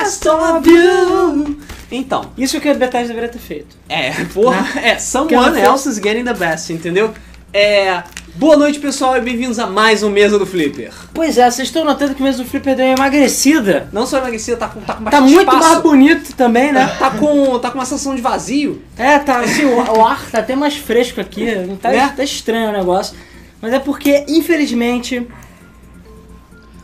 Cast of You. Então, Isso é que a Bethesda deveria ter feito. é, porra, Né? é, ela someone foi- else is getting the best, entendeu? É, boa noite pessoal e bem-vindos a mais um Mesa do Flipper. Pois é, vocês estão notando que mesmo o Flipper deu uma é emagrecida. Não só emagrecida, tá com, tá com tá bastante muito espaço. mais bonito também, né? Tá com, tá com uma sensação de vazio. É, tá assim, o, o ar tá até mais fresco aqui. Não tá, Né? tá estranho o negócio. Mas é porque, infelizmente,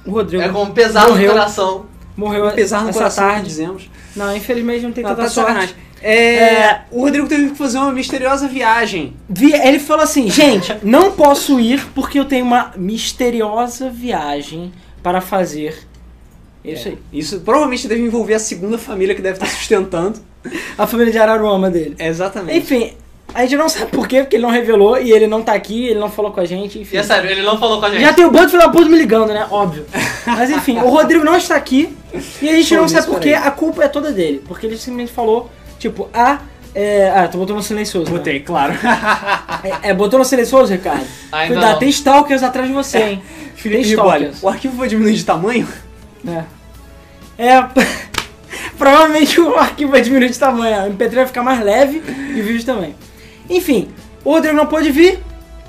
o Rodrigo É como pesar no Morreu. coração. morreu Pesar no essa coração, tarde. dizemos. Não, infelizmente não tem Não, tanta tá de sorte. sacanagem. É, É. O Rodrigo teve que fazer uma misteriosa viagem. Vi- Ele falou assim, gente, não posso ir porque eu tenho uma misteriosa viagem para fazer. É Isso aí. Isso provavelmente deve envolver a segunda família que deve estar sustentando. A família de Araruama dele. É, Exatamente. Enfim, a gente não sabe por quê, porque ele não revelou e ele não tá aqui, ele não falou com a gente, enfim. E é sério, ele não falou com a gente. Já tem o bando filho da puta me ligando, né? Óbvio. Mas enfim, o Rodrigo não está aqui e a gente Pô, não me sabe por quê, esperei. a culpa é toda dele. Porque ele simplesmente falou, tipo, ah, é... Ah, tu botou no silencioso. né? Botei, claro. É, é, botou no silencioso, Ricardo? Ainda Cuidado, não. tem stalkers atrás de você, hein? É. Felipe Tem Riboli, stalkers. o arquivo foi diminuir de tamanho? É. É. Provavelmente o arquivo vai diminuir de tamanho. O MP3 vai ficar mais leve e o vídeo também. Enfim, o Rodrigo não pôde vir.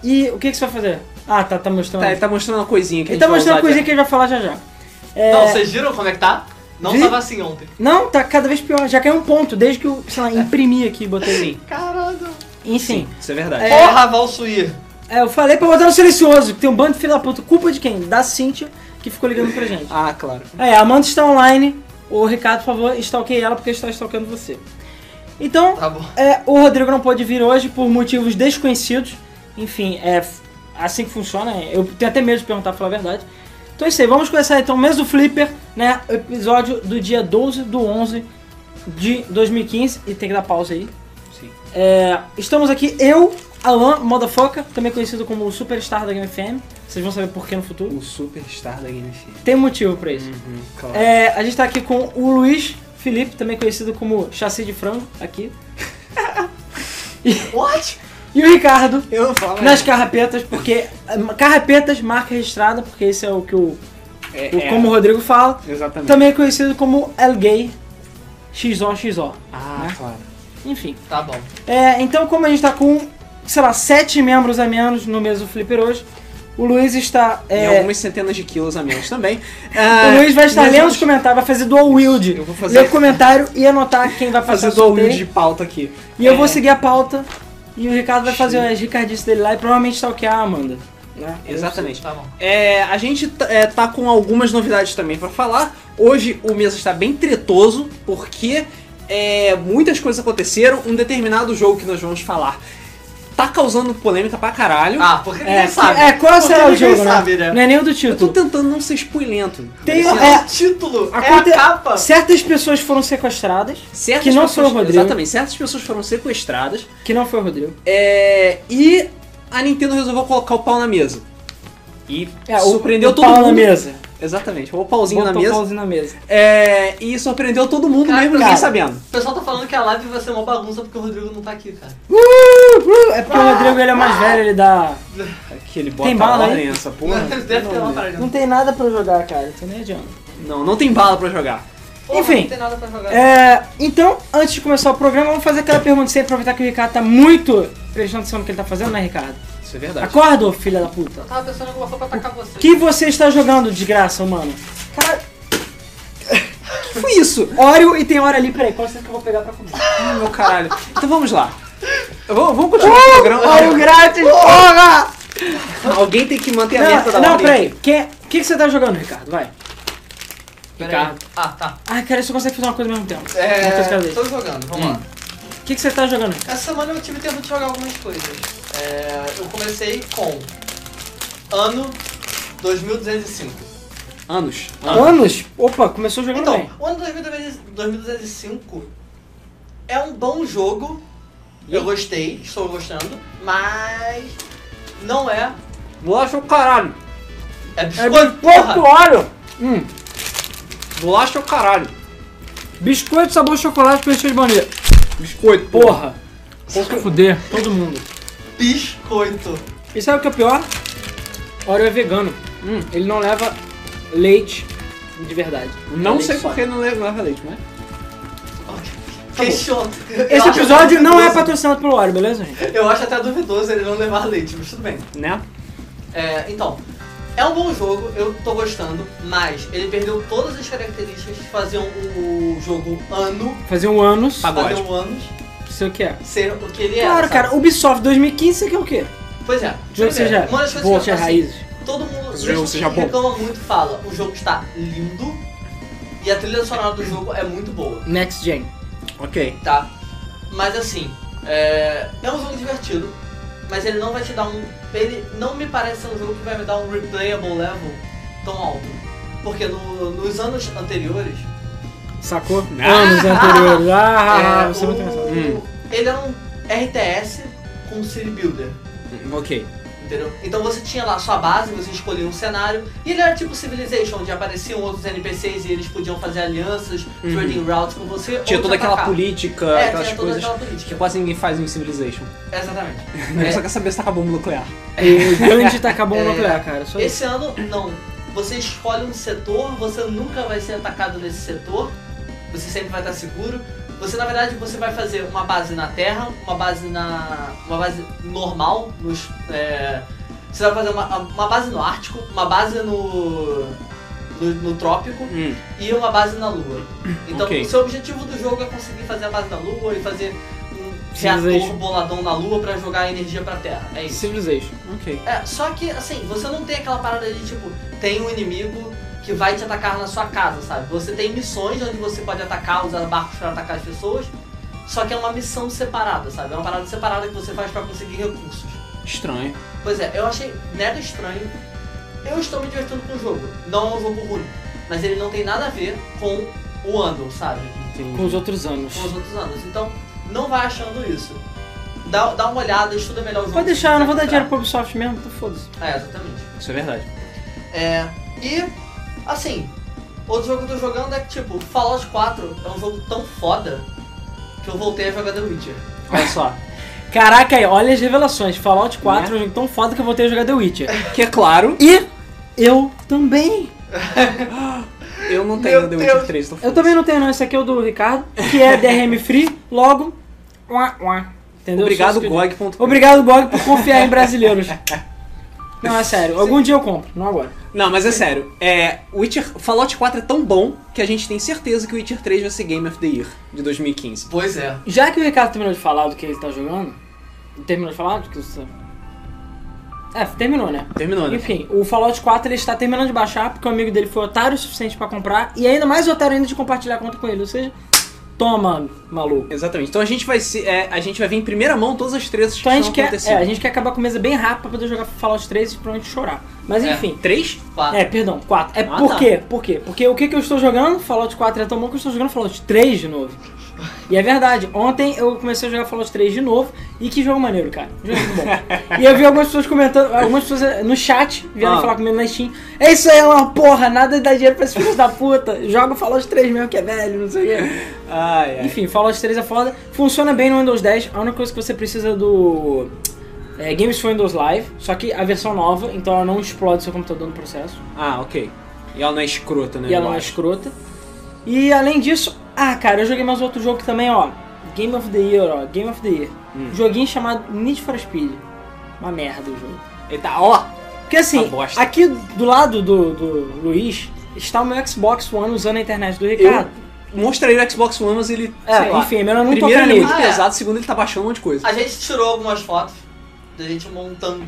E o que, que você vai fazer? Ah, tá, tá mostrando. Tá, ele tá mostrando uma coisinha que ele a tá gente vai mostrando usar a coisinha já. que ele vai falar já já. É, Não, vocês viram como é que tá? Não Vi. tava assim ontem. não, tá cada vez pior. Já caiu um ponto desde que eu, sei lá, imprimi aqui e botei. É. Sim, Caralho. Enfim, isso é verdade. É. Porra, Valsuir. é, eu falei pra botar no silencioso, que tem um bando de filha da puta. Culpa de quem? Da Cintia, que ficou ligando pra gente. Ah, claro. É, a Amanda está online. O Ricardo, por favor, stalkeie ela porque está stalkeando você. Então, Tá bom. é, o Rodrigo não pôde vir hoje por motivos desconhecidos. Enfim, é f- assim que funciona. Eu tenho até medo de perguntar, pra falar a verdade. Então é isso aí, vamos começar então mesmo o Flipper, né? Episódio do dia 12 do 11 de 2015. E tem que dar pausa aí. Sim. É, estamos aqui, eu, Alan Motherfucker, também conhecido como o Superstar da Game FM. Vocês vão saber por que no futuro. O superstar da Game FM. Tem motivo pra isso. Uhum, claro. É, a gente tá aqui com o Luiz Felipe, também conhecido como Chassi de Frango, aqui. What? E o Ricardo, Eu não falo. nas carrapetas, porque. eh, Carrapetas, marca registrada, porque esse é o que o. É, o- é, como o Rodrigo fala. Exatamente. Também é conhecido como El Gay XOXO. Ah, claro. né? Enfim. Tá bom. É, então, como a gente tá com, sei lá, sete membros a menos no mesmo Flipper hoje, o Luiz está. E é, algumas centenas de quilos a menos também. Ah, o Luiz vai estar mas lendo vamos os comentários, vai fazer dual wield. Eu vou fazer- Ler comentário e anotar quem vai passar fazer o dual sorteio. wield de pauta aqui. E eu É, vou seguir a pauta e o Ricardo vai fazer as ricardices dele lá e provavelmente stalkear a Amanda. Né? Exatamente. Tá bom. É, a gente t- é, tá com algumas novidades também pra falar. Hoje o mesa está bem tretoso, porque é, muitas coisas aconteceram. Um determinado jogo que nós vamos falar tá causando polêmica pra caralho. Ah, porque ninguém É, sabe. é, qual Porque será o ninguém jogo, né? sabe, né? Não é nem o do Eu tô título. tentando não ser spoilento. Tem- Assim, é, O um título é Aconte- a capa. Certas pessoas foram sequestradas, certas é que não pessoas, foi o Rodrigo. Exatamente, certas pessoas foram sequestradas. que não foi o Rodrigo. é, e a Nintendo resolveu colocar o pau na mesa. E É, o- surpreendeu o todo pau mundo. na mesa. Exatamente, o pauzinho Botou na mesa. o pauzinho na mesa. É, e surpreendeu todo mundo Cara, mesmo, ninguém cara. sabendo. O pessoal tá falando que a live vai ser uma bagunça porque o Rodrigo não tá aqui, cara. Uh, É porque o Rodrigo ele é mais velho, ele dá... Que ele bota Tem bala, ordem hein? nessa porra. Deve ter uma parada. Não tem nada pra jogar, cara, então nem adianta. Não, não tem bala pra jogar. Porra, Enfim. Não tem nada pra jogar. É, então, antes de começar o programa, vamos fazer aquela pergunta sempre, aproveitar que o Ricardo tá muito prestando atenção no que ele tá fazendo, né, Ricardo? Isso é verdade. Acorda, ô filha da puta. Eu tava pensando em alguma coisa pra atacar você. O que você está jogando de graça, mano? Cara, que foi isso? Oreo e tem hora ali. Peraí, qual será que eu vou pegar pra comer? Ai, meu caralho. Então vamos lá. Vamos, vamos continuar o Oreo programa. grátis, porra! Alguém tem que manter a meta da Não, não ordem. peraí. O que, que, que você tá jogando, Ricardo? Vai. Peraí. é? Ricardo. Ah, tá. Ai, cara, eu só consigo fazer uma coisa ao mesmo tempo. Uma coisa É, cada tô vez. jogando, vamos lá. O que, que você tá jogando? Ricardo? Essa semana eu tive tempo de jogar algumas coisas. É, eu comecei com ano 2205. Anos. Ah. Anos? Opa, começou jogando Então, bem. o ano 2205 é um bom jogo. Eu gostei, estou gostando, mas não é. Bolacha é o caralho. É É biscoito, biscoito porra! Oreo. Bolacha é o caralho. Biscoito, sabor chocolate, peixe de baunilha. Biscoito, porra. Porra. Vou se fuder, todo mundo. Biscoito. E sabe o que é pior? Oreo é vegano. Ele não leva leite, de verdade. Não Late sei só. por que não leva leite, né? mas. Ok. Fechou. Tá Esse episódio não é patrocinado pelo Ori, beleza, gente? Eu acho até duvidoso ele não levar leite, mas tudo bem. Né? É, então, é um bom jogo, eu tô gostando, mas ele perdeu todas as características que faziam o jogo ano, Fazer um anos, Tá. Pagode. fazer um anos, sei o que é. ser o que ele é. Claro, cara, Ubisoft 2015, você quer o quê? Pois é. Jogo que Primeiro, seja uma das coisas bom, que eu, seja assim, raízes. todo mundo Esse jogo gente seja que bom. reclama muito fala, o jogo está lindo e a trilha sonora do jogo é muito boa, Next Gen. Ok. tá? Mas assim, é, é um jogo divertido, mas ele não vai te dar um... Ele não me parece ser um jogo que vai me dar um replayable level tão alto. Porque no- nos anos anteriores, Sacou? Ah! Anos anteriores. Ah, É, você é muito o- engraçado. Hum. Ele é um RTS com city builder, Ok. entendeu? Então você tinha lá sua base, você escolhia um cenário, e ele era tipo Civilization, onde apareciam outros NPCs e eles podiam fazer alianças, Uhum. trading routes com você. ou Tinha te toda aquela atacar. política, É, aquelas tinha toda coisas aquela que política. quase ninguém faz em Civilization. Exatamente. Ninguém Só quer saber se tá com a bomba nuclear. E o grande tacar bomba É. nuclear, cara. Só isso. Esse ano, não. Você escolhe um setor, você nunca vai ser atacado nesse setor, você sempre vai estar seguro. Você, na verdade, você vai fazer uma base na terra, uma base na. uma base normal, nos, é, você vai fazer uma, uma base no Ártico, uma base no, no, no Trópico Hum. e uma base na Lua. Então, Ok. o seu objetivo do jogo é conseguir fazer a base na Lua e fazer um reator Civilization. boladão na Lua pra jogar energia pra terra. É isso. Civilization. Ok. É, só que assim, você não tem aquela parada de tipo, tem um inimigo que vai te atacar na sua casa, sabe? Você tem missões onde você pode atacar, usar barcos pra atacar as pessoas, só que é uma missão separada, sabe? É uma parada separada que você faz pra conseguir recursos. Estranho. Pois é, eu achei mega estranho. Eu estou me divertindo com o jogo. Não é um jogo ruim, mas ele não tem nada a ver com o ano, sabe? Com os outros anos. Com os outros anos. Então, não vai achando isso. Dá, dá uma olhada, estuda melhor o jogo. Pode deixar, eu não vou dar dinheiro dinheiro pro Ubisoft mesmo, então foda-se. É, exatamente. Isso é verdade. É, e, assim, outro jogo que eu tô jogando é que, tipo, Fallout 4 é um jogo tão foda que eu voltei a jogar The Witcher. Olha só. Caraca aí, olha as revelações. Fallout 4 é um jogo tão foda que eu voltei a jogar The Witcher. que é claro, E eu também. eu não tenho Meu The Witcher Deus. 3. Então Eu também não tenho não, esse aqui é o do Ricardo, que é DRM Free, logo... Uá, uá. Entendeu? Só isso Obrigado, que eu GOG.com. Obrigado, Bog, por confiar em brasileiros. Não, é sério. Algum dia eu compro, não agora. Não, mas é sério. É, Witcher, Fallout 4 é tão bom que a gente tem certeza que o Witcher 3 vai ser Game of the Year de 2015. Pois é. Já que o Ricardo terminou de falar do que ele tá jogando, terminou de falar do que você... É, terminou, né? Terminou, né? Enfim, o Fallout 4 ele está terminando de baixar porque o amigo dele foi otário o suficiente pra comprar e ainda mais otário ainda de compartilhar a conta com ele. Ou seja, toma, maluco. Exatamente. Então a gente vai se, é, a gente vai ver em primeira mão todas as tretas que Então a gente, estão quer, é, acontecendo. a gente quer acabar com mesa bem rápido pra poder jogar Fallout 3 e provavelmente chorar. Mas É. enfim. 3? Quatro. É, perdão, 4. É Ah, por tá. quê? Por quê? Porque o que, que eu estou jogando? Fallout 4 é tão bom que eu estou jogando Fallout 3 de novo. E é verdade, ontem eu comecei a jogar Fallout 3 de novo e que jogo maneiro, cara. Jogo muito bom. e eu vi algumas pessoas comentando, algumas pessoas eh, no chat vieram Ah. falar comigo na Steam. É isso aí, é uma porra, nada de dar dinheiro pra esses filhos da puta. Joga o Fallout 3 mesmo que é velho, não sei o quê. Ai, ai. Enfim, Fallout 3 é foda. Funciona bem no Windows 10. A única coisa que você precisa é do. É, Games for Windows Live, só que a versão nova, então ela não explode seu computador no processo. Ah, ok. E ela não é escrota, né? E ela eu é uma acho. escrota. E além disso, ah, cara, eu joguei mais outro jogo que também, ó. Game of the Year, ó. Game of the Year. Hum. Joguinho chamado Need for Speed. Uma merda o jogo. Eita, ó! Porque assim, Uma bosta. aqui do lado do, do Luiz está o meu Xbox One usando a internet do Ricardo. Mostrei o Xbox One, mas ele. sei é, lá. enfim, é melhor não Primeiro tocar ele é nele. muito Ah, é. pesado, segundo ele tá baixando um monte de coisa. A gente tirou algumas fotos da gente montando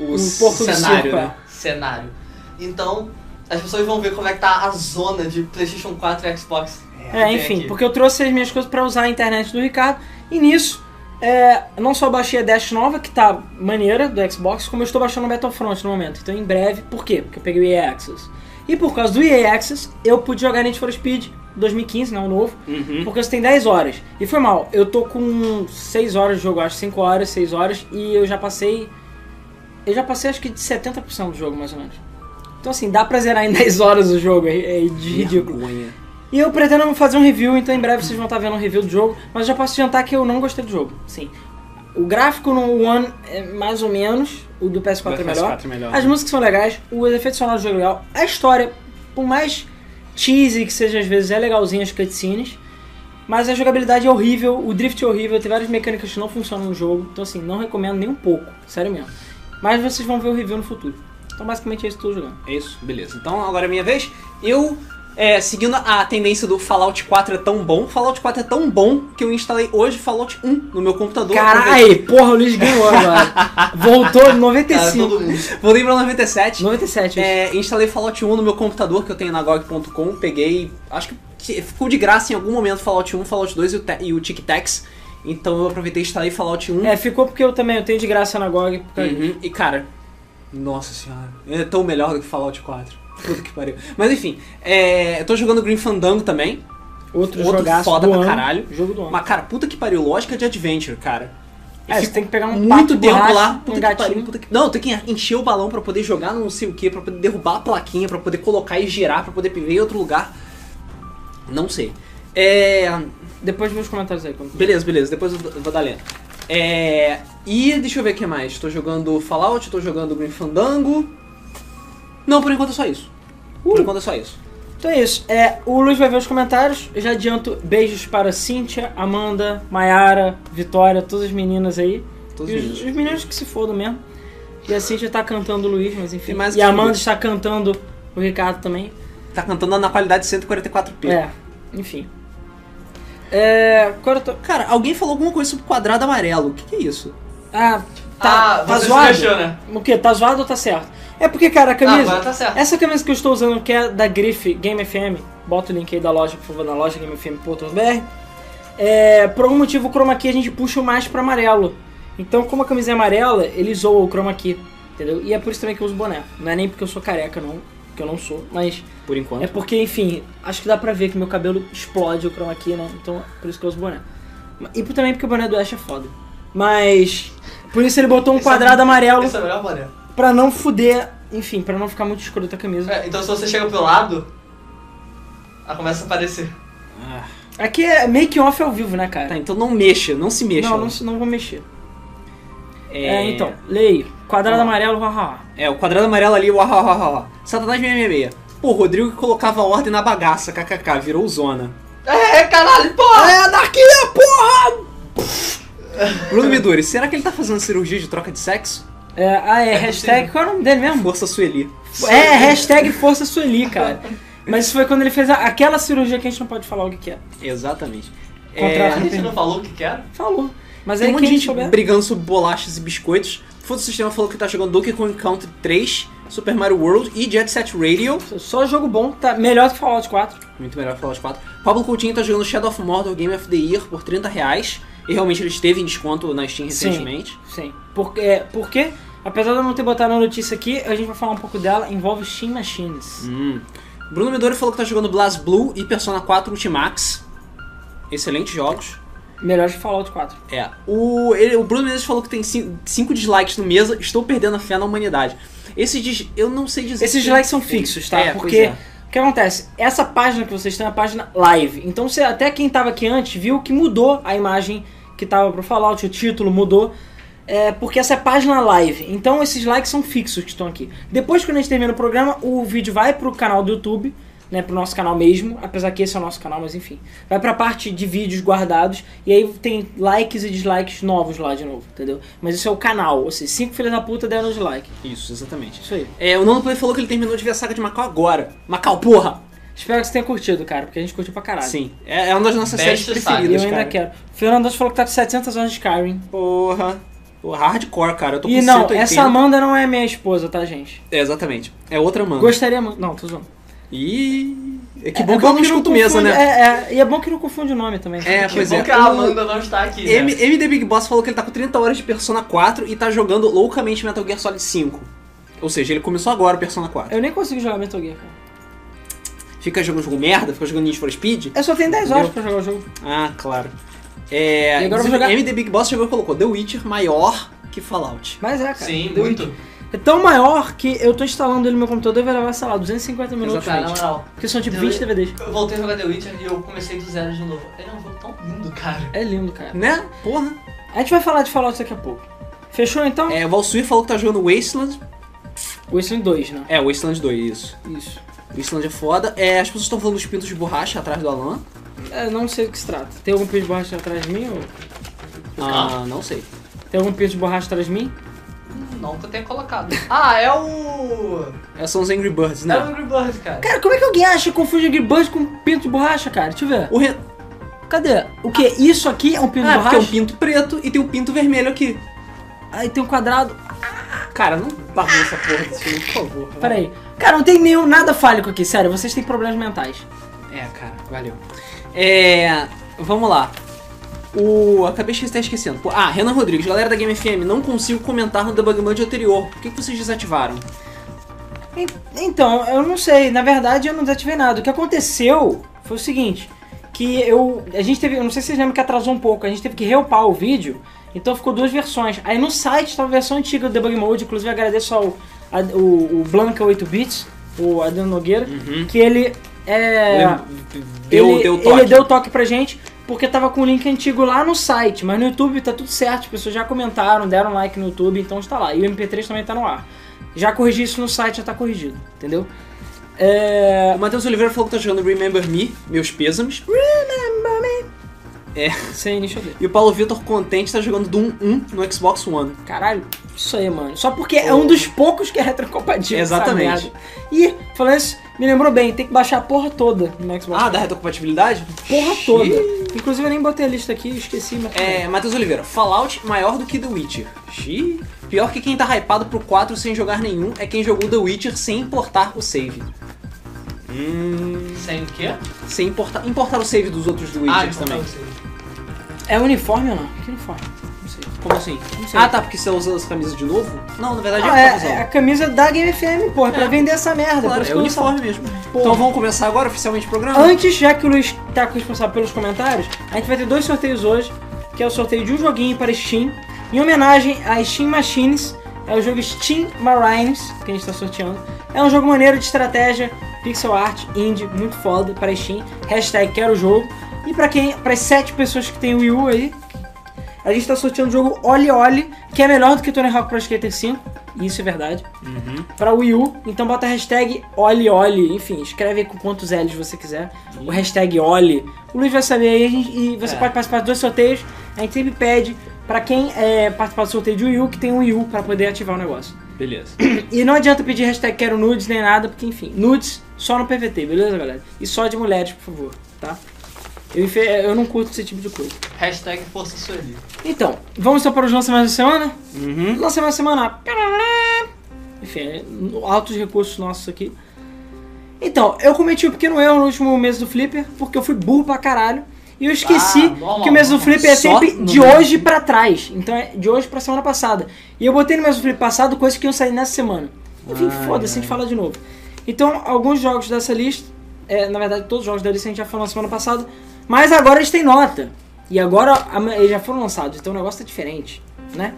O Um porco do cenário, circo, né? cenário. Então, as pessoas vão ver como é que tá a zona de Playstation 4 e Xbox. É, tem enfim, aqui. porque eu trouxe as minhas coisas pra usar a internet do Ricardo. E nisso, é, não só baixei a Dash nova, que tá maneira, do Xbox, como eu estou baixando o Battlefront no momento. Então, em breve, por quê? Porque eu peguei o EA Access. E por causa do EA Access, eu pude jogar Need for Speed 2015, não né, o novo, Uhum. porque você tem 10 horas. E foi mal, eu tô com 6 horas de jogo, acho 5 horas, 6 horas, e eu já passei. Eu já passei acho que de 70% do jogo, mais ou menos. Então, assim, dá pra zerar em 10 horas o jogo, é, é ridículo. Vergonha. E eu pretendo fazer um review, então em breve vocês vão estar vendo um review do jogo, mas já posso adiantar que eu não gostei do jogo, sim. O gráfico no One é mais ou menos, o do PS4 é melhor. PS4 é melhor. As músicas são legais, o efeito sonoro do jogo é legal, a história, por mais cheesy que seja, às vezes é legalzinho as cutscenes. Mas a jogabilidade é horrível, o drift é horrível, tem várias mecânicas que não funcionam no jogo. Então, assim, não recomendo nem um pouco, sério mesmo. Mas vocês vão ver o review no futuro. Então, basicamente é isso que eu tô jogando. É isso, beleza. Então agora é minha vez. Eu, é, seguindo a tendência do Fallout 4 é tão bom, Fallout 4 é tão bom que eu instalei hoje Fallout 1 no meu computador. Caralho, porra, o Luiz ganhou agora. Voltou em 95. todo mundo. Voltei pra 97. 97, isso. É, instalei Fallout 1 no meu computador que eu tenho na GOG.com, peguei, acho que que ficou de graça em algum momento Fallout 1, Fallout 2 e o, Te- e o Tic Tacs. Então eu aproveitei e instalei Fallout 1. É, ficou porque eu também eu tenho de graça na GOG. por causa Uhum, E cara, nossa senhora, é tão melhor do que Fallout 4. Puta que pariu. Mas enfim, é, eu tô jogando Green Fandango também. Outro, Outro jogaço foda do pra ano, caralho. Jogo do ano. Mas cara, puta que pariu, lógica de adventure, cara. Eu é, fico você tem que pegar um pato muito de tempo borracha, lá, puta um que pariu, gatinho. puta que... Não, tem que encher o balão pra poder jogar no não sei o que, pra poder derrubar a plaquinha, pra poder colocar e girar, pra poder ver em outro lugar. Não sei. É... Depois vê os comentários aí. Quando... Beleza, beleza, depois eu vou dar lenda. É. E deixa eu ver o que mais. Tô jogando Fallout, tô jogando Green Fandango. Não, por enquanto é só isso. Por Uh. enquanto é só isso. Então é isso. É, o Luiz vai ver os comentários. Eu já adianto beijos para Cíntia, Amanda, Mayara, Vitória, todas as meninas aí. Todos e os os, meninos. os meninos que se fodam mesmo. E a Cíntia tá cantando o Luiz, mas enfim. Tem mais e que a Amanda isso. está cantando o Ricardo também. Tá cantando na qualidade 144p. É, enfim. É, agora eu tô... Cara, alguém falou alguma coisa sobre quadrado amarelo. O que, que é isso? Ah, tá, ah, tá você se zoado? fechou, né? O quê? Tá zoado ou tá certo? É porque, cara, a Ah, camisa. agora tá certo. Essa camisa que eu estou usando, que é da Grife Game FM, bota o link aí da loja, por favor, na loja gamefm.br. É, por algum motivo, o chroma key a gente puxa mais pra amarelo. Então, como a camisa é amarela, ele zoa o chroma key, entendeu? E é por isso também que eu uso boné. Não é nem porque eu sou careca, não, que eu não sou, mas Por enquanto. é porque, enfim, acho que dá pra ver que meu cabelo explode o chroma key, né? Então, por isso que eu uso boné. E por- também porque o boné do Ash é foda. Mas, por isso ele botou um Esse é- quadrado amarelo Esse é o melhor boné. pra não fuder, enfim, pra não ficar muito escuro a camisa. É, então se você chega pro lado, ela começa a aparecer. Ah, Aqui é make off ao vivo, né, cara? tá, então não mexa, não se mexa. não, não, se- não vou mexer. É... É, então, leio. Quadrado Ó. amarelo, haha. É, o quadrado amarelo ali, uau, uau, uau, uau. Satanás 666. Pô, o Rodrigo que colocava ordem na bagaça, kkk, virou zona. É, caralho, porra! É, anarquia, porra! Bruno Midori, será que ele tá fazendo cirurgia de troca de sexo? É, ah, é, É hashtag. possível. Qual é o nome dele mesmo? Força Sueli. É, hashtag Força Sueli, cara. Mas isso foi quando ele fez a- aquela cirurgia que a gente não pode falar o que que é. Exatamente. Contrato. É, A gente não falou o que quer? Falou. Mas aí tem um monte quem de gente souber. brigando sobre bolachas e biscoitos. Foda Sistema falou que tá jogando Donkey Kong Country 3, Super Mario World e Jet Set Radio. Só jogo bom, tá melhor que Fallout 4. Muito melhor que Fallout 4. Pablo Coutinho tá jogando Shadow of Mordor Game of the Year por 30 reais. E realmente ele esteve em desconto na Steam Sim. recentemente. Sim. Por, é, porque, apesar de eu não ter botado na notícia aqui, a gente vai falar um pouco dela. Envolve Steam Machines. Hum. Bruno Midori falou que tá jogando Blast Blue e Persona 4 Ultimax. Excelentes jogos. Melhor que Fallout 4. É. O, ele- o Bruno Menezes falou que tem 5 dislikes no mesa. Estou perdendo a fé na humanidade. Esses dis, eu não sei dizer. Esses se- likes são fixos, tá? É, pois Porque é. o que acontece? Essa página que vocês têm é a página live. Então você, até quem tava aqui antes viu que mudou a imagem que tava pro Fallout, o título mudou. É, porque essa é a página live. Então esses likes são fixos que estão aqui. Depois que a gente termina o programa, o vídeo vai pro canal do YouTube, né? Pro nosso canal mesmo. Apesar que esse é o nosso canal, mas enfim. Vai pra parte de vídeos guardados. E aí tem likes e dislikes novos lá de novo, entendeu? Mas isso é o canal. Ou seja, cinco filhas da puta deram dislike. Isso, exatamente. Isso aí. É, o Nono Play falou que ele terminou de ver a saga de Macau agora. Macau, porra! Espero que você tenha curtido, cara, porque a gente curtiu pra caralho. Sim, é, é uma das nossas Best séries E preferidas, eu ainda cara. quero. O Fernando falou que tá com 700 horas de Skyrim. Porra. Porra, hardcore, cara. Eu tô com E não, 180. essa Amanda não é minha esposa, tá, gente? É, exatamente. É outra mano. Gostaria muito. Não, tô zoando. E... É que É bom que eu não escuto confunde- mesa, né? É, é, e é bom que não confunde o nome também. É, Que pois bom é. que a O- Amanda não está aqui, É. né? M MD Big Boss falou que ele tá com 30 horas de Persona 4 e tá jogando loucamente Metal Gear Solid 5. Ou seja, ele começou agora o Persona 4. Eu nem consigo jogar Metal Gear, cara. Fica jogando jogo merda, fica jogando Need for Speed. Eu só tenho 10 horas pra jogar o jogo. Ah, claro. É, E agora eu vou inclusive, jogar- MD Big Boss chegou e colocou The Witcher maior que Fallout. Mas é, cara. Sim, Deu- muito. É tão maior que eu tô instalando ele no meu computador e vai levar, sei lá, 250 minutos. Exatamente. Cara, na moral. Porque são tipo Eu- 20 DVDs. Eu voltei a jogar The Witcher e eu comecei do zero de novo. Ele é um jogo tão lindo, cara. É lindo, cara. Né? Porra. A gente vai falar de Fallout daqui a pouco. Fechou então? É, o Valsuir falou que tá jogando Wasteland. Wasteland 2, né? É, Wasteland 2, isso. Isso. O Islândia é foda. É, as pessoas estão falando dos pintos de borracha atrás do Alan. É, não sei do que se trata. Tem algum pinto de borracha atrás de mim? Ou... Ah, não sei. Tem algum pinto de borracha atrás de mim? Não que eu tenha colocado. Ah, é o. É, são os Angry Birds, É o né? Angry Birds, cara. Cara, como é que alguém acha que confunde Angry Birds com pinto de borracha, cara? Deixa eu ver. O Ren... Cadê? O que? Isso aqui é um pinto de Ah, porque é borracha? um pinto preto e tem um pinto vermelho aqui. Aí tem um quadrado. Cara, não bagunça a porra desse filme, por favor. Pera aí. Cara, não tem nenhum nada fálico aqui, sério. Vocês têm problemas mentais. É, cara, valeu. É. Vamos lá. O. Acabei de estar esquecendo. Pô, Ah, Renan Rodrigues, galera da Game FM, não consigo comentar no Debug Mode anterior. Por que que vocês desativaram? En- Então, eu não sei. Na verdade, eu não desativei nada. O que aconteceu foi o seguinte: que eu. A gente teve. Eu não sei se vocês lembram que atrasou um pouco. A gente teve que reupar o vídeo. Então ficou duas versões. Aí no site estava a versão antiga do Debug Mode. Inclusive, eu agradeço ao a- o, o Blanca 8-bits, o Adriano Nogueira, que ele. É, Uhum. Lem- Deu, ele, deu toque. Ele deu toque pra gente, porque tava com o link antigo lá no site, mas no YouTube tá tudo certo, as pessoas já comentaram, deram like no YouTube, então está lá. E o MP3 também tá no ar. Já corrigi isso no site, já tá corrigido, entendeu? É... O Matheus Oliveira falou que tá jogando Remember Me, meus pêsames. Sem nicho dele. E o Paulo Vitor Contente tá jogando Doom 1 no Xbox One. Caralho, isso aí, mano. Só porque é um dos poucos que é retrocompatível. essa Exatamente. merda. E, falando isso, me lembrou bem, tem que baixar a porra toda no Xbox. Ah, da retrocompatibilidade? porra toda. Inclusive eu nem botei a lista aqui, esqueci, mas. É, Matheus Oliveira, Fallout maior do que The Witcher. Xiii. Pior que quem tá hypado pro 4 sem jogar nenhum é quem jogou The Witcher sem importar o save. Hum. Sem o quê? Sem importar, importar o save dos outros The Ah, Witchers então também. tá, sim. É uniforme ou não? Que uniforme? Não sei. Como assim? Não sei. Ah, tá, porque você usa as camisas de novo? Não, na verdade Ah, é, é, é a camisa da Game FM, porra, pra vender essa merda. por Claro, isso é que eu não falo. uniforme mesmo. Então vamos começar agora oficialmente o programa? Antes, já que o Luiz tá responsável pelos comentários, a gente vai ter dois sorteios hoje, que é o sorteio de um joguinho para Steam, em homenagem a Steam Machines, é o jogo Steam Marines, que a gente tá sorteando. É um jogo maneiro de estratégia, pixel art, indie, muito foda para Steam. Hashtag quero o jogo. E pra quem, para sete pessoas que tem Wii U aí, a gente tá sorteando o jogo Oli Oli, que é melhor do que Tony Hawk Pro Skater 5, e isso é verdade. Pra Wii U, então bota a hashtag Oli Oli, enfim, escreve aí com quantos L's você quiser, o hashtag Oli. O Luiz vai saber aí a gente- e você É. pode participar de dois sorteios. A gente sempre pede pra quem é, participar do sorteio de Wii U que tem um Wii U pra poder ativar o negócio. Beleza. E não adianta pedir hashtag quero nudes nem nada, porque enfim, nudes só no PVT, beleza, galera? E só de mulheres, por favor, tá? Eu, infe- eu não curto esse tipo de coisa. Hashtag Força Sueli. Então, vamos só para os lançamentos da semana? Uhum. Lançamento da semana. Enfim, é, altos recursos nossos aqui. Então, eu cometi um pequeno erro no último mês do Flipper, porque eu fui burro pra caralho. E eu esqueci Ah, normal. que o mês do Flipper é Só sempre no de mês do hoje pra trás. Então é de hoje pra semana passada. E eu botei no mês do Flipper passado coisas que iam sair nessa semana. Enfim, Ai, foda-se, a gente fala de novo. Então, alguns jogos dessa lista, é, na verdade, todos os jogos da lista a gente já falou na semana passada, mas agora eles têm nota. E agora a- eles já foram lançados, então o negócio tá diferente, né?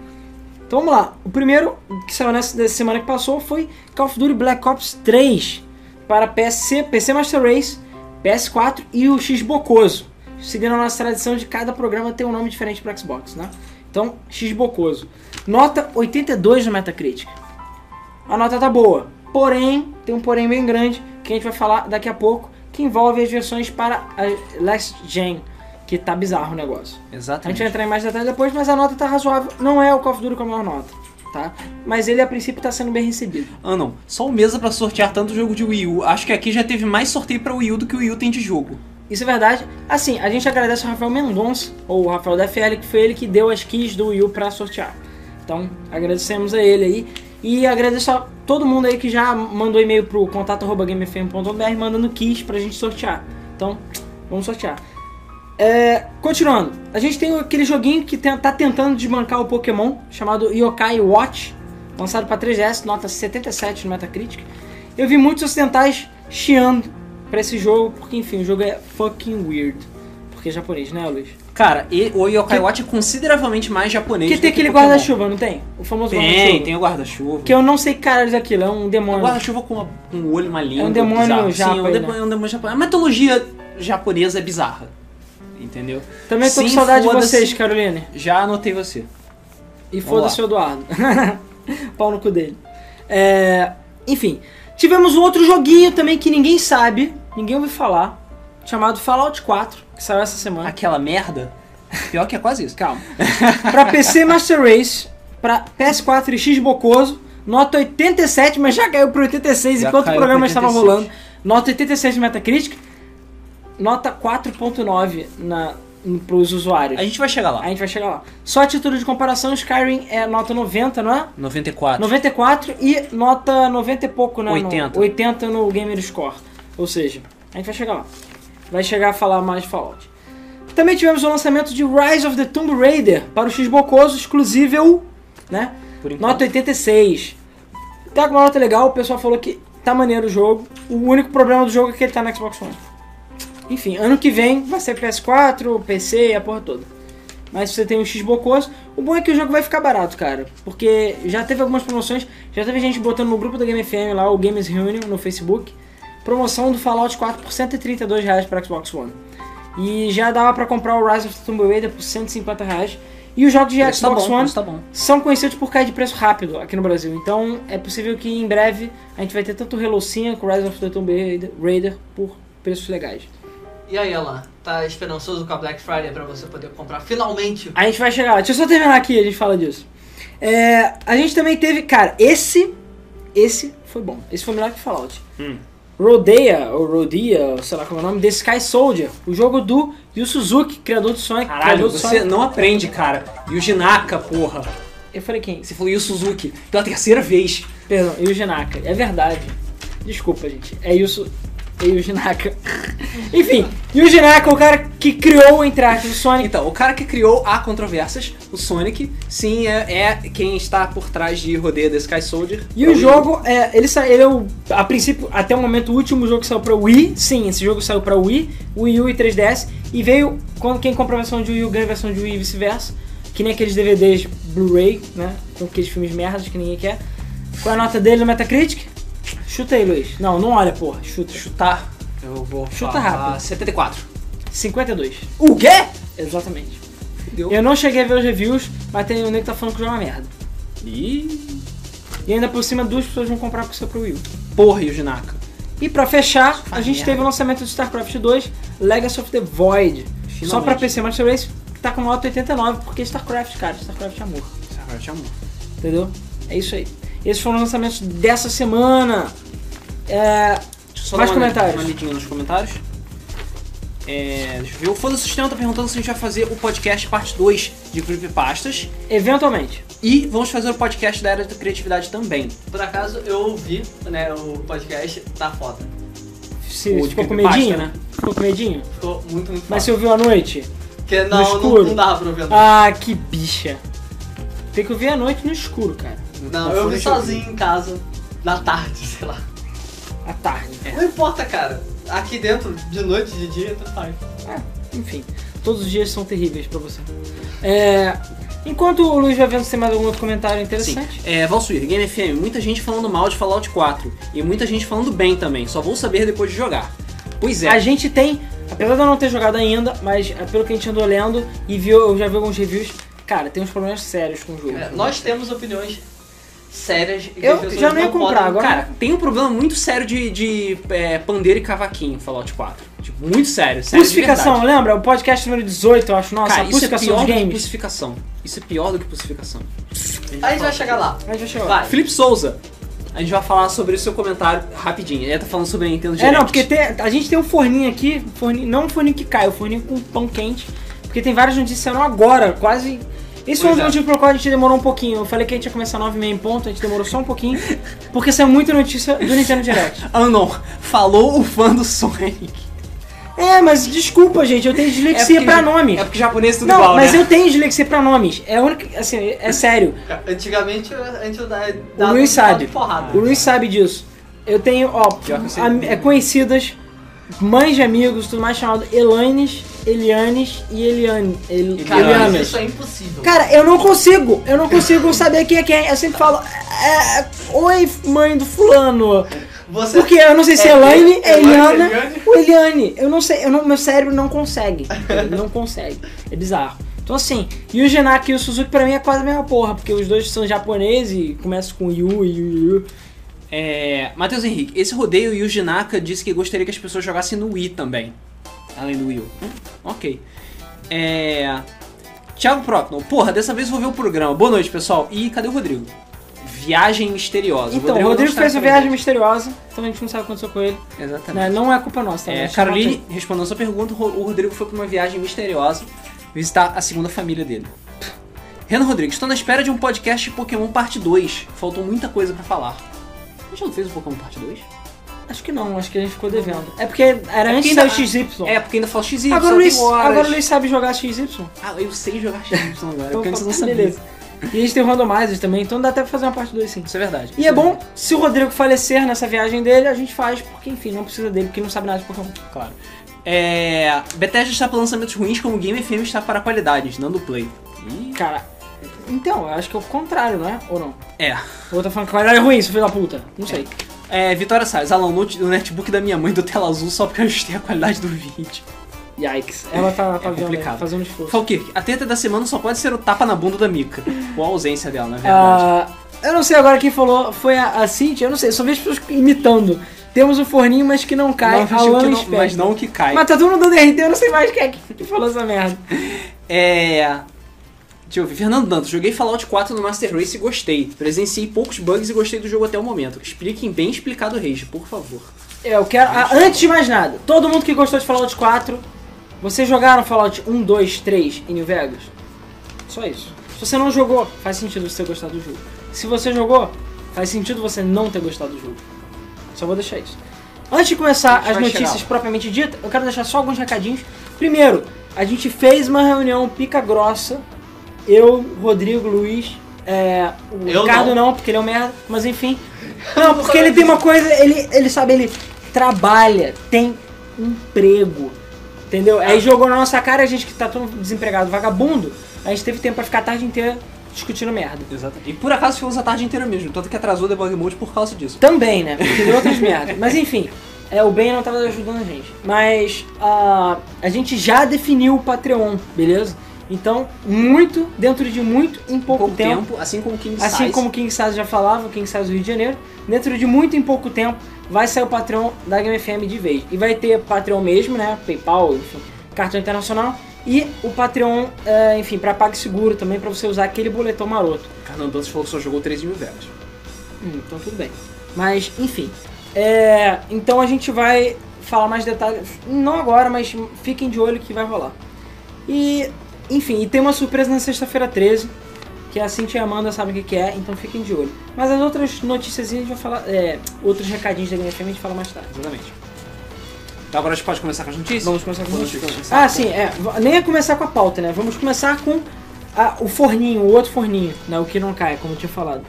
Então vamos lá. O primeiro que saiu nessa dessa semana que passou foi Call of Duty Black Ops 3 para PC, PC Master Race, PS4 e o Xbocoso. Seguindo a nossa tradição de cada programa ter um nome diferente para Xbox, né? Então, Xbocoso. Nota 82 no Metacritic. A nota tá boa. Porém, tem um porém bem grande que a gente vai falar daqui a pouco, que envolve as versões para a Last Gen, que tá bizarro o negócio. A gente vai Exatamente. entrar em mais detalhes depois, mas a nota tá razoável. Não é o Call of Duty com a maior nota, tá? Mas ele a princípio tá sendo bem recebido. Ah, não. Só o mesa pra sortear tanto jogo de Wii U. Acho que aqui já teve mais sorteio pra Wii U do que o Wii U tem de jogo. Isso é verdade. Assim, a gente agradece ao Rafael Mendonça, ou o Rafael da FL, que foi ele que deu as keys do Wii U pra sortear. Então, agradecemos a ele aí. E agradeço a todo mundo aí que já mandou e-mail pro contato.gamefm.br mandando keys pra gente sortear. Então, vamos sortear. É, continuando, a gente tem aquele joguinho que tem- tá tentando desbancar o Pokémon, chamado Yokai Watch, lançado pra 3DS, nota 77 no Metacritic. Eu vi muitos ocidentais chiando pra esse jogo, porque enfim, o jogo é fucking weird. Porque é japonês, né, Luiz? Cara, e o Yokai Watch é consideravelmente mais japonês. Porque do tem aquele Pokémon. guarda-chuva, não tem? O famoso Tem, guarda-chuva. tem um o guarda-chuva. Que eu não sei que caralho daquilo, é um É um demônio. guarda-chuva com, uma- com um olho, e uma língua. demônio né? bizarro. japa Sim, é um, aí, demônio, é um demônio japonês. A mitologia japonesa é bizarra. Entendeu? Também tô com Sim, saudade de foda-se. vocês, Caroline. Já anotei você. E Vamos foda-se o Eduardo. Pau no cu dele. É, enfim, Tivemos um outro joguinho também que ninguém sabe, ninguém ouviu falar, chamado Fallout 4, que saiu essa semana. Aquela merda. Pior que é quase isso. Calma. pra PC Master Race, pra PS4 e X Bocoso, nota 87, mas já caiu pro 86 Já enquanto o caiu programa pro estava 86. rolando. Nota 86 de Metacritic, nota 4.9 na pros usuários. A gente vai chegar lá. A gente vai chegar lá. Só a título de comparação, Skyrim é nota 90, não é? 94. 94 e nota 90 e pouco, né? 80. No, 80 no Gamer Score. Ou seja, a gente vai chegar lá. Vai chegar a falar mais de Fallout. Também tivemos o lançamento de Rise of the Tomb Raider para o Xbocoso, exclusivo, né? Por enquanto. Nota 86. Tá com uma nota legal, o pessoal falou que tá maneiro o jogo. O único problema do jogo é que ele tá no Xbox One. Enfim, ano que vem vai ser PS4, PC e a porra toda. Mas se você tem o Xbox, o bom é que o jogo vai ficar barato, cara. Porque já teve algumas promoções, já teve gente botando no grupo da Game FM lá, o Games Reunion no Facebook, promoção do Fallout 4 por R$ 132 reais para Xbox One. E já dava pra comprar o Rise of the Tomb Raider por R$ 150 reais. E os jogos de Preço tá Xbox bom, One preço tá bom. são conhecidos por cair de preço rápido aqui no Brasil. Então é possível que em breve a gente vai ter tanto o Halo 5 o Rise of the Tomb Raider- Raider por preços legais. E aí, Alan, tá esperançoso com a Black Friday pra você poder comprar finalmente? A gente vai chegar lá. Deixa eu só terminar aqui, a gente fala disso. É, a gente também teve, cara, esse. Esse foi bom. Esse foi melhor que Fallout. Hum. Rodea, ou Rodea, ou sei lá como é o nome, The Sky Soldier, o jogo do Yu Suzuki, criador do Sonic. Caralho, criador do você Sonic. não aprende, cara. E o Jinaka, porra. Eu falei quem? Você falou e o Suzuki pela terceira vez. Perdão, Yuji Naka. É verdade. Desculpa, gente. É isso. É Yuji Naka. Enfim, Yuji Naka, o cara que criou, entre aspas, o Sonic. Então, o cara que criou a controvérsias, o Sonic, sim, é, é quem está por trás de Rodeia the Sky Soldier. E É o jogo, é, ele, sa- ele é o, a princípio, até o momento, o último jogo que saiu pra Wii. Sim, esse jogo saiu pra Wii, Wii U e 3DS. E veio, quando quem compra a versão de Wii U ganha a versão de Wii e vice-versa. Que nem aqueles DVDs Blu-ray, né? Com aqueles filmes merdas que ninguém quer. Qual é a nota dele no Metacritic? Chuta aí, Luiz. Não, não olha, porra. Chuta. chuta. Chutar. Eu vou Chuta falar rápido. 74. 52. O quê? Exatamente. Fudeu. Eu não cheguei a ver os reviews, mas tem o nego que tá falando que o jogo é uma merda. Ih. E ainda por cima, duas pessoas vão comprar pro seu pro Wii U. Porra, e o Jinaka. E pra fechar, a gente merda. teve o lançamento do StarCraft 2, Legacy of the Void. Só Finalmente. pra PC Master Race, que tá com nota 89, porque StarCraft, cara, StarCraft é amor. Sarah te amou. Entendeu? É isso aí. Esses foram os lançamentos dessa semana. É... Deixa eu só Mais dar uma, comentários. Uma lidinha nos comentários. É, deixa eu ver. O Fã do Sustento tá perguntando se a gente vai fazer o podcast parte 2 de Creepypastas. Eventualmente. E vamos fazer o podcast da Era da Criatividade também. Por acaso, eu ouvi né, o podcast da foda. Se Ou de ficou com creepypasta, medinho, né? Ficou com medinho? Ficou muito, muito foda. Mas você ouviu à noite? Porque no não, não, escuro. não dava pra ouvir. Tá não. Ah, que bicha. Tem que ouvir à noite no escuro, cara. não, eu ouvi Deixa eu ver. sozinho em casa, na tarde, sei lá. À tarde. É. Não importa, cara. Aqui dentro, de noite, de dia, tanto faz. Enfim, todos os dias são terríveis pra você. É, enquanto o Luiz vai vendo se tem mais algum outro comentário Sim. interessante. É, Valsuir, Game FM, muita gente falando mal de Fallout 4. E muita gente falando bem também. Só vou saber depois de jogar. Pois é. A gente tem, apesar de eu não ter jogado ainda, mas é, pelo que a gente andou lendo e viu, eu já vi alguns reviews, cara, tem uns problemas sérios com o jogo. É, nós temos opiniões sérias e que Eu as pessoas já não ia não comprar podem- agora. Cara, tem um problema muito sério de, de é, pandeiro e cavaquinho em Fallout 4. Tipo, muito sério. sério de Pulsificação, verdade. lembra? O podcast número 18, eu acho. Nossa, Cara, a isso é pulsificação pior de do que games. pulsificação. Isso é pior do que pulsificação. A gente vai chegar lá. A gente vai chegar lá. Vai. Felipe Souza, a gente vai falar sobre o seu comentário rapidinho. Ele tá falando sobre a Nintendo É, Direct. não, porque tem- a gente tem um forninho aqui, forninho, não um forninho que cai, um forninho com pão quente, porque tem várias notícias que saíram agora, quase... Esse foi um Pois dos é. motivos pelo qual a gente demorou um pouquinho. Eu falei que a gente ia começar às 9h30 em ponto, a gente demorou só um pouquinho, porque saiu muita notícia do Nintendo Direct. Ah, não. Falou o fã do Sonic. É, mas desculpa, gente, eu tenho dislexia porque- pra nome. É porque japonês é tudo não, igual, mas né? eu tenho dislexia pra nomes. É a única. Assim, é sério. Antigamente, a gente dava O Luiz dava sabe. porrada. O Luiz sabe disso. Ah. Eu tenho, ó, Pior que eu sei. am- é, conhecidas, mães de amigos, tudo mais, chamado Elaines, Elianes e Eliane. El- Cara, Cara, Elianas. isso é impossível. Cara, eu não consigo, eu não consigo saber quem é quem. Eu sempre falo, é, oi, mãe do fulano. Você Porque eu não sei se é É Elaine, é Elaine, Eliana Eliane. ou Eliane. Eu não sei, eu não- meu cérebro não consegue. Ele não consegue. É bizarro. Então assim, e o Genaki e o Suzuki pra mim é quase a mesma porra, porque os dois são japoneses e começam com Yu e Yu, Yu. É, Matheus Henrique, esse rodeio Yuji Naka disse que gostaria que as pessoas jogassem no Wii também. Além do Wii U. Hum, ok. É, Thiago Procton, porra, dessa vez vou ver o programa. Boa noite, pessoal. E cadê o Rodrigo? Viagem misteriosa. Então, o não Rodrigo está fez com a a viagem gente. misteriosa, então a gente não sabe o que aconteceu com ele. Exatamente. né? Não é culpa nossa, tá? É, Mas- Caroline, respondendo a sua pergunta, o o Rodrigo foi pra uma viagem misteriosa visitar a segunda família dele. Renan Rodrigues, estou na espera de um podcast de Pokémon Parte 2. Faltou muita coisa pra falar. A gente não fez o Pokémon Parte 2? Acho que não, acho que a gente ficou devendo. É porque era É antes porque da ainda- XY. É, porque ainda falta XY, agora, o tem Luiz, horas. agora o Luiz sabe jogar XY. Ah, eu sei jogar XY agora, porque antes eu não Então, sabia. beleza. E a gente tem randomizers também, então dá até pra fazer uma parte 2 sim. Isso é verdade. E isso é bom, verdade. se o Rodrigo falecer nessa viagem dele, a gente faz, porque enfim, não precisa dele, porque não sabe nada de Pokémon. Claro. É, Bethesda está para lançamentos ruins como Game FM está para qualidades, não do play. Ih, Cara, então, eu acho que é o contrário, não é? Ou não? É. Ou tá falando que qualidade é ruim, seu filho da puta. Não sei. É, Vitória Salles, Alan, o note- o netbook da minha mãe do tela azul só porque eu ajustei a qualidade do vídeo. Yikes. Ela tá, tá É vendo, complicado. né? fazendo esforço. Falkirk, a teta da semana só pode ser o tapa na bunda da Mika. Ou a ausência dela, na verdade. Ah, eu não sei agora quem falou, foi a, a Cintia, eu não sei, só vejo pessoas imitando. Temos o forninho, mas que não cai, não, Alan fingiu que não- Espera. mas não o que cai. Mas tá todo mundo dando RT, eu não sei mais quem é que falou essa merda. É. Deixa eu ver. Fernando Dantas, joguei Fallout 4 no Master Race e gostei. Presenciei poucos bugs e gostei do jogo até o momento. Expliquem bem explicado o Rage, por favor. Eu quero. ah, antes de mais nada, todo mundo que gostou de Fallout 4, vocês jogaram Fallout 1, 2, 3 e New Vegas? Só isso. Se você não jogou, faz sentido você ter gostado do jogo. Se você jogou, faz sentido você não ter gostado do jogo. Só vou deixar isso. Antes de A começar gente as vai notícias chegar lá. propriamente ditas, eu quero deixar só alguns recadinhos. Primeiro, a gente fez uma reunião pica grossa. Eu, Rodrigo, Luiz, é, o Eu Ricardo não. não, porque ele é um merda, mas enfim. Não, porque ele tem uma coisa, ele, ele sabe, ele trabalha, tem emprego. Entendeu? É. Aí jogou na nossa cara, a gente que tá todo desempregado, vagabundo, a gente teve tempo pra ficar a tarde inteira discutindo merda. Exatamente. E por acaso ficamos a tarde inteira mesmo, tanto que atrasou o debug mode por causa disso. Também, né? Porque deu outras merdas. Mas enfim, é, o Ben não tava ajudando a gente. Mas ah, a gente já definiu o Patreon, beleza? Então, muito, dentro de muito, em pouco, Pouco tempo. tempo, assim como King Assim Size. como o King Size já falava, o King Size do Rio de Janeiro, dentro de muito em pouco tempo vai sair o Patreon da Game FM de vez. E vai ter Patreon mesmo, né? PayPal, enfim, cartão internacional. E o Patreon, eh, enfim, para PagSeguro também, para você usar aquele boletão maroto. Fernando Dantas falou que só jogou 3 mil velas. Hum, então tudo bem. Mas, enfim. É, então a gente vai falar mais detalhes. Não agora, mas fiquem de olho que vai rolar. E, enfim, e tem uma surpresa na sexta-feira 13, que a Cintia e a Amanda sabem o que que é, então fiquem de olho. Mas as outras notícias a gente vai falar. é, outros recadinhos da Game FM a gente fala mais tarde. Exatamente. Então agora a gente pode começar com as notícias? Vamos começar com Vamos isso? começar Ah, sim, é. v- Nem é começar com a pauta, né? Vamos começar com a- o forninho, o outro forninho, né? O que não cai, como eu tinha falado.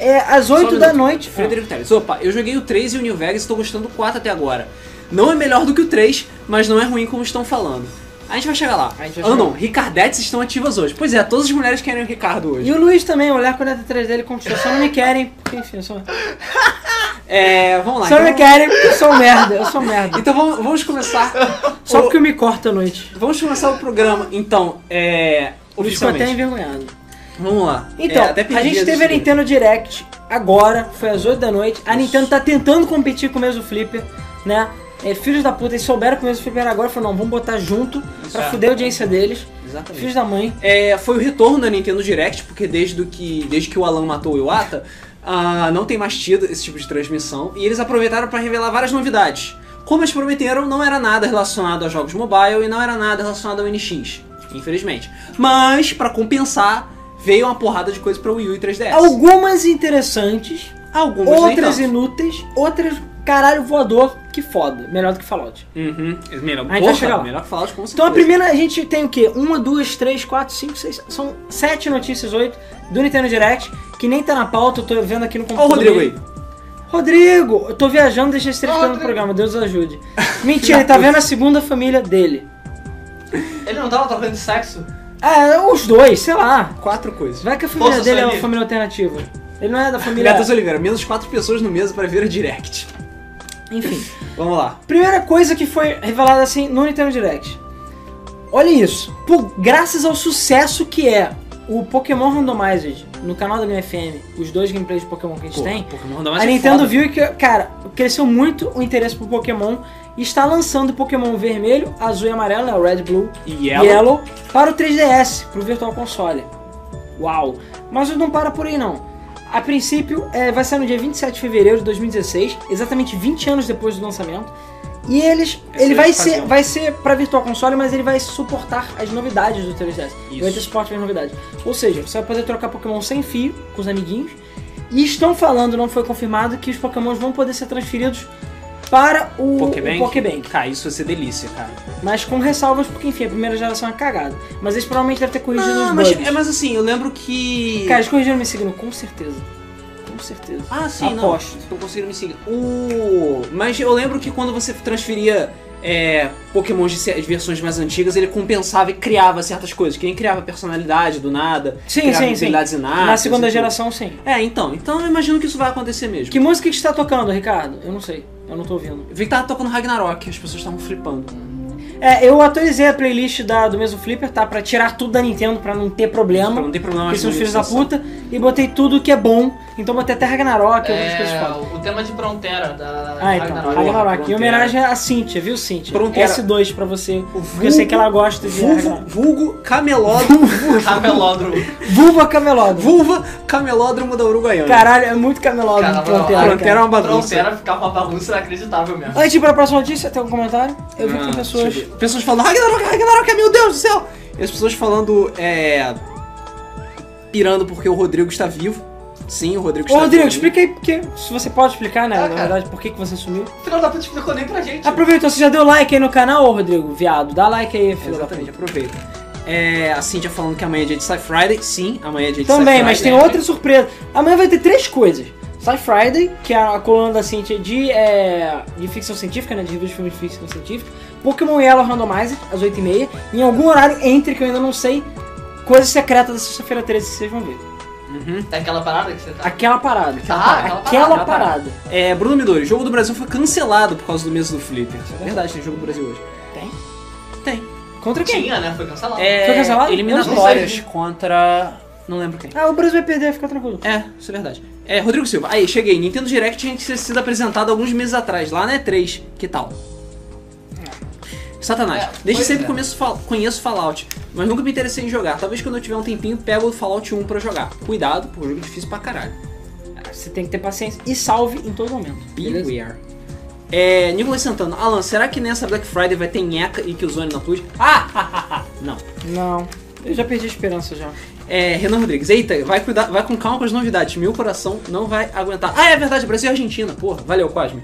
É, às 8 um da minuto. noite. Frederico Teles, opa, eu joguei o 3 e o New Vegas e tô gostando do 4 até agora. Não é melhor do que o 3, mas não é ruim como estão falando. A gente vai chegar lá. A gente vai Ah, chegar não, lá. Ricardetes estão ativas hoje. Pois é, todas as mulheres querem o Ricardo hoje. E o Luiz também, o olhar 43 dele conquistou. Só não me querem, porque enfim, eu sou. É, vamos lá. Só não me então, querem, porque eu sou um merda, eu sou um merda. então vamos, vamos começar. Só o- porque eu me corto à noite. Vamos começar o programa, então, é. O Luiz ficou até Oficialmente. envergonhado. Vamos lá. Então, É, até perdi a as gente teve a estrelas. Nintendo Direct agora, foi às 8 da noite. A Nintendo tá tentando competir com o mesmo Flipper, né? É, filhos da puta, eles souberam que o mesmo Flipper era agora, falaram, não, vamos botar junto pra É. fuder a audiência deles. Exatamente. Filhos da mãe. É, foi o retorno da Nintendo Direct, porque desde, do que, desde que o Alan matou o Iwata, ah, não tem mais tido esse tipo de transmissão. E eles aproveitaram para revelar várias novidades. Como eles prometeram, não era nada relacionado a jogos mobile e não era nada relacionado ao NX, infelizmente. Mas, para compensar, veio uma porrada de coisa pra Wii U e 3DS. Algumas interessantes, Algumas nem outras tanto. inúteis, outras caralho voador, que foda. Melhor do que Fallout. Uhum. Melhor, vai porra, chegar lá. melhor que Fallout, com certeza. tá Então a primeira a gente tem o quê? Uma, duas, três, quatro, cinco, seis. São sete notícias, oito do Nintendo Direct, que nem tá na pauta, eu tô vendo aqui no Olha o computador. Rodrigo aí. Rodrigo! Eu tô viajando, deixa esse três Ó, ficar no Rodrigo. programa, Deus nos ajude. Mentira, ele tá vendo a segunda família dele. Ele não tava trocando de sexo? Ah, os dois, sei lá. Quatro coisas. Vai que a família Posso dele é sair? uma família alternativa. Ele não é da família. Gatas Oliveira, menos quatro pessoas no mesa para ver a Direct. Enfim. Vamos lá. Primeira coisa que foi revelada assim no Nintendo Direct. Olha isso. Por, graças ao sucesso que é o Pokémon Randomized, no canal da minha FM, os dois gameplays de Pokémon que a gente Pô, tem, Pokémon ainda mais a é Nintendo foda. viu que, cara, cresceu muito o interesse por Pokémon e está lançando Pokémon vermelho, azul e amarelo, né, o Red, Blue E e ela. Yellow, para o 3DS, para o Virtual Console. Uau! Mas não para por aí não. A princípio, é, vai ser no dia 27 de fevereiro de 2016, exatamente 20 anos depois do lançamento. E eles, Essa ele é vai a ser, ocasião. vai ser para Virtual Console, mas ele vai suportar as novidades do 3DS. Isso. Vai ter suporte para as novidades. Ou seja, você vai poder trocar Pokémon sem fio com os amiguinhos. E estão falando, não foi confirmado, que os Pokémons vão poder ser transferidos para o o Pokébank? Pokébank. Cara, isso vai ser delícia, cara. Mas com ressalvas, porque enfim, a primeira geração é cagada. Mas eles provavelmente devem ter corrigido os Ah, mas, bugs. é, mas assim, eu lembro que. Cara, eles corrigiram o signo, com certeza. Com certeza. Ah, sim, Aposto. não. Não conseguiram me seguir. O... Mas eu lembro que quando você transferia é, Pokémon de, ce- de versões mais antigas, ele compensava e criava certas coisas. Que nem criava personalidade do nada. Sim, criava sim, sim. habilidades inatas, Na segunda enfim. geração, sim. É, então. Então eu imagino que isso vai acontecer mesmo. Que música que está tocando, Ricardo? Eu não sei. Eu não tô ouvindo. Eu vi que tava tocando Ragnarok, as pessoas estavam flipando. É, eu atualizei a playlist da, do mesmo Flipper, tá? Pra tirar tudo da Nintendo, pra não ter Pra problema. não tem problema mais Porque são com os filhos da isso, puta. E botei tudo que é bom. Então botei até Ragnarok e outras coisas É, fodas. o tema de Prontera da Ah, então. Ragnarok. Ragnarok. Em homenagem à Cintia, viu, Cintia? Pronto, era. S2 pra você. O Porque eu sei que ela vulgo- gosta de Vulvo, Ragnarok. vulgo camelódromo. Camelódromo. Vulva Camelódromo. vulva camelódromo da Uruguaiana. Caralho, é muito camelódromo Cara, do Plantera, Plantera cara. é uma bagunça. Prontera ficava uma bagunça inacreditável mesmo. Antes de ir pra próxima notícia, tem algum comentário? Eu vi que Ah, tem pessoas... deixa eu ver. Pessoas falando, "Ah, Ragnarok, Ragnarok, é, meu Deus do céu! E as pessoas falando, é. pirando porque o Rodrigo está vivo. Sim, o Rodrigo Ô, está Rodrigo, vivo. explica aí, porque se você pode explicar, né, Ah, na cara. verdade, por que, que você sumiu. Afinal, da puta explicou nem pra gente. Aproveitou, você já deu like aí no canal, ô, Rodrigo, viado. Dá like aí, filho da Exatamente, puta. aproveita. É, a Cintia falando que amanhã é dia de Sci Friday. Sim, amanhã é dia de Também, Sci mas tem Friday. outra surpresa. Amanhã vai ter três coisas. Sai Friday, que é a coluna da Cintia de, é, de ficção científica, né, de reviews de filmes de ficção científica. Pokémon Yellow Randomizer, às 8h30. Em algum horário entre, que eu ainda não sei, coisa secreta da sexta-feira 13, que vocês vão ver. Uhum. É aquela parada que você tá. Aquela parada. Aquela parada, Aquela, aquela parada. É, Bruno Midori, o jogo do Brasil foi cancelado por causa do mês do Flipper. É verdade, tem jogo do Brasil hoje. Tem? Tem. Contra é quem? Tinha, né? Foi cancelado. É, Foi cancelado? Eu Eliminatórias não contra. Não lembro quem. Ah, o Brasil vai perder, fica tranquilo. É, isso é verdade. É, Rodrigo Silva, aí, cheguei. Nintendo Direct tinha sido apresentado alguns meses atrás, lá na E3. Que tal? Satanás, É, desde pois sempre é. começo fal- conheço Fallout, mas nunca me interessei em jogar. Talvez quando eu tiver um tempinho, pego o Fallout 1 pra jogar. Cuidado, pô, jogo difícil pra caralho. É, Você tem que ter paciência e salve em todo momento. beleza? Beware. É, Nicolas Santana, Alan, será que nessa Black Friday vai ter nheca e Killzone na Plus? Ah, não. Não. Eu já perdi a esperança já. É, Renan Rodrigues, eita, vai, cuidar, vai com calma com as novidades, meu coração não vai aguentar. Ah, é verdade, Brasil e Argentina, porra, valeu, Cosme.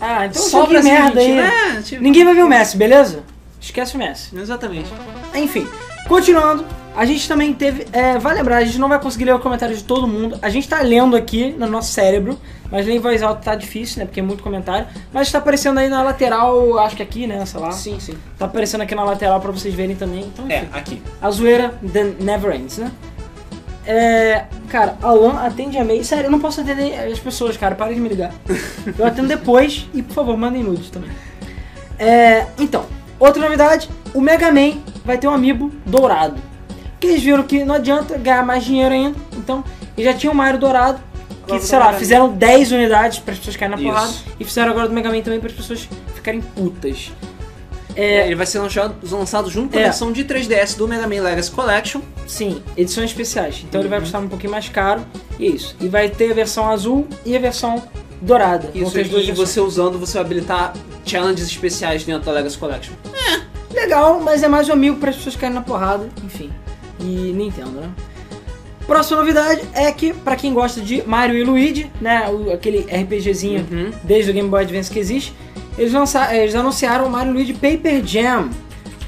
Ah, então Só só que Brasil e merda aí. Argentina, é, tipo- Ninguém vai ver o Messi, beleza? Esquece o Messi. Exatamente. Enfim, continuando. A gente também teve. É, vai lembrar, a gente não vai conseguir ler o comentário de todo mundo. A gente tá lendo aqui no nosso cérebro, mas ler em voz alta tá difícil, né? Porque é muito comentário. Mas tá aparecendo aí na lateral, acho que aqui, né? Sei lá. Sim, sim. Tá aparecendo aqui na lateral pra vocês verem também. Então, É, enfim. aqui. A zoeira the never ends, né? É, cara, Alan atende a mail. Sério, eu não posso atender as pessoas, cara. Para de me ligar. Eu atendo depois e, por favor, mandem nudes também. É, então, outra novidade: o Mega Man vai ter um amiibo dourado. Porque eles viram que não adianta ganhar mais dinheiro ainda. Então, eles já tinham o Mario dourado. Que, Agora sei do lá, Mega Man. fizeram 10 unidades para as pessoas caírem na Isso. porrada. E fizeram agora do Mega Man também para as pessoas ficarem putas. É, ele vai ser lançado, lançado junto com a É. versão de 3DS do Mega Man Legacy Collection. Sim, edições especiais. Então Uhum. ele vai custar um pouquinho mais caro. E é isso. E vai ter a versão azul e a versão dourada. Vão Isso, ter as duas e versões. você usando, você vai habilitar challenges especiais dentro da Legacy Collection. Legal, mas é mais um amigo para as pessoas caírem na porrada. Enfim. E Nintendo, né? Próxima novidade é que, para quem gosta de Mario e Luigi, né? o- aquele RPGzinho Uhum. desde o Game Boy Advance que existe, eles, lança- eles anunciaram o Mario e Luigi Paper Jam,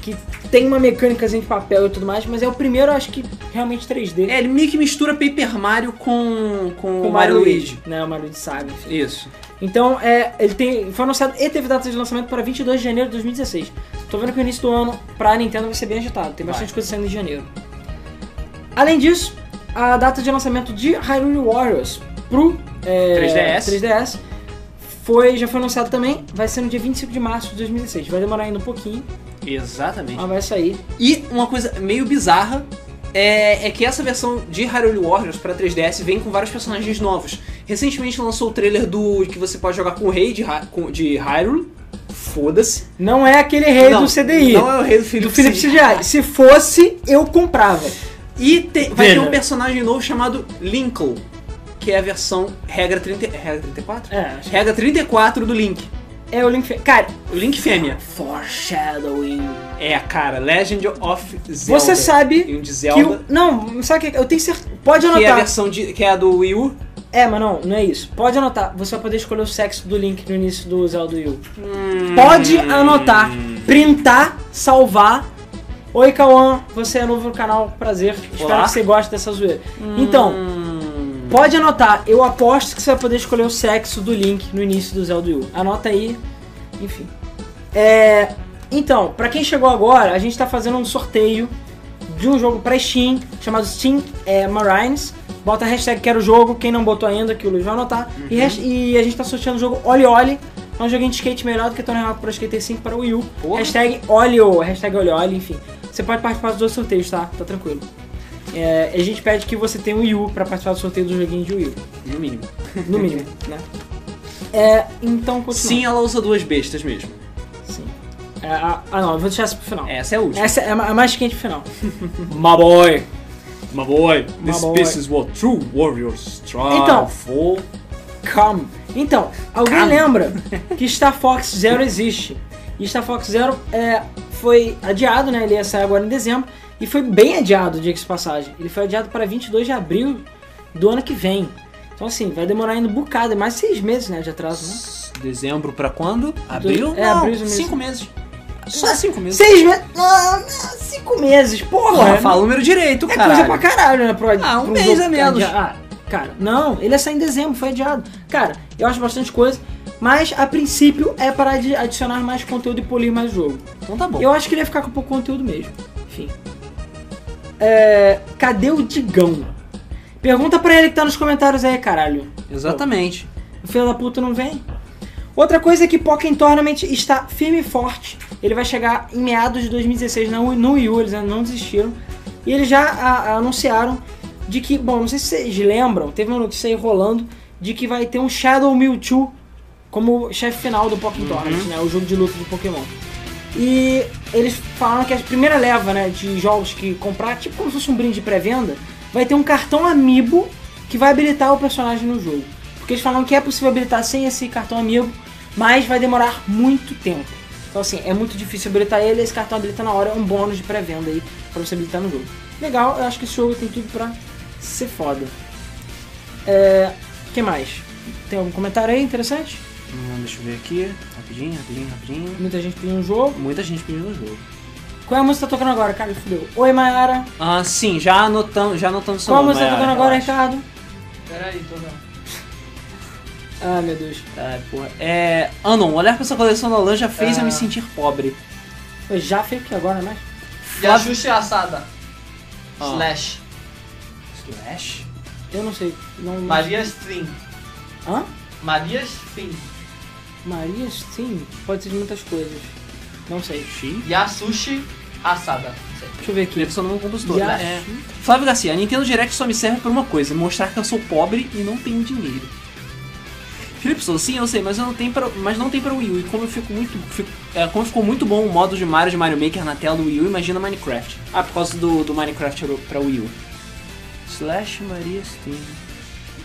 que tem uma mecânicazinha de papel e tudo mais, mas é o primeiro, acho que, realmente 3D. É, ele meio que mistura Paper Mario com, com, com o Mario Luigi. Né, o Mario Luigi Saga, enfim. Isso. Então, é, ele tem, foi anunciado e teve data de lançamento para 22 de janeiro de 2016. Tô vendo que o início do ano pra Nintendo vai ser bem agitado, tem bastante coisa saindo em janeiro. Além disso, a data de lançamento de Hyrule Warriors pro é, 3DS. 3DS foi, já foi anunciado também, vai ser no dia 25 de março de 2016. Vai demorar ainda um pouquinho, Exatamente. mas vai sair. E uma coisa meio bizarra, é, é que essa versão de Hyrule Warriors pra 3DS vem com vários personagens novos. Recentemente lançou o trailer do que você pode jogar com o rei de, Hy- com- de Hyrule. Foda-se. Não é aquele rei Não, do CDI. Não é o rei do Philips. do Philip CDI. Se fosse, eu comprava. E te- vai ter Veja. um personagem novo chamado Lincoln, que é a versão regra, 30, regra 34? É, acho que- Regra 34 do Link. é o Link. Fe- Cara, O Link fêmea. foreshadowing. É, cara, Legend of Zelda. Você sabe E um de que Zelda. o. Não, sabe o que? Eu tenho certeza. Que Pode é a anotar. versão de, que é a do Wii U. É, mas não, não é isso. Pode anotar. Você vai poder escolher o sexo do Link no início do Zelda Wii U. Hum. Pode anotar, printar, salvar. Oi, Cauã, você é novo no canal, prazer. Espero Olá. que você goste dessa zoeira. Então, Hum, pode anotar. Eu aposto que você vai poder escolher o sexo do Link no início do Zelda Wii U. Anota aí. Enfim. É, então, pra quem chegou agora, a gente tá fazendo um sorteio de um jogo pra Steam, chamado Steam é, Marines. Bota a hashtag quero jogo, quem não botou ainda, que o Luiz vai anotar. E, Uhum. hash- e a gente tá sorteando o jogo Oli Oli. É um joguinho de skate melhor do que Tony Hawk Pro Skater 5 para o Wii U. Porra. Hashtag Olio, hashtag Olio Olio, enfim. Você pode participar dos dois sorteios, tá? Tá tranquilo. É, a gente pede que você tenha um Wii U pra participar do sorteio do joguinho de Wii U. no mínimo. No mínimo, né? É, então, continua. Sim, ela usa duas bestas mesmo. Sim. É, ah, ah, não, eu vou deixar essa pro final. Essa é a última. Essa é a ma- a mais quente final. My boy. My boy, My boy. is what true warriors strive Então. for. Come. Então, alguém Come. lembra que Star Fox Zero existe? E Star Fox Zero é, foi adiado, né? Ele ia sair agora em dezembro. E foi bem adiado, diga de passagem. Ele foi adiado para 22 de abril do ano que vem. Então, assim, vai demorar ainda um bocado. É mais seis meses, né? De atraso, né? Dezembro pra quando? um Abril? É, Não, abril mesmo. cinco meses. É. Só cinco meses. Seis meses? Ah, cinco meses, né? porra! Porra, fala o número direito, É cara. coisa pra caralho, né? Pro, Ah, um pro mês jogo a menos. que é adia- Ah, cara, não, ele ia sair em dezembro, foi adiado. Cara, eu acho bastante coisa, mas a princípio é para adi- adicionar mais conteúdo e polir mais o jogo. Então tá bom. Eu acho que ele ia ficar com pouco conteúdo mesmo. Enfim. É, cadê o Digão? Pergunta pra ele que tá nos comentários aí, caralho. Exatamente. O filho da puta não vem. Outra coisa é que Pokémon Tournament está firme e forte. Ele vai chegar em meados de 2016 na Wii- no Wii U, eles ainda não desistiram. E eles já a- a- anunciaram de que, bom, não sei se vocês lembram, teve uma notícia aí rolando de que vai ter um Shadow Mewtwo como chefe final do Pokémon Tournament, né? O jogo de luta de Pokémon. E eles falaram que a primeira leva né, de jogos que comprar, tipo como se fosse um brinde de pré-venda, vai ter um cartão amiibo que vai habilitar o personagem no jogo. Porque eles falaram que é possível habilitar sem esse cartão amiibo, mas vai demorar muito tempo. Então assim, é muito difícil habilitar ele, esse cartão habilita na hora, é um bônus de pré-venda aí pra você habilitar no jogo. Legal, eu acho que esse jogo tem tudo pra ser foda. É. que mais? Tem algum comentário aí interessante? Hum, deixa eu ver aqui. Rapidinho, rapidinho, rapidinho. Muita gente pediu um jogo. Muita gente pedindo o jogo. Qual é a música que tá tocando agora, cara? Fudeu. Oi, Mayara. Ah, sim, já anotamos, já anotamos seu Qual a nome, música tá Mayara, tocando agora, relaxa. Ricardo? Peraí, tô não. Ah, meu Deus. Ai, porra. É, Anon, olhar pra essa coleção da Lan já fez É. Ah. eu me sentir pobre. Eu já fez porque agora, né? E a Xuxa é assada. Ah. Slash. Slash? Eu não sei. Não... Maria Stream. Hã? Maria Stream. Maria, sim. Pode ser de muitas coisas. Não sei. X? E a Sushi assada. Não sei. Deixa eu ver aqui. Ele só não é um compositor, Já- né? É. Flávio Garcia, a Nintendo Direct só me serve pra uma coisa, mostrar que eu sou pobre e não tenho dinheiro. Felipe Souza, sim, eu sei, mas eu não tenho para, mas não tem para Wii U. E como eu fico muito, fico- é, como ficou muito bom o modo de Mario de Mario Maker na tela do Wii U, imagina Minecraft. Ah, por causa do, do Minecraft para Wii U. Slash Maria Steam.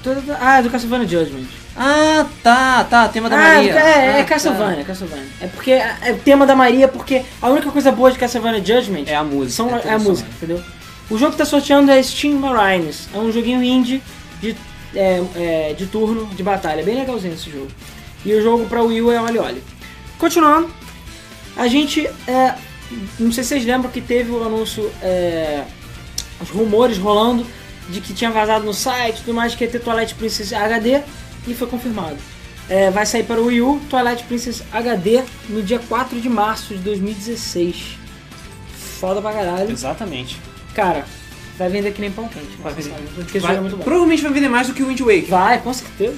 Toda- Ah, é do Castlevania Judgment. Ah, tá, tá, tema da ah, Maria. é, Ah, é tá. Castlevania, Castlevania. É porque é o tema da Maria, porque a única coisa boa de Castlevania Judgment É a música. são, é, trilha a música, sonora. entendeu? O jogo que tá sorteando é Steam Marines. É um joguinho indie de, é, é, de turno, de batalha. É bem legalzinho esse jogo. E o jogo pra Wii U é Olha Olha. Continuando, a gente. é, não sei se vocês lembram que teve o anúncio. é, os rumores rolando de que tinha vazado no site e tudo mais que ia ter Twilight Princess HD e foi confirmado. É, vai sair para o Wii U Twilight Princess HD no dia 4 de março de 2016. Foda pra caralho. Exatamente. Cara, vai vender que nem pão quente. né? Vai vender. Porque esse Vai- jogo é muito bom. provavelmente vai vender mais do que o Wind Waker. Vai, com certeza.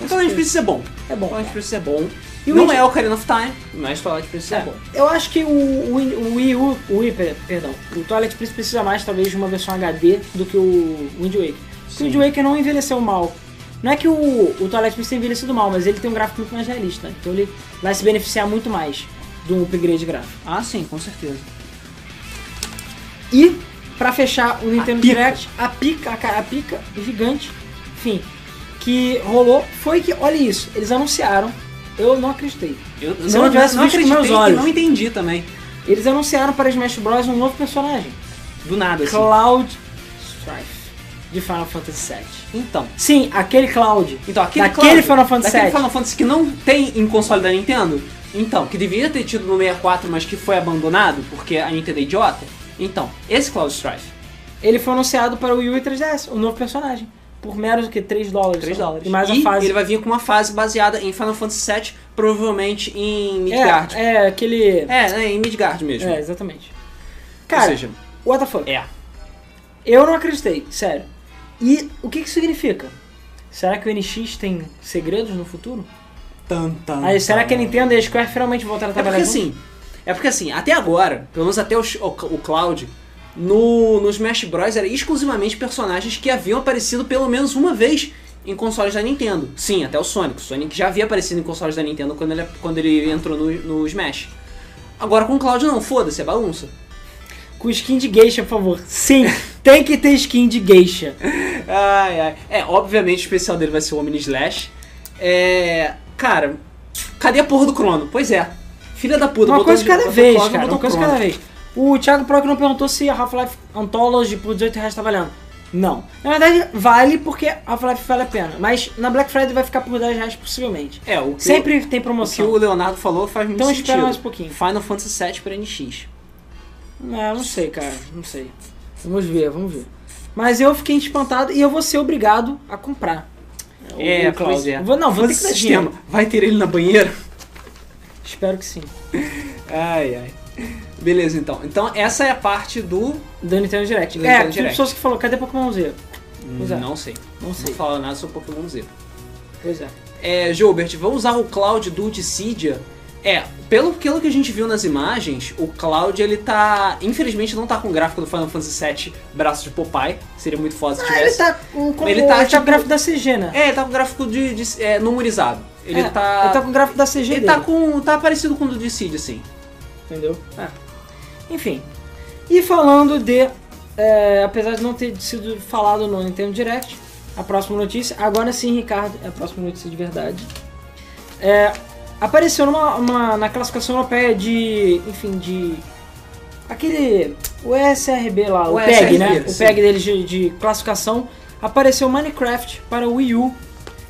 Então a gente precisa ser bom. É Então bom. a cara. gente precisa ser bom. E o não Indi- é Ocarina of Time, mas Twilight Princess é, É, bom. eu acho que o, o, o Wii U, o Wii, per- perdão, o Twilight Princess precisa mais talvez de uma versão HD do que o Wind Waker. Porque o Wind Waker não envelheceu mal. Não é que o, o Twilight Princess tenha envelhecido mal, mas ele tem um gráfico muito mais realista. né? Então ele vai se beneficiar muito mais de um upgrade gráfico. Ah, sim, com certeza. E, pra fechar o Nintendo pica. Direct, a pica, a, ca- a pica gigante, enfim, que rolou foi que, olha isso, eles anunciaram, eu não acreditei. Eu Se eu não tivesse visto com meus acreditei olhos. e não entendi também. Eles anunciaram para Smash Bros. um novo personagem. Do nada, assim. Cloud Strife de Final Fantasy VII. Então, Sim, aquele Cloud. então aquele, Daquele Cloud- Final Fantasy daquele VII. Final Fantasy que não tem em console da Nintendo. Então, que deveria ter tido no 64, mas que foi abandonado porque a Nintendo é idiota. Então, esse Cloud Strife. Ele foi anunciado para o Wii U e 3DS, o um novo personagem. Por meros o que? 3 dólares. 3 sei lá. dólares. Então, E mais a e fase. ele vai vir com uma fase baseada em Final Fantasy VII, provavelmente em Midgard. é, é, aquele. É, né, em Midgard mesmo. É, exatamente. Cara, Ou seja, what the fuck? é. Eu não acreditei, sério. E o que que isso significa? Será que o NX tem segredos no futuro? Tan, tan, Aí, será tan. que a Nintendo e a Square finalmente voltaram a É trabalhar porque junto? assim, é porque assim, até agora, pelo menos até o, o, o Cloud, no, no Smash Bros. era exclusivamente personagens que haviam aparecido pelo menos uma vez em consoles da Nintendo. Sim, até o Sonic. O Sonic já havia aparecido em consoles da Nintendo quando ele, quando ele entrou no, no Smash. Agora com o Cloud não, foda-se, é bagunça. assim- Com skin de geisha, por favor. Sim, tem que ter skin de geisha. Ai, ai. É, obviamente o especial dele vai ser o Omni Slash. É. Cara, cadê a porra do Crono? Pois é. Filha da puta, Uma botou coisa de onde- cada botou um vez, Cloud, cara. botou Uma coisa de Crono. cada vez. O Thiago Proc não perguntou se a Half-Life Anthology por 18 reais tá valendo. Não. Na verdade, vale porque a Half-Life vale a pena. Mas na Black Friday vai ficar por 10 reais possivelmente. É, o que Sempre tem O que o promoção. Leonardo falou faz muito Então sentido. espera mais um pouquinho. Final Fantasy VII pra NX. É, Não, não sei, cara. Não sei. Vamos ver, vamos ver. Mas eu fiquei espantado e eu vou ser obrigado a comprar. É, o Cloud. pois é. Vou, não, vou ter que dar sistema. dinheiro. Vai ter ele na banheira? Espero que sim. Ai, ai. Beleza, então. Então essa é a parte do... Do Nintendo Direct. Do é, Nintendo tem tá Direct. pessoas que falou, cadê Pokémon Z? Pois é. Não sei. Não sei. Não fala nada sobre Pokémon Z. Pois é. É, Gilbert, vamos usar o Cloud do Dissidia? É, pelo, pelo que a gente viu nas imagens, o Cloud, ele tá... Infelizmente não tá com o gráfico do Final Fantasy VII braço de Popeye. Seria muito foda se Ele tivesse. tá com, com Ele o, tá, tá tipo- o gráfico da CG, né? É, ele tá com gráfico de, de- é, numerizado. Ele É, tá... Ele tá com o gráfico da CG Ele dele. tá com. tá parecido com o do Decide, assim. Entendeu? Enfim. E falando de. é, apesar de não ter sido falado no Nintendo Direct, a próxima notícia. Agora sim, Ricardo, é a próxima notícia de verdade. É, apareceu numa, uma- na classificação europeia de. Enfim, de. Aquele. O ESRB lá, o, O PEG, ESRB, né? O sim. PEG deles de, de classificação. Apareceu Minecraft para o Wii U.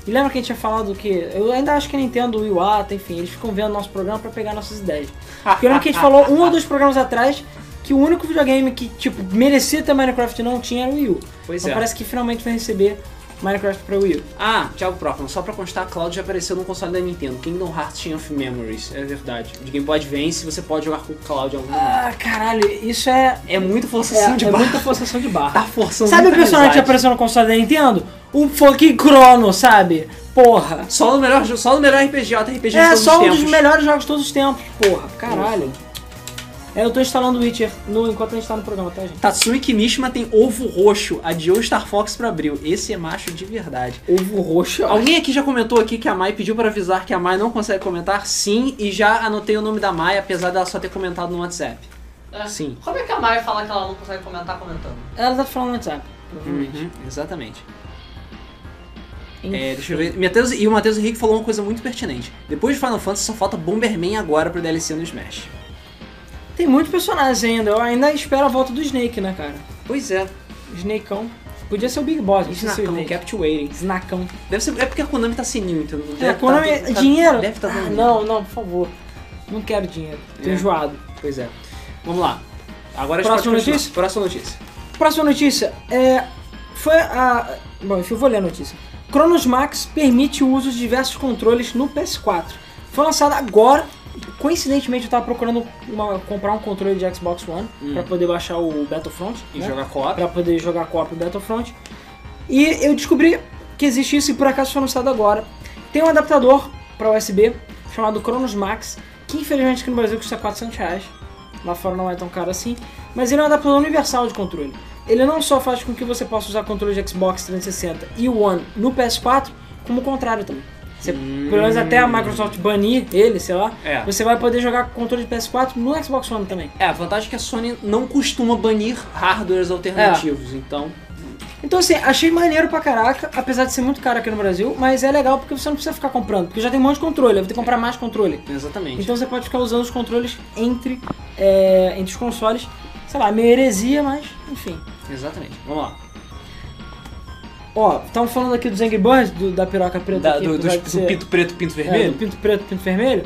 E lembra que a gente tinha falado que. Eu ainda acho que a Nintendo, o Iwata, tá, enfim, eles ficam vendo nosso programa para pegar nossas ideias. Porque eu lembro que Ah, a gente falou um ou dois programas atrás que o único videogame que, tipo, merecia ter Minecraft e não tinha era o Wii U. Pois Então é. parece que finalmente vai receber Minecraft pra Wii U. Ah, Thiago Próximo, só pra constar, Cloud já apareceu no console da Nintendo, Kingdom Hearts Chain of Memories, é verdade. De Game Boy Advance, você pode jogar com o Cloud em algum momento. Ah, caralho, isso é... É muito forçação É, de é barra. muita forçação de barra. Tá forçando Sabe o muita personagem amizade. que apareceu no console da Nintendo? O fucking Crono, sabe? Porra. Só no melhor, jo- só no melhor RPG, JRPG de É todos só os um tempos. dos melhores jogos de todos os tempos, porra. Caralho. É, eu tô instalando o Witcher no, enquanto a gente tá no programa, tá, gente? Tatsumi Kimishima tem ovo roxo, adiou Star Fox pra abril. Esse é macho de verdade. Ovo roxo. Alguém aqui já comentou aqui que a Mai pediu pra avisar que a Mai não consegue comentar? Sim, e já anotei o nome da Mai, apesar dela só ter comentado no WhatsApp. É. Sim. Como é que a Maia fala que ela não consegue comentar comentando? Ela tá falando no WhatsApp, provavelmente. Uhum, exatamente. Enfim. É, deixa eu ver. Mateus, e o Matheus Henrique falou uma coisa muito pertinente. Depois de Final Fantasy, só falta Bomberman agora pro DLC no Smash. Tem muitos personagens ainda. Eu ainda espero a volta do Snake, né, cara? Pois é. Snakeão. Podia ser o Big Boss, não precisa ser o Snacão, Snake. kept waiting. Snakão. Deve ser, é porque a Konami tá senil, entendeu? Deve É, tá- Konami, tá- dinheiro? Deve tá Ah, dando. não, não, por favor. Não quero dinheiro. Tô É. enjoado. Pois é. Vamos lá. Agora a gente Próxima pode continuar. notícia? Né? Próxima notícia. Próxima notícia. É, foi a... Bom, enfim, eu vou ler a notícia. Cronos Max permite o uso de diversos controles no PS4. Foi lançado agora. Coincidentemente, eu tava procurando uma- comprar um controle de Xbox One Hum. pra poder baixar o Battlefront. E né? jogar co-op. Pra poder jogar co-op Battlefront. E eu descobri que existe isso e por acaso foi anunciado agora. Tem um adaptador pra USB chamado Cronos Max, que infelizmente aqui no Brasil custa 400 reais. Lá fora não é tão caro assim. Mas ele é um adaptador universal de controle. Ele não só faz com que você possa usar controle de Xbox 360 e One no PS4, como o contrário também. Você, Pelo menos até a Microsoft banir ele, sei lá, É. você vai poder jogar com controle de PS4 no Xbox One também. É, a vantagem é que a Sony não costuma banir hardwares É. alternativos, então. Então assim, achei maneiro pra caraca, apesar de ser muito caro aqui no Brasil, mas é legal porque você não precisa ficar comprando, porque já tem um monte de controle, eu vou ter que comprar mais controle. Exatamente. Então você pode ficar usando os controles entre, é, entre os consoles, sei lá, meio heresia, mas enfim. Exatamente. Vamos lá. Ó, estamos falando aqui dos Angry Birds, do- da piroca preta Da- aqui, do, dos- apesar de do ser- pinto preto, pinto é, vermelho. do pinto preto, pinto vermelho.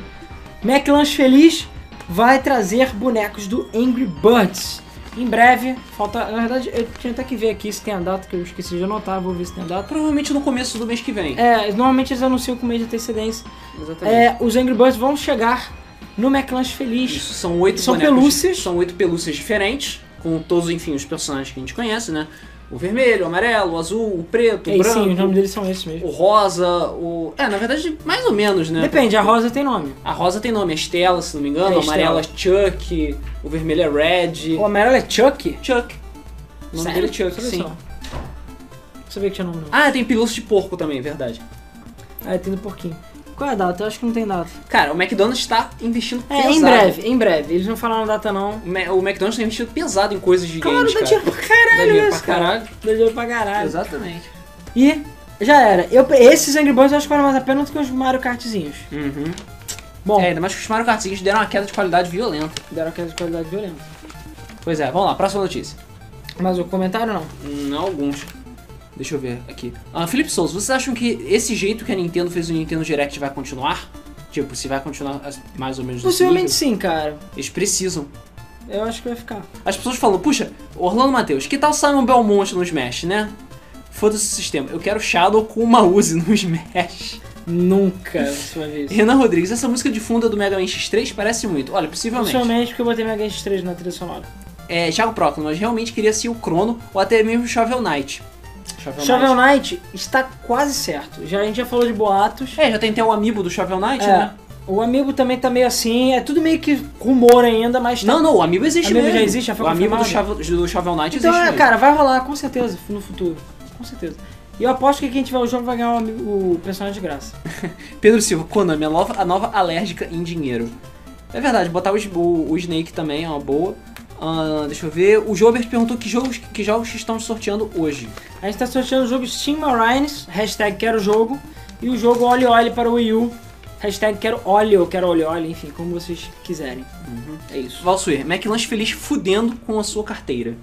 McLanche Feliz vai trazer bonecos do Angry Birds. Em breve, falta. Na verdade, eu tinha até que ver aqui se tem a data, que eu esqueci de anotar, vou ver se tem a data. Provavelmente no começo do mês que vem. É, normalmente eles anunciam com mês de antecedência. Exatamente. É, os Angry Birds vão chegar no McLanche Feliz. Isso, são oito São bonecos- pelúcias. São oito pelúcias diferentes, com todos, enfim, os personagens que a gente conhece, né? O vermelho, o amarelo, o azul, o preto, o É, sim, os branco, nomes deles são esses mesmo. o rosa, o. É, na verdade, mais ou menos, né? Depende, a rosa tem nome. A rosa tem nome, a Estela, se não me engano, É, a amarela é Chuck, o vermelho é Red. O amarelo é Chuck? Chuck. O nome dele é Chuck, Sabia sim. só. Não sabia que tinha nome não. Ah, tem pelúcia de porco também, verdade. Ah, tem do porquinho. Qual é a data? Eu acho que não tem data. Cara, o McDonald's tá investindo É, pesado. em breve, em breve. Eles não falaram a data não. O Ma- O McDonald's tá investindo pesado em coisas de Claro, games, dá cara. dinheiro pra Dá caralho dinheiro isso, pra cara. caralho. Dá dinheiro pra caralho. Exatamente. E já era. Eu, esses Angry Birds eu acho que valem mais a pena do que os Mario Kartzinhos. Uhum. Bom, É, ainda mais que os Mario Kartzinhos deram uma queda de qualidade violenta. deram aquela de qualidade violenta. Pois é, vamos lá, próxima notícia. Mas o comentário não. Hum, alguns. Deixa eu ver aqui. Ah, Felipe Souza, vocês acham que esse jeito que a Nintendo fez o Nintendo Direct vai continuar? Tipo, se vai continuar as- mais ou menos nesse Possivelmente nível? sim, cara. Eles precisam. Eu acho que vai ficar. As pessoas falam, puxa, Orlando Matheus, que tal Simon Belmonte no Smash, né? Foda-se o sistema, eu quero Shadow com uma Uzi no Smash. Nunca você vai ver isso. Renan Rodrigues, essa música de funda do Mega Man X3 parece muito. Olha, possivelmente. Principalmente porque eu botei minha Gage 3 na trilha sonora. É, Thiago Proclo, mas realmente queria ser o Crono ou até mesmo Shovel Knight. Shovel, Shovel Knight está quase certo. Já, a gente já falou de boatos. É, já tem até o amiibo do Shovel Knight, É, né? O amigo também tá meio assim. É tudo meio que rumor ainda, mas tá. Não, não, o amiibo existe Amiibo mesmo. já existe, já foi O amiibo do confirmado? Shovel, do Shovel Knight Então, existe é, mesmo. cara, vai rolar, com certeza, no futuro. Com certeza. E eu aposto que quem tiver o jogo vai ganhar o, ami- o personagem de graça. Pedro Silva, Konami, a nova, a nova alérgica em dinheiro. É verdade, botar o, o- o Snake também é uma boa. Ah, deixa eu ver. O Jobert perguntou que jogos, que jogos estão sorteando hoje. A gente tá sorteando o jogo Steam Marines, hashtag quero jogo, e o jogo Olhe Olhe para o Wii U, hashtag quero Olhe ou quero Olhe Olhe, enfim, como vocês quiserem. É isso. Valsuir, McLanche feliz fudendo com a sua carteira.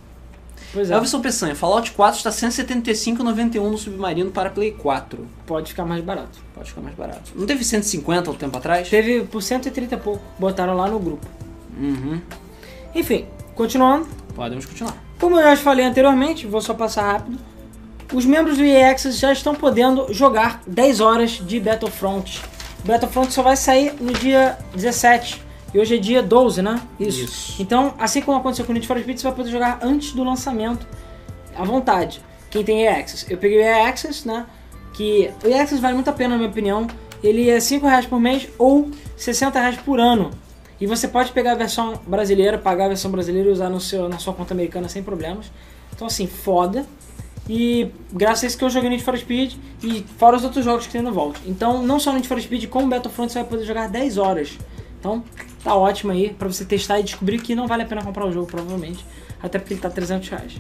Pois é, Elvison Peçanha, Fallout 4 está 175,91 no Submarino para Play 4. pode ficar mais barato. Pode ficar mais barato. Não teve 150 há um tempo atrás? Teve por 130 e pouco, botaram lá no grupo. Uhum. Enfim, continuando. Podemos continuar. Como eu já falei anteriormente, vou só passar rápido. Os membros do EA Access já estão podendo jogar 10 horas de Battlefront. Battlefront só vai sair no dia 17. E hoje é dia 12, né? Isso. Então, assim como aconteceu com o Need for Speed, você vai poder jogar antes do lançamento, à vontade. Quem tem EA Access. Eu peguei o EA Access, né? Que o EA Access vale muito a pena, na minha opinião. Ele é 5 reais por mês ou 60 reais por ano. E você pode pegar a versão brasileira, pagar a versão brasileira e usar no seu, na sua conta americana sem problemas. Então, assim, foda. E graças a isso que eu joguei Need for Speed e fora os outros jogos que tem no Vault. Então, não só Need for Speed, como Battlefront você vai poder jogar 10 horas. Então, tá ótimo aí pra você testar e descobrir que não vale a pena comprar o jogo, provavelmente. Até porque ele tá 300 reais.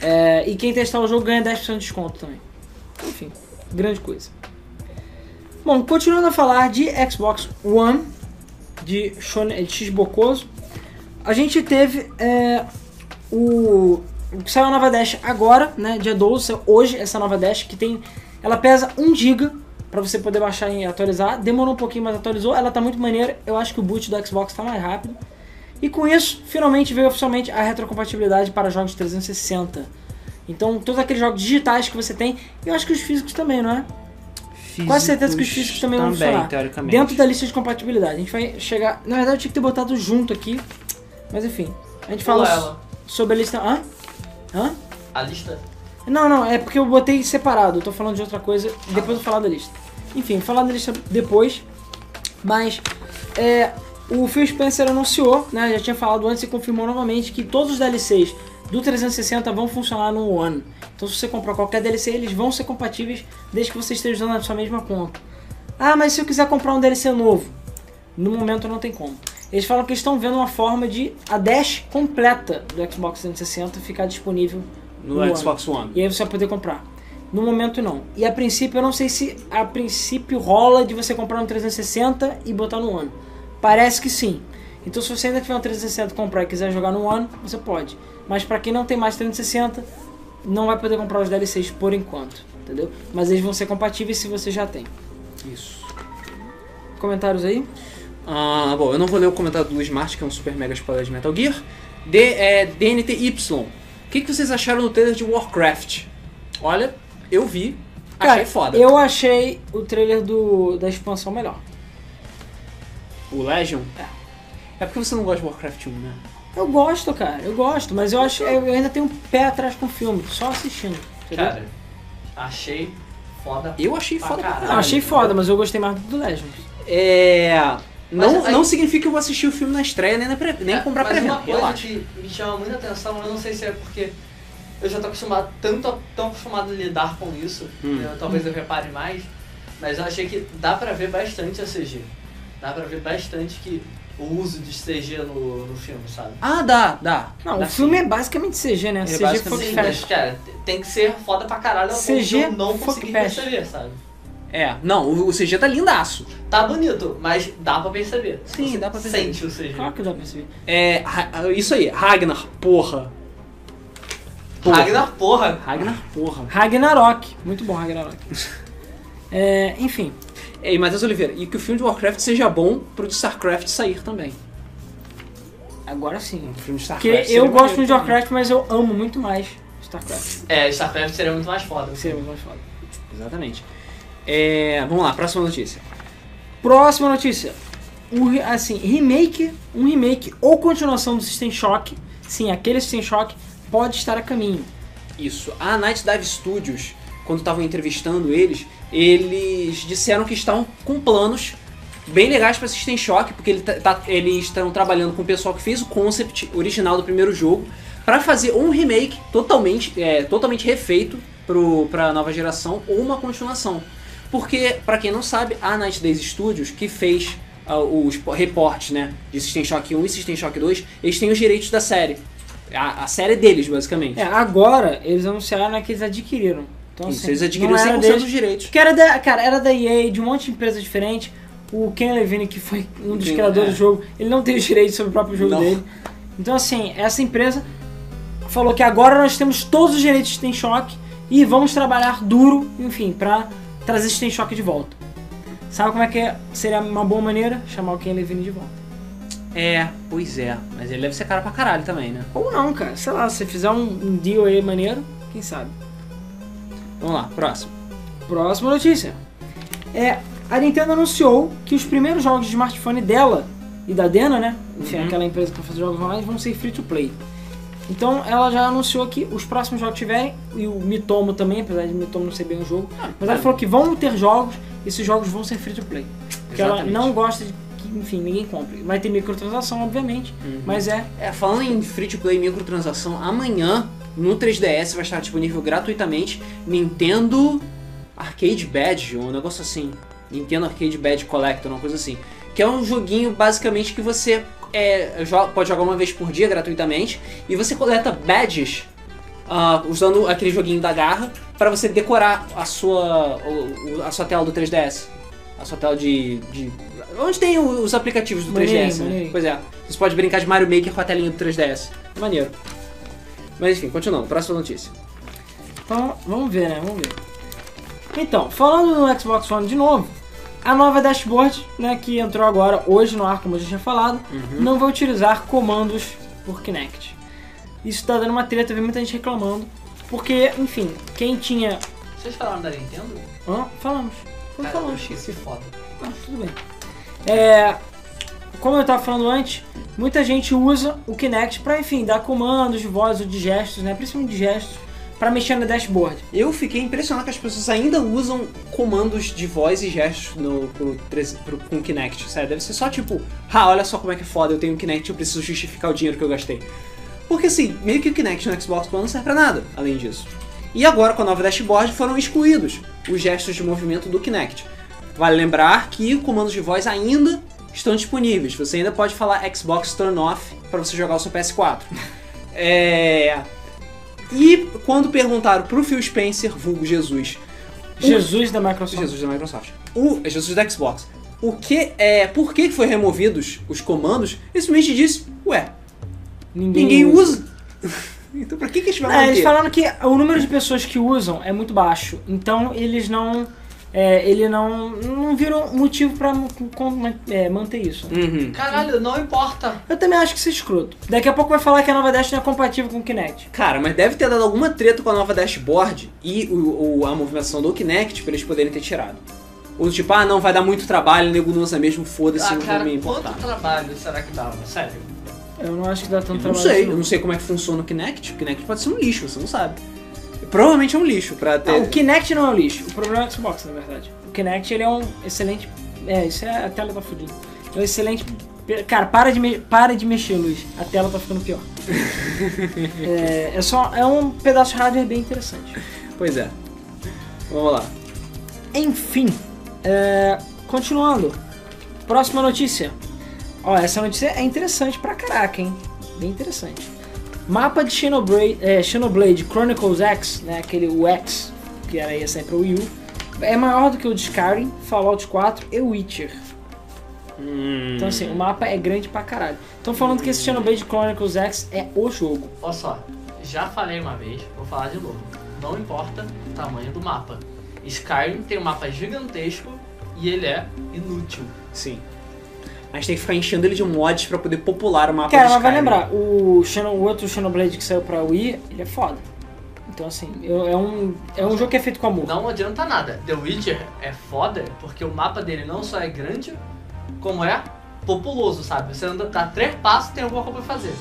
É, e quem testar o jogo ganha 10% de desconto também. Enfim, grande coisa. Bom, continuando a falar de Xbox One, de, Shone, de X Bocoso, a gente teve é, o. Saiu a nova Dash agora, né? Dia 12, saiu hoje, essa nova Dash que tem. Ela pesa 1 GB pra você poder baixar e atualizar. Demorou um pouquinho, mas atualizou. Ela tá muito maneira. Eu acho que o boot do Xbox tá mais rápido. E com isso, finalmente veio oficialmente a retrocompatibilidade para jogos 360. Então, todos aqueles jogos digitais que você tem, eu acho que os físicos também, não é? Quase certeza que os físicos também vão funcionar. teoricamente. Dentro da lista de compatibilidade. A gente vai chegar. Na verdade, eu tinha que ter botado junto aqui. Mas enfim. A gente fala Ou ela. sobre a lista. Hã? Hã? A lista? Não, não, é porque eu botei separado. Eu tô falando de outra coisa. Depois eu vou falar da lista. Enfim, falar da lista depois. Mas é, o Phil Spencer anunciou, né? Já tinha falado antes e confirmou novamente que todos os DLCs do 360 vão funcionar no One. Então se você comprar qualquer DLC, eles vão ser compatíveis desde que você esteja usando a sua mesma conta. Ah, mas se eu quiser comprar um DLC novo, no momento não tem como. Eles falam que estão vendo uma forma de a dash completa do Xbox 360 ficar disponível No One. Xbox One. E aí você vai poder comprar. No momento não. E a princípio eu não sei se a princípio rola de você comprar um 360 e botar no ano. Parece que sim. Então se você ainda tiver um 360 e comprar e quiser jogar no ano, você pode. Mas pra quem não tem mais 360, não vai poder comprar os DLCs por enquanto, entendeu? Mas eles vão ser compatíveis se você já tem. Isso. Comentários aí? Ah, bom, eu não vou ler o comentário do Luiz Marte, que é um super mega spoiler de Metal Gear. D, é, DNTY. O que, que vocês acharam do trailer de Warcraft? Olha, eu vi, achei Cara, foda. Eu achei o trailer do da expansão melhor. O Legion? É. É porque você não gosta de Warcraft 1, né? Eu gosto, cara, eu gosto, mas eu acho eu ainda tenho um pé atrás com o filme, só assistindo. entendeu? Cara, achei foda. Eu achei Pra foda pra caralho. Não, achei foda, mas eu gostei mais do Legends. É. Não, Mas aí- não significa que eu vou assistir o filme na estreia nem, na pre- nem É, comprar mas pré-venda. uma coisa relaxa. que me chama muita atenção, eu não sei se é porque eu já tô acostumado, tanto, a- tão acostumado a lidar com isso, Hum. eu- talvez eu repare mais, mas eu achei que dá pra ver bastante a CG. Dá pra ver bastante que o uso de CG no, no filme, sabe? Ah, dá, dá. Não, Dá o filme é basicamente CG, né? CG é basicamente Fuck Sim, É assim, mas, Fest. cara, te- tem que ser foda pra caralho ao ponto de CG eu não conseguir fuck fest. perceber, sabe? sim. É, não, o o CG tá lindaço. Tá bonito, mas dá pra perceber. Sim, Você dá pra perceber. Sente o CG. Claro que dá pra perceber. É. Ra- Isso aí, Ragnar, porra. Porra. Ragnar, porra! Ragnar, porra. Ragnarok. Muito bom, Ragnarok. É, enfim, Ei, Matheus Oliveira, e que o filme de Warcraft seja bom pro de StarCraft sair também. agora sim. O filme de Porque StarCraft. seria né? eu gosto maneiro muito de Warcraft, mas eu amo muito mais StarCraft. É, StarCraft seria muito mais foda. Seria muito mais foda. também. Exatamente. É, vamos lá, próxima notícia. Próxima notícia. Um, re- assim, remake, um remake ou continuação do System Shock. Sim, aquele System Shock pode estar a caminho. Isso. A Night Dive Studios, quando estavam entrevistando eles, eles disseram que estavam com planos bem legais para System Shock, porque ele tá- tá- eles estão trabalhando com o pessoal que fez o concept original do primeiro jogo para fazer um remake totalmente, é, totalmente refeito para a nova geração ou uma continuação. Porque, para quem não sabe, a Night Days Studios, que fez ah, os po- reportes né, de System Shock 1 e System Shock 2, eles têm os direitos da série. A, a série é deles, basicamente. É, agora eles anunciaram né, que eles adquiriram. Então, Isso, assim, eles adquiriram não era 100% deles. dos direitos. Que era da, cara, era da EA, de um monte de empresa diferente. O Ken Levine, que foi um dos Sim, criadores é. do jogo, ele não tem os direitos sobre o próprio jogo Não. dele. Então, assim, essa empresa falou que agora nós temos todos os direitos de Tem Shock e vamos trabalhar duro, enfim, pra trazer esse Tem Shock de volta. Sabe como é que é? seria uma boa maneira? Chamar o Ken Levine de volta. É, pois é. Mas ele deve ser cara pra caralho também, né? Ou não, cara. Sei lá, se você fizer um, um deal aí maneiro, quem sabe. Vamos lá, próximo. Próxima notícia. É, a Nintendo anunciou que os primeiros jogos de smartphone dela e da Dena, né? Enfim, Uhum. aquela empresa que faz jogos online, vão ser free to play. Então ela já anunciou que os próximos jogos que tiverem, e o Mitomo também, apesar de Mitomo não ser bem um jogo, Ah, mas tá. ela falou que vão ter jogos, esses jogos vão ser free to play. Porque ela Exatamente. não gosta de que, enfim, ninguém compre. Vai ter microtransação, obviamente, Uhum. mas é. É, falando em free to play microtransação, amanhã no 3DS vai estar disponível gratuitamente Nintendo Arcade Badge, ou um negócio assim. Nintendo Arcade Badge Collector, uma coisa assim. Que é um joguinho basicamente que você é, jo- pode jogar uma vez por dia gratuitamente e você coleta badges ah, usando aquele joguinho da garra para você decorar a sua, o- o- a sua tela do 3DS. A sua tela de. de- onde tem o- os aplicativos do Maneiro, 3DS, né? maneiro. Pois é. Você pode brincar de Mario Maker com a telinha do 3DS. Maneiro. Mas enfim, continuando. Próxima notícia. Então, vamos ver, né? Vamos ver. Então, falando no Xbox One de novo, a nova dashboard, né, que entrou agora hoje no ar, como eu já tinha falado, Uhum. não vai utilizar comandos por Kinect. Isso tá dando uma treta, vi muita gente reclamando, porque, enfim, quem tinha. Vocês falaram da Nintendo? Hã? Falamos. Não Cara, eu falamos. achei isso foda. Ah, tudo bem. É, como eu estava falando antes, muita gente usa o Kinect para, enfim, dar comandos de voz ou de gestos, né? Principalmente de gestos, pra mexer no dashboard. Eu fiquei impressionado que as pessoas ainda usam comandos de voz e gestos no, pro, 13 pro, com o Kinect, sério. Deve ser só tipo, ah, olha só como é que é foda, eu tenho um Kinect, eu preciso justificar o dinheiro que eu gastei. Porque assim, meio que o Kinect no Xbox One não serve pra nada, além disso. E agora com a nova dashboard foram excluídos os gestos de movimento do Kinect. Vale lembrar que comandos de voz ainda estão disponíveis. Você ainda pode falar Xbox Turn Off para você jogar o seu PS4. É... E quando perguntaram pro Phil Spencer, vulgo Jesus, Um Jesus da Microsoft. Jesus da Microsoft, o é Jesus da Xbox, o que é, por que foi removidos os comandos? Ele simplesmente disse, ué, ninguém usa. então pra que que eles vão É, eles manter? falaram que o número de pessoas que usam é muito baixo, então eles não. é, ele não, não viram motivo pra m- com- é, manter isso. Uhum. Caralho, não importa. Eu também acho que isso é escroto. Daqui a pouco vai falar que a nova Dash não é compatível com o Kinect. Cara, mas deve ter dado alguma treta com a nova dashboard e o, o- a movimentação do Kinect pra eles poderem ter tirado. Ou tipo, ah não, vai dar muito trabalho, o nego não usa mesmo, foda-se, Ah, não vou cara, me importar. tá quanto trabalho será que dava? Sério. Eu não acho que dá tanto Não trabalho. sei, assim, eu não sei como é que funciona o Kinect. O Kinect pode ser um lixo, você não sabe. Provavelmente é um lixo pra ter. Ah, o Kinect não é um lixo. O problema é o Xbox, na verdade. O Kinect ele é um excelente. É, isso é a tela tá fodida. É um excelente. Cara, para de, me... para de mexer, Luiz. A tela tá ficando pior. é, é só. É um pedaço de hardware bem interessante. Pois é. Vamos lá. Enfim, é, continuando. Próxima notícia. Ó, essa notícia é interessante pra caraca, hein? Bem interessante. Mapa de Xenoblade, é, Xenoblade Chronicles X, né? Aquele o X, que era ia sair pra Wii U, é maior do que o de Skyrim, Fallout 4 e Witcher. Hum. Uhum. Então assim, o mapa é grande pra caralho. Estão falando que esse Xenoblade Chronicles X é o jogo. Olha só, já falei uma vez, vou falar de novo. Não importa o tamanho do mapa. Skyrim tem um mapa gigantesco e ele é inútil. Sim. A gente tem que ficar enchendo ele de mods pra poder popular o mapa Cara, do mas vai Skyrim. lembrar, o, Xeno, o outro Xenoblade que saiu pra Wii, ele é foda. Então assim, eu- é um, é um jogo que é feito com amor. Não adianta nada. The Witcher é foda porque o mapa dele não só é grande, como é populoso, sabe? Você anda, dá três passos tem alguma coisa pra fazer.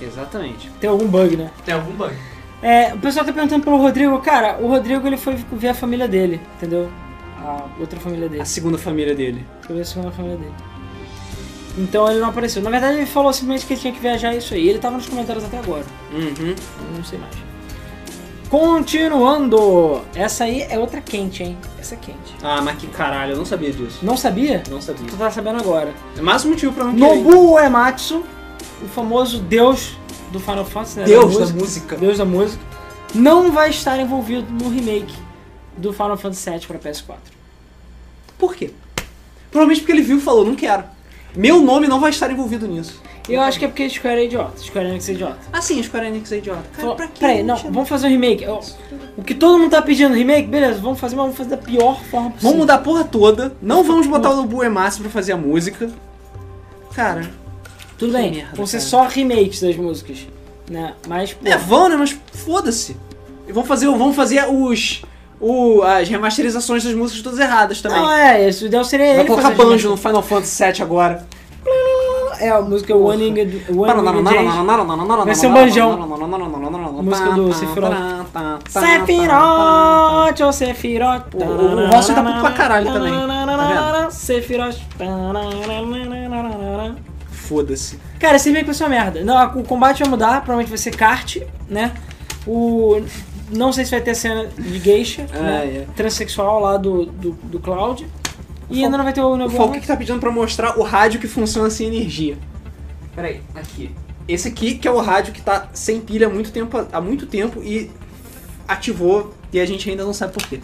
Exatamente. Tem algum bug, né? Tem algum bug. É, o pessoal tá perguntando pelo Rodrigo. Cara, o Rodrigo ele foi ver a família dele, entendeu? A outra família dele. A segunda família dele. Foi ver a segunda família dele. Então ele não apareceu. Na verdade, ele falou simplesmente que ele tinha que viajar isso aí. Ele tava nos comentários até agora. Uhum. Eu não sei mais. Continuando! Essa aí é outra quente, hein? Essa é quente. Ah, mas que caralho, eu não sabia disso. Não sabia? Não sabia. Tu tá sabendo agora. É mais um motivo pra não querer. Nobu é Uematsu, o famoso deus do Final Fantasy, né? é Deus da música. Deus da música, não vai estar envolvido no remake do Final Fantasy VII para PS4. Por quê? Provavelmente porque ele viu e falou, não quero. Meu nome não vai estar envolvido nisso. Eu acho que é porque Square é idiota, Square Enix é idiota. Assim, os Square Enix é idiota. Cara, Falou, pra que? Peraí, não, vamos fazer um remake. Eu- O que todo mundo tá pedindo remake, beleza, vamos fazer, mas vamos fazer da pior forma possível. Vamos mudar a porra toda. Não vamos botar o Nobu Ematsu pra fazer a música. Cara. Tudo Que bem, merda, vão ser cara. só remakes das músicas, né? Mas, pô, É, vão, né? Mas foda-se. E vão fazer, vão fazer os. O, as remasterizações das músicas todas erradas também. não é, isso, o ideal seria Vai ele colocar fazer banjo no Final Fantasy VII agora. remake. É, a música One Winged One Winged Angel. Vai ser um banjão. Música do Sephiroth. Sephiroth, ô Sephiroth. O- o- o Rossi tá puto pra caralho também, tá Sephiroth. Foda-se. Cara, esse meio que vai ser uma merda. Não, o combate vai mudar, provavelmente vai ser kart, né? O. Não sei se vai ter cena de geisha, Ai, ai. né? Transsexual lá do, do, do Cloud. E ainda não vai ter o O negócio. Falk que tá pedindo pra mostrar o rádio que funciona sem energia. Peraí, aqui. Esse aqui que é o rádio que tá sem pilha há muito tempo, há muito tempo e ativou e a gente ainda não sabe por quê.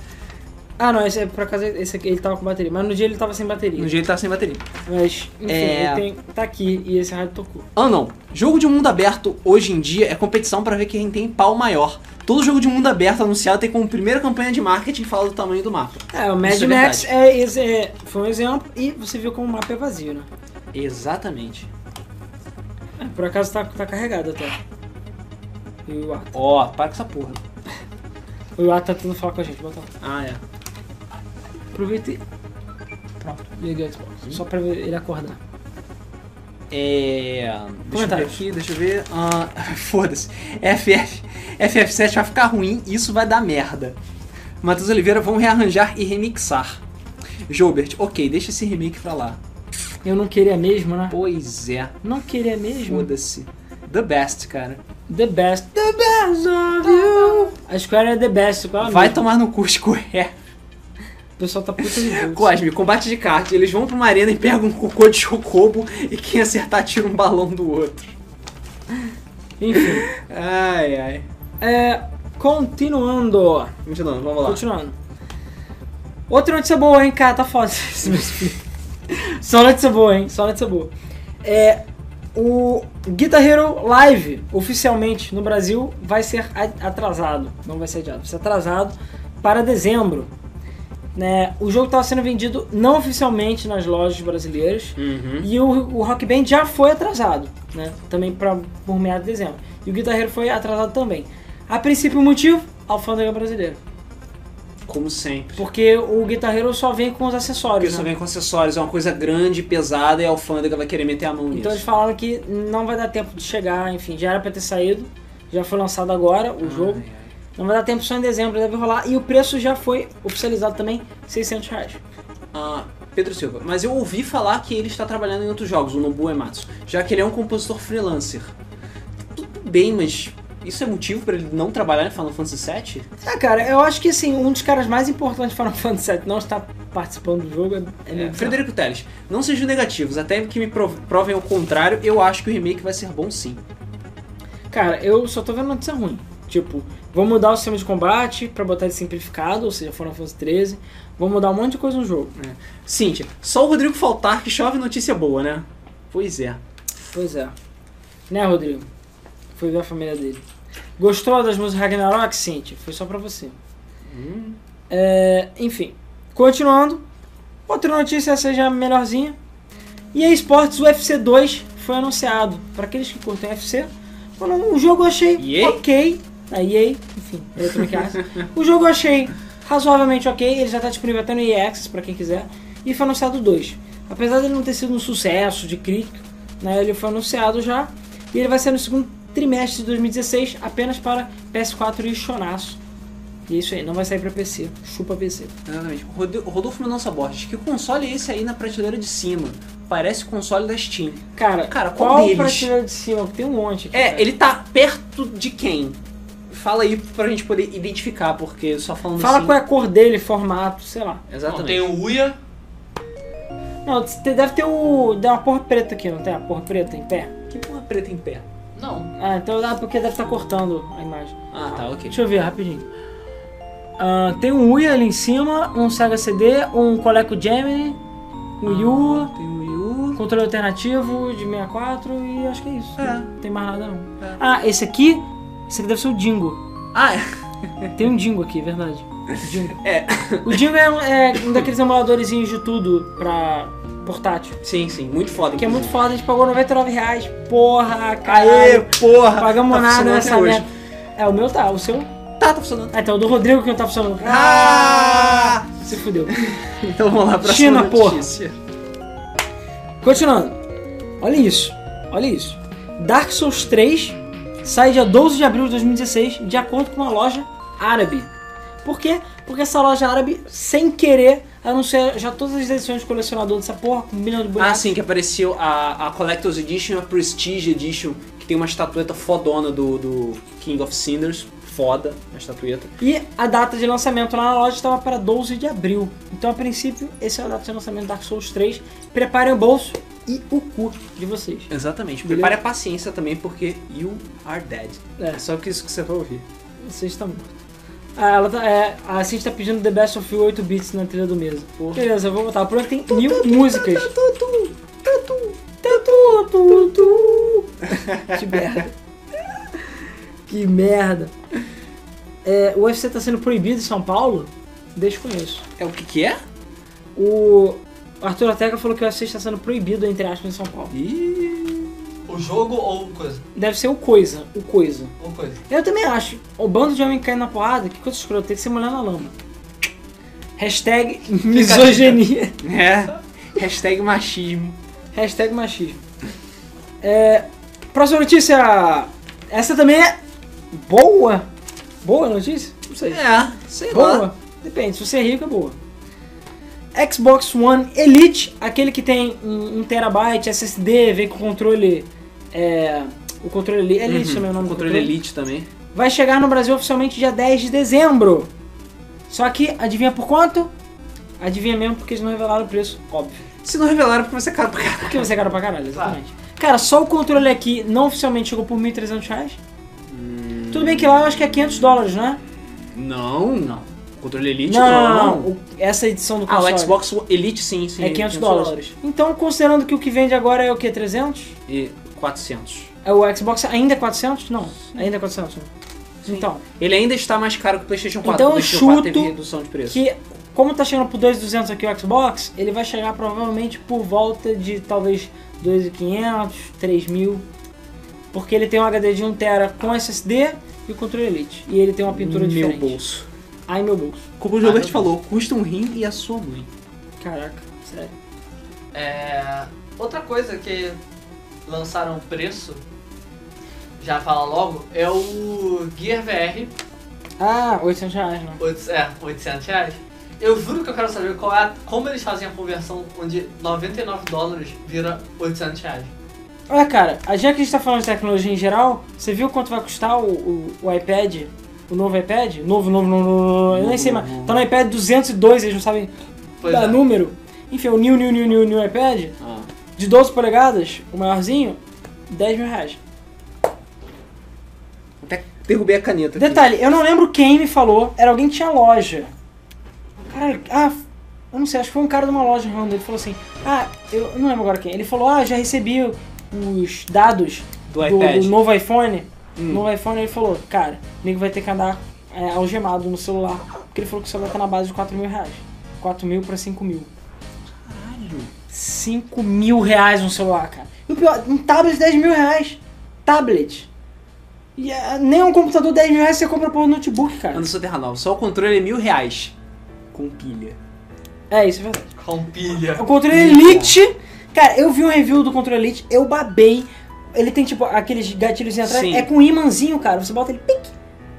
Ah, não, esse é por acaso esse aqui, ele tava com bateria. Mas no dia ele tava sem bateria. No jeito tá sem bateria. Mas, enfim, É. ele tem, tá aqui e esse rádio tocou. Ah não, jogo de mundo aberto hoje em dia é competição pra ver quem tem pau maior. Todo jogo de mundo aberto anunciado tem como primeira campanha de marketing falar do tamanho do mapa. É, o Mad Isso é Max é, esse- é- foi um exemplo e você viu como o mapa é vazio, né? Exatamente. É, Por acaso tá, tá carregado até. E o Iwata. Ó, para com essa porra. O Iwata tá tentando falar com a gente, bota lá. Ah, é. Hum? Aproveita e... Pronto, liguei o Xbox. Só pra ver ele acordar. É. Deixa eu ver Comentários. aqui, deixa eu ver. Ah, Foda-se. FF, FF7 vai ficar ruim, isso vai dar merda. Matheus Oliveira, vão rearranjar e remixar. Joubert, ok, deixa esse remake pra lá. Eu não queria mesmo, né? Pois é, Não queria mesmo. foda-se. The best, cara. The best. The best of you. A Square é the best. Qual é a Vai mesma? tomar no cu, Square. O pessoal tá puto de Deus. Cosme, combate de kart. Eles vão pra uma arena e pegam um cocô de chocobo e quem acertar tira um balão do outro. Enfim. Ai, ai. É, continuando. Continuando, vamos lá. Continuando. Outra notícia boa, hein, cara. Tá foda esse meu filho. Só notícia boa, hein. Só notícia boa. É, o Guitar Hero Live, oficialmente, no Brasil, vai ser a- atrasado. Não vai ser adiado. Vai ser atrasado para dezembro. Né, o jogo estava sendo vendido não oficialmente nas lojas brasileiras. Uhum. E o, o Rock Band já foi atrasado, né? Também pra, por meados de dezembro. E o Guitar Hero foi atrasado também. A princípio, o motivo? Alfândega brasileira. Como sempre. Porque o Guitar Hero só vem com os Porque acessórios, só né? vem com acessórios, é uma coisa grande, pesada, e a alfândega vai querer meter a mão Então eles nisso. falaram que não vai dar tempo de chegar, enfim, já era pra ter saído. Já foi lançado agora Ah, o jogo. Ai, ai. Não vai dar tempo só em dezembro, deve rolar. E o preço já foi oficializado também, 600 reais. Ah, Pedro Silva, mas eu ouvi falar que ele está trabalhando em outros jogos, o Nobu Ematsu, já que ele é um compositor freelancer. Tudo bem, mas isso é motivo pra ele não trabalhar em Final Fantasy VII? É, cara, eu acho que assim, um dos caras mais importantes para o Fantasy VII não está participando do jogo. É, é meio É, bizarro. Frederico Teles, não sejam negativos, até que me prov- provem o contrário, eu acho que o remake vai ser bom sim. Cara, eu só tô vendo notícia ruim. Tipo, vou mudar o sistema de combate pra botar ele simplificado, ou seja, Final Fantasy 13. Vou mudar um monte de coisa no jogo. Cíntia, só o Rodrigo faltar que chove notícia boa, né? Pois é. Pois é. Né, Rodrigo? Fui ver a família dele. Gostou das músicas Ragnarok, Cintia? Foi só pra você. É, enfim, continuando. Outra notícia, essa já é melhorzinha. E a Sports UFC 2 foi anunciado. Pra aqueles que curtem UFC, o nome- o jogo eu achei EA? ok. A EA, enfim, Electronic Arts. o jogo eu achei razoavelmente ok. Ele já tá disponível até no EA Access pra quem quiser. E foi anunciado o 2. Apesar dele não ter sido um sucesso de crítica, né, ele foi anunciado já. E ele vai ser no segundo trimestre de 2016 apenas para PS4 e Chonaço. E é isso aí, não vai sair pra PC. Chupa PC. Exatamente. Rod- Rodolfo Mendonça Borges, que console é esse aí na prateleira de cima? Parece o console da Steam. Cara, Cara, qual qual deles? prateleira de cima? Tem um monte aqui. É, cara. ele tá perto de quem? Fala aí pra gente poder identificar, porque só falando Fala assim... um- qual é a cor dele, formato, sei lá. Não, Exatamente. tem o Uia, Não, te- deve ter o. Deu uma porra preta aqui, não tem a porra preta em pé? Que porra Tipo preta em pé? não. Ah, então ah, porque deve estar cortando a imagem. Ah, tá, ok. Deixa eu ver rapidinho. Ah, tem um Wii ali em cima, um Sega CD, um Coleco Gemini, Ah. um Wii U, Tem o Yu... controle alternativo de 64 e acho que é isso. É. Não tem mais nada não. É. Ah, esse aqui, esse aqui deve ser o Dingo. Ah, é. Tem um Dingo aqui, é verdade. O Dingo. É. O Dingo é um, é um daqueles emuladorzinhos de tudo pra portátil. Sim, sim, muito foda. Que é muito inclusive. foda, a gente pagou 99 reais. Porra, Aê, caralho. porra! Pagamos tá nada funcionando nessa até hoje. merda. É, o meu tá, o seu? Tá, tá funcionando. Ah, então, o do Rodrigo que não tá funcionando. Ah! Se fudeu. Então vamos lá, próxima China, porra. notícia. Continuando. Olha isso. Olha isso. Dark Souls 3 sai dia 12 de abril de 2016, de acordo com uma loja árabe. Por quê? Porque essa loja árabe, sem querer, anuncia já todas as edições de colecionador dessa porra, com um milhão de Ah, bonecos. sim, que apareceu a, a Collector's Edition e a Prestige Edition, que tem uma estatueta fodona do, do King of Cinders. Foda a estatueta. E a data de lançamento lá na loja estava para 12 de abril. Então, a princípio, esse é a data de lançamento do Dark Souls 3. Preparem o bolso e o cu de vocês. Exatamente. Beleza. Prepare a paciência também, porque you are dead. É, É só que isso que você vai ouvir. vocês estão mortos. Ah, ela tá, é, a Cintia tá pedindo The Best of You 8 bits na trilha do mês. Porra. Beleza, eu vou botar. O problema é que tem mil músicas. Tu, tu, tu. Que merda. Que merda. É, o UFC tá sendo proibido em São Paulo? Desconheço. É o que que é? O Arthur Ortega falou que o UFC está sendo proibido, entre aspas, em São Paulo. Ih, O jogo ou coisa. Deve ser o coisa, o coisa. Ou coisa. Eu também acho. O bando de homem caindo na porrada, que coisa escrota, tem que ser mulher na lama. Hashtag misoginia. É. Hashtag machismo. Hashtag machismo. É, próxima notícia. Essa também é boa. Boa notícia? Não sei. É, sei lá. Boa? Depende, se você é rico é boa. Xbox One Elite, aquele que tem um, um terabyte SSD, vem com controle. É, o controle Elite. Elite Uhum. também é o nome do Controle Elite também. Vai chegar no Brasil oficialmente dia 10 de dezembro. Só que, adivinha por quanto? Adivinha mesmo porque eles não revelaram o preço, óbvio. Se não revelaram, porque vai ser caro pra caralho. Porque você é caro pra caralho, exatamente. Cara, só o controle aqui não oficialmente chegou por 1.300 reais. Hum. Tudo bem que lá eu acho que é 500 dólares, né? Não, não. Controle Elite Não, não, não. não, não. O- Essa edição do Ah, console. o Xbox Elite sim, sim. É 500 dólares. Então, considerando que o que vende agora é o que? 300? E 400. É o Xbox ainda é 400? Não, ainda é 400. né? Então, Ele ainda está mais caro que o PlayStation 4. Então o eu PlayStation 4 teve chuto redução de preço. que como tá chegando por 2,200 aqui o Xbox, ele vai chegar provavelmente por volta de talvez 2,500, 3.000. Porque ele tem um HD de 1TB com SSD e o controle Elite. E ele tem uma pintura Meu diferente. bolso. Ai, meu bolso. Como o Gilberto falou, custa um rim e a sua mãe. Caraca, sério. É, outra coisa que lançaram o preço, já fala logo, é o Gear VR, Ah, 800 reais, não. oito- é, 800 reais. Eu juro que eu quero saber qual é, a- como eles fazem a conversão onde 99 dólares vira 800 reais. Olha, cara, já que a gente tá falando de tecnologia em geral, você viu quanto vai custar o, o, o iPad? O novo iPad? Novo, novo, novo, novo, novo, eu nem sei mais. Tá no iPad 202, eles não sabem Pois dar é. número. Enfim, o new, new, new, new, new iPad, Ah. de 12 polegadas, o maiorzinho, 10 mil Tá reais. Até derrubei a caneta. aqui. Detalhe, eu não lembro quem me falou, era alguém que tinha loja. Cara, ah, eu não sei, acho que foi um cara de uma loja random, ele falou assim, ah, eu eu não lembro agora quem, ele falou, ah, já recebi os dados Do iPad. do novo iPhone, Hum. novo iPhone, ele falou, cara, o nego vai ter que andar é, algemado no celular, porque ele falou que o celular tá na base de 4 mil reais, 4 mil pra 5 mil. Caralho. 5 mil reais um celular, cara. E o pior, um tablet 10 mil reais. Tablet. E, ah, nem um computador 10 mil reais você compra por notebook, cara. Anderson Terranal, só o controle é mil reais. Com pilha. É, isso é verdade. Com pilha. O controle Elite. Cara, eu vi um review do controle Elite, eu babei. Ele tem tipo aqueles gatilhos atrás, Sim. é com um imãzinho, cara. Você bota ele, pic,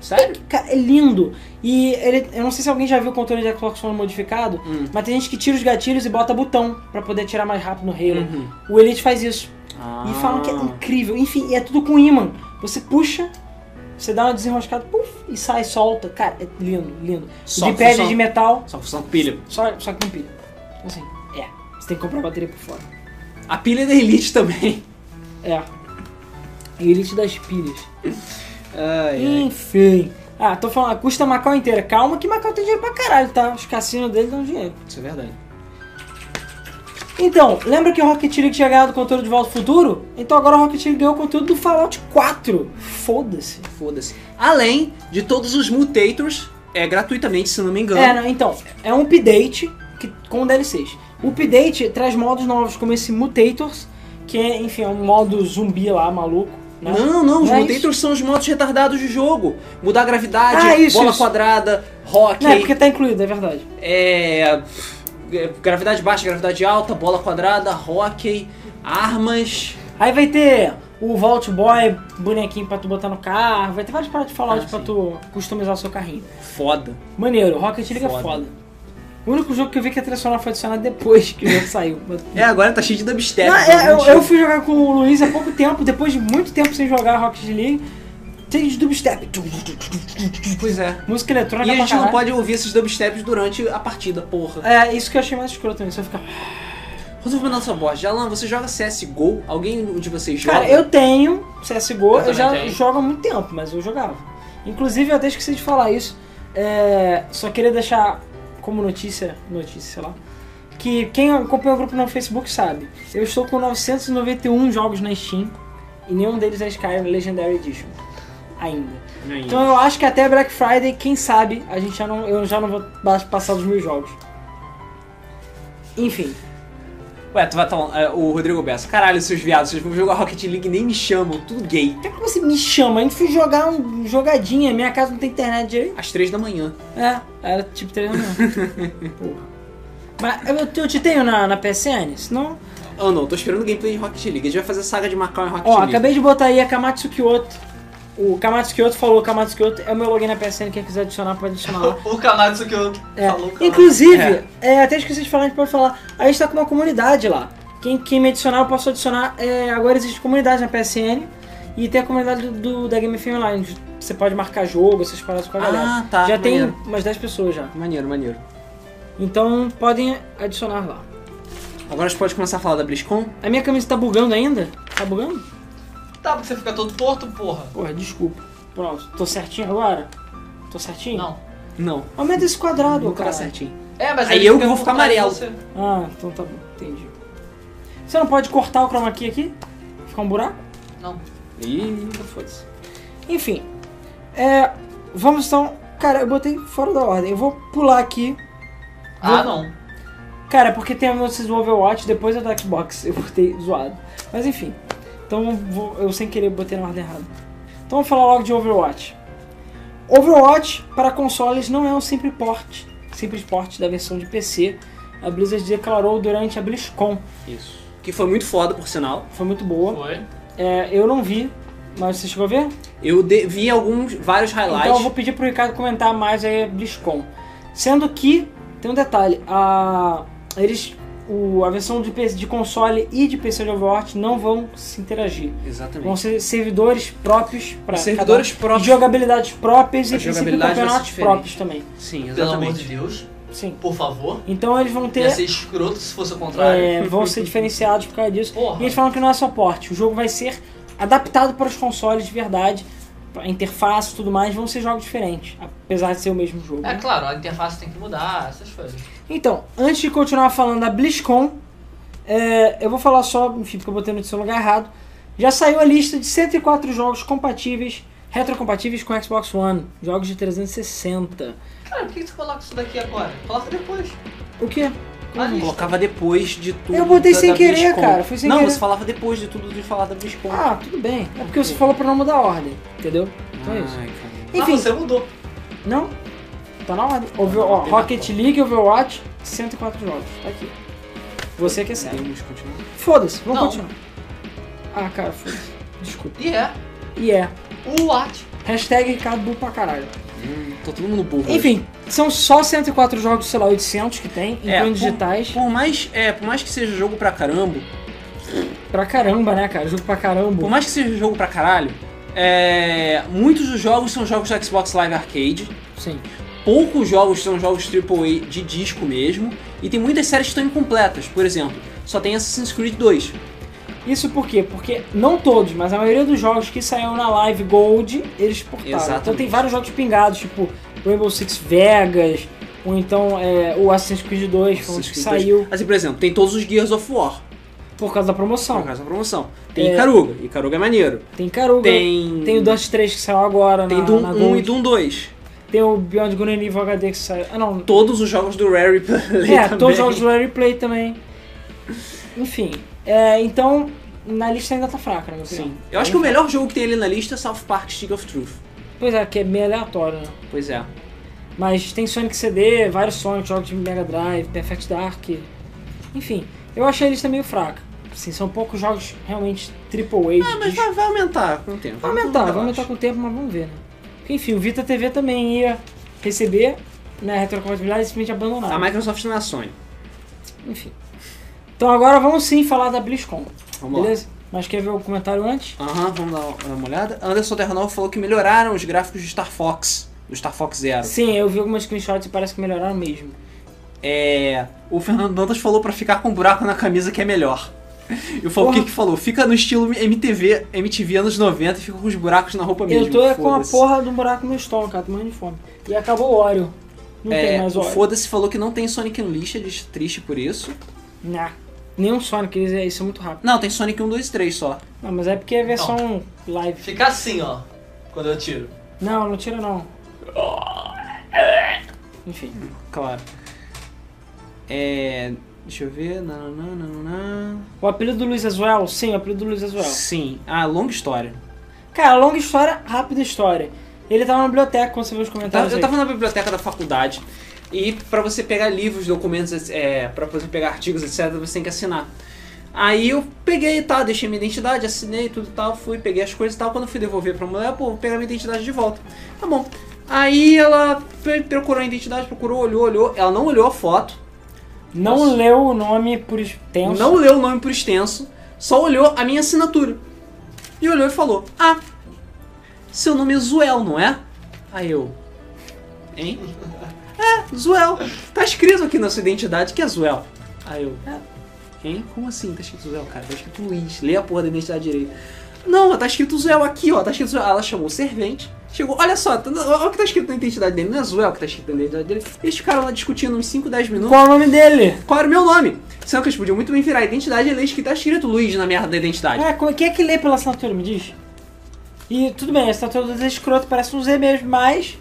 Sério? cara, é lindo. E ele, eu não sei se alguém já viu o controle de Xbox One modificado, Hum. mas tem gente que tira os gatilhos e bota botão pra poder tirar mais rápido no Halo. Uhum. O Elite faz isso. E Ah. falam que é incrível. Enfim, e é tudo com ímã. Você puxa, você dá uma desenroscada, puff, e sai, solta. Cara, é lindo, lindo. Só o biped função- de metal, Só função com pilha. só, só com pilha. Assim, é. Você tem que comprar a bateria por fora. A pilha é da Elite também. É. Elite das pilhas. Ai, ai. Enfim. Ah, tô falando, custa Macau inteira. Calma que Macau tem dinheiro pra caralho, tá? Os cassinos dele dão dinheiro. Isso é verdade. Então, lembra que o Rocket League tinha ganhado o conteúdo de Volta ao Futuro? Então agora o Rocket League ganhou o conteúdo do Fallout 4. Foda-se. Foda-se. Além de todos os mutators, é gratuitamente, se não me engano. É, não, então, é um update que, com DLCs. O update traz modos novos, como esse Mutators, que é, enfim, é um modo zumbi lá, maluco. Né? Não, não, os Não é mutators são os modos retardados de jogo. Mudar a gravidade, Ah, isso, bola isso. quadrada, rock, Não, é porque tá incluído, é verdade. é, é, gravidade baixa, gravidade alta, bola quadrada, hockey, armas. Aí vai ter o Vault Boy, bonequinho pra tu botar no carro, vai ter várias paradas de Fallout Ah, pra sim. tu customizar o seu carrinho. Foda. Maneiro, Rocket League é Foda. foda. O único jogo que eu vi que a trilha sonora foi adicionada depois que o jogo saiu. É, agora tá cheio de dubstep. Não, por algum é, eu, eu motivo. fui jogar com o Luiz há pouco tempo, depois de muito tempo sem jogar Rocket League. Tem de dubstep. Pois é. Música eletrônica E a pra gente não caralho. pode ouvir esses dubsteps durante a partida, porra. É, isso que eu achei mais escroto também, só ficar... Rodolfo Mendonça Borges, Alan, você joga CSGO? Alguém de vocês joga? Cara, eu tenho CSGO, eu, Eu já também tenho. jogo há muito tempo, mas eu jogava. Inclusive, eu até esqueci de falar isso, é, só queria deixar como notícia, notícia, sei lá, que quem acompanha o grupo no Facebook sabe, eu estou com 991 jogos na Steam, e nenhum deles é Skyrim Legendary Edition, ainda. Então eu acho que até Black Friday, quem sabe, a gente já não, eu já não vou ba- passar dos mil jogos. Enfim, Ué, tu vai tá, é, o Rodrigo Bessa. Caralho, seus viados, vocês vão jogar Rocket League e nem me chamam, tudo gay. Até que você me chama, a gente foi jogar um jogadinha, minha casa não tem internet direito. Às três da manhã. É, era tipo três da manhã. Porra. Mas eu te, eu te tenho na, na PSN, senão. Oh não, tô esperando o gameplay de Rocket League. A gente vai fazer saga de Macau em Rocket Ó, League. acabei de botar aí a Kamatsu Kyoto. O Kamatsu Kyoto falou, o Kamatsu Kyoto é o meu login na PSN, quem quiser adicionar pode adicionar lá. O Kamatsu que eu É, falou. Kamatsu. Inclusive, é, até esqueci de falar, a gente pode falar, a gente tá com uma comunidade lá. Quem, quem me adicionar, eu posso adicionar. é, agora existe comunidade na PSN e tem a comunidade do, do- da Game FM Online. onde Você pode marcar jogo, essas paradas com a Ah, galera. tá, já tem maneiro. umas 10 pessoas já. Maneiro, maneiro. Então podem adicionar lá. Agora a gente pode começar a falar da BlizzCon? A minha camisa tá bugando ainda? Tá bugando? Tá, porque você fica todo torto, porra. Porra, desculpa. Pronto, tô certinho agora? Tô certinho? Não. Não. Aumenta esse quadrado, Nunca cara. tá certinho. É, mas Aí ele eu fica vou por ficar trás de amarelo. você. Ah, então tá bom, entendi. Você não pode cortar o chroma key aqui? Ficar um buraco? Não. Ih, foda-se. Enfim, é, vamos então. Cara, eu botei fora da ordem. Eu vou pular aqui. Ah, não. Cara, é porque tem a notícia do Overwatch, depois é do Xbox. Eu botei zoado. Mas enfim. Então eu vou- eu sem querer botei na ordem errada. Então vamos falar logo de Overwatch. Overwatch para consoles não é um simples porte, simples porte da versão de PC. A Blizzard declarou durante a BlizzCon. Isso. Que foi muito foda, por sinal. Foi muito boa. Foi. É, eu não vi, mas você chegou a ver? Eu de- vi alguns, vários highlights. Então eu vou pedir pro Ricardo comentar mais aí a BlizzCon. Sendo que, tem um detalhe, a, eles, o, a versão de, PC de console e de PC de Overwatch não vão se interagir. Vão Exatamente. ser servidores próprios para Servidores próprios. jogabilidades próprias e A princípio jogabilidade vai ser campeonatos diferente. próprios também. Sim, Pelo amor de exatamente. Deus. Sim. Por favor. Então eles vão Ia ter ser escroto se fosse o contrário. é, vão ser diferenciados por causa disso. Porra. E eles falam que não é só porte, o jogo vai ser adaptado para os consoles de verdade, a interface e tudo mais, vão ser jogos diferentes, apesar de ser o mesmo jogo. É né? claro, a interface tem que mudar, essas coisas. Então, antes de continuar falando da BlizzCon, é, eu vou falar só, enfim, porque eu botei no seu lugar errado. Já saiu a lista de 104 jogos compatíveis, retrocompatíveis com Xbox One, jogos de 360. Cara, por que que tu coloca isso daqui agora? Coloca depois. O quê? Eu A lista. colocava depois de tudo. Eu botei da- sem da querer, BlizzCon. cara, foi sem não, querer. você falava depois de tudo de falar da BlizzCon. Ah, tudo bem. É porque você falou pra não mudar a ordem, entendeu? Então é isso. Ai, cara. Enfim. Ah, você mudou. Não? Tá na ordem. Over, ó, Tem Rocket bacana. League, Overwatch, 104 jogos. Tá aqui. Você que é sério. Podemos continuar? Foda-se, vamos Não. continuar. Ah, cara, foda-se. Desculpa. E é. E é. O Watch. Hashtag Ricardo Bull pra caralho. Hum, tô todo mundo burro. hoje. Enfim, são só 104 jogos, sei lá, 800 que tem, É, incluindo por- digitais. Por mais, é, por mais que seja jogo pra caramba, Pra caramba, né, cara? Jogo pra por caramba. mais que seja um jogo pra caralho, é, muitos dos jogos são jogos do Xbox Live Arcade, Sim. poucos jogos são jogos AAA de disco mesmo, e tem muitas séries que estão incompletas. Por exemplo, só tem Assassin's Creed 2. Isso por quê? Porque não todos, mas a maioria dos jogos que saíram na live Gold, eles exportaram. Então Exatamente. tem vários jogos pingados, tipo Rainbow Six Vegas, ou então é, o Assassin's Creed 2, foi um Assassin's que Creed saiu 2. Assim, por exemplo, tem todos os Gears of War, por causa da por promoção. causa da promoção. Tem É. Icaruga, Icaruga é maneiro. Tem Caruga, tem, Tem. o Dust 3 que saiu agora Tem na, Doom na 1 Gold, e Doom 2. tem o Beyond Good and Evil HD que saiu... Ah, não, Todos os jogos do Rare Play. É, também. todos os jogos do Larry Play também. Enfim, é, então na lista ainda tá fraca, né? Sim. Eu acho que o melhor jogo que tem ali na lista é South Park Stick of Truth. Pois é, que é meio aleatório, né? Pois é. Mas tem Sonic CD, vários Sonic, jogos de Mega Drive, Perfect Dark. Enfim, eu achei a lista meio fraca. Assim, são poucos jogos realmente triple A. Ah, mas vai, vai aumentar com o tempo. Vai aumentar, vai Eu aumentar acho. com o tempo, mas vamos ver, né? Porque, enfim, o Vita TV também ia receber né, a retrocompatibilidade e simplesmente A abandonar. Microsoft não é a Sony. Enfim. Então agora vamos sim falar da BlizzCon, Vamos lá. beleza? Mas quer ver o comentário antes? Aham, vamos dar uma- uma olhada. Anderson Terranova falou que melhoraram os gráficos de Star Fox, do Star Fox Zero. Sim, eu vi algumas screenshots e parece que melhoraram mesmo. É. O Fernando Dantas falou pra ficar com um buraco na camisa que é melhor. E o Falquique Porra. falou, fica no estilo MTV, MTV anos 90 e fica com os buracos na roupa mesmo. eu tô é com a foda-se. porra do buraco no meu estômago, cara, tô morrendo de fome. E acabou o óleo. Não tem É, mais o óleo. Foda-se falou que não tem Sonic Unleashed, ele é triste por isso. Nah. Nenhum Sonic, eles- isso é muito rápido. Não, tem Sonic 1, 2 e 3 só. Não, mas é porque é versão live. Fica assim, ó. Quando eu tiro. Não, não tira não. Enfim. Claro. É. Deixa eu ver. nananã, nananã. O apelido do Luiz Azuel, sim, o apelido do Luiz Azuel. Sim. Ah, longa história. Cara, longa história, rápida história. Ele tava na biblioteca quando você viu os Eu tava- comentários. eu aí. tava na biblioteca da faculdade. E pra você pegar livros, documentos, é, para você pegar artigos, etc, você tem que assinar. Aí eu peguei, tá, deixei minha identidade, assinei tudo e tal, fui, peguei as coisas e tal. Quando eu fui devolver pra mulher, pô, vou pegar minha identidade de volta. Tá bom. Aí ela pe- procurou a identidade, procurou, olhou, olhou. Ela não olhou a foto, Não Nossa. leu o nome por extenso. não leu o nome por extenso, só olhou a minha assinatura. E olhou e falou: Ah, seu nome é Zuel, não é? Aí eu. Hein? É, Zuel. Tá escrito aqui na sua identidade que é Zuel. Aí eu. "É, Hein? Como assim tá escrito Zuel, cara? Tá escrito Luiz. Lê a porra da identidade direito. Não, tá escrito Zuel aqui, ó. Tá escrito Zuel. Ela chamou o servente. Chegou, olha só, tá- olha o que tá escrito na identidade dele. Não é Zuel que tá escrito na identidade dele. Eles ficaram lá discutindo uns 5, 10 minutos Qual é o nome dele? qual era o meu nome. Sendo que eles podiam muito bem virar a identidade e ler que tá escrito Luiz na merda da identidade. É, como, quem é que lê pela assinatura, me diz? E tudo bem, a assinatura dos escroto parece um Z mesmo, mas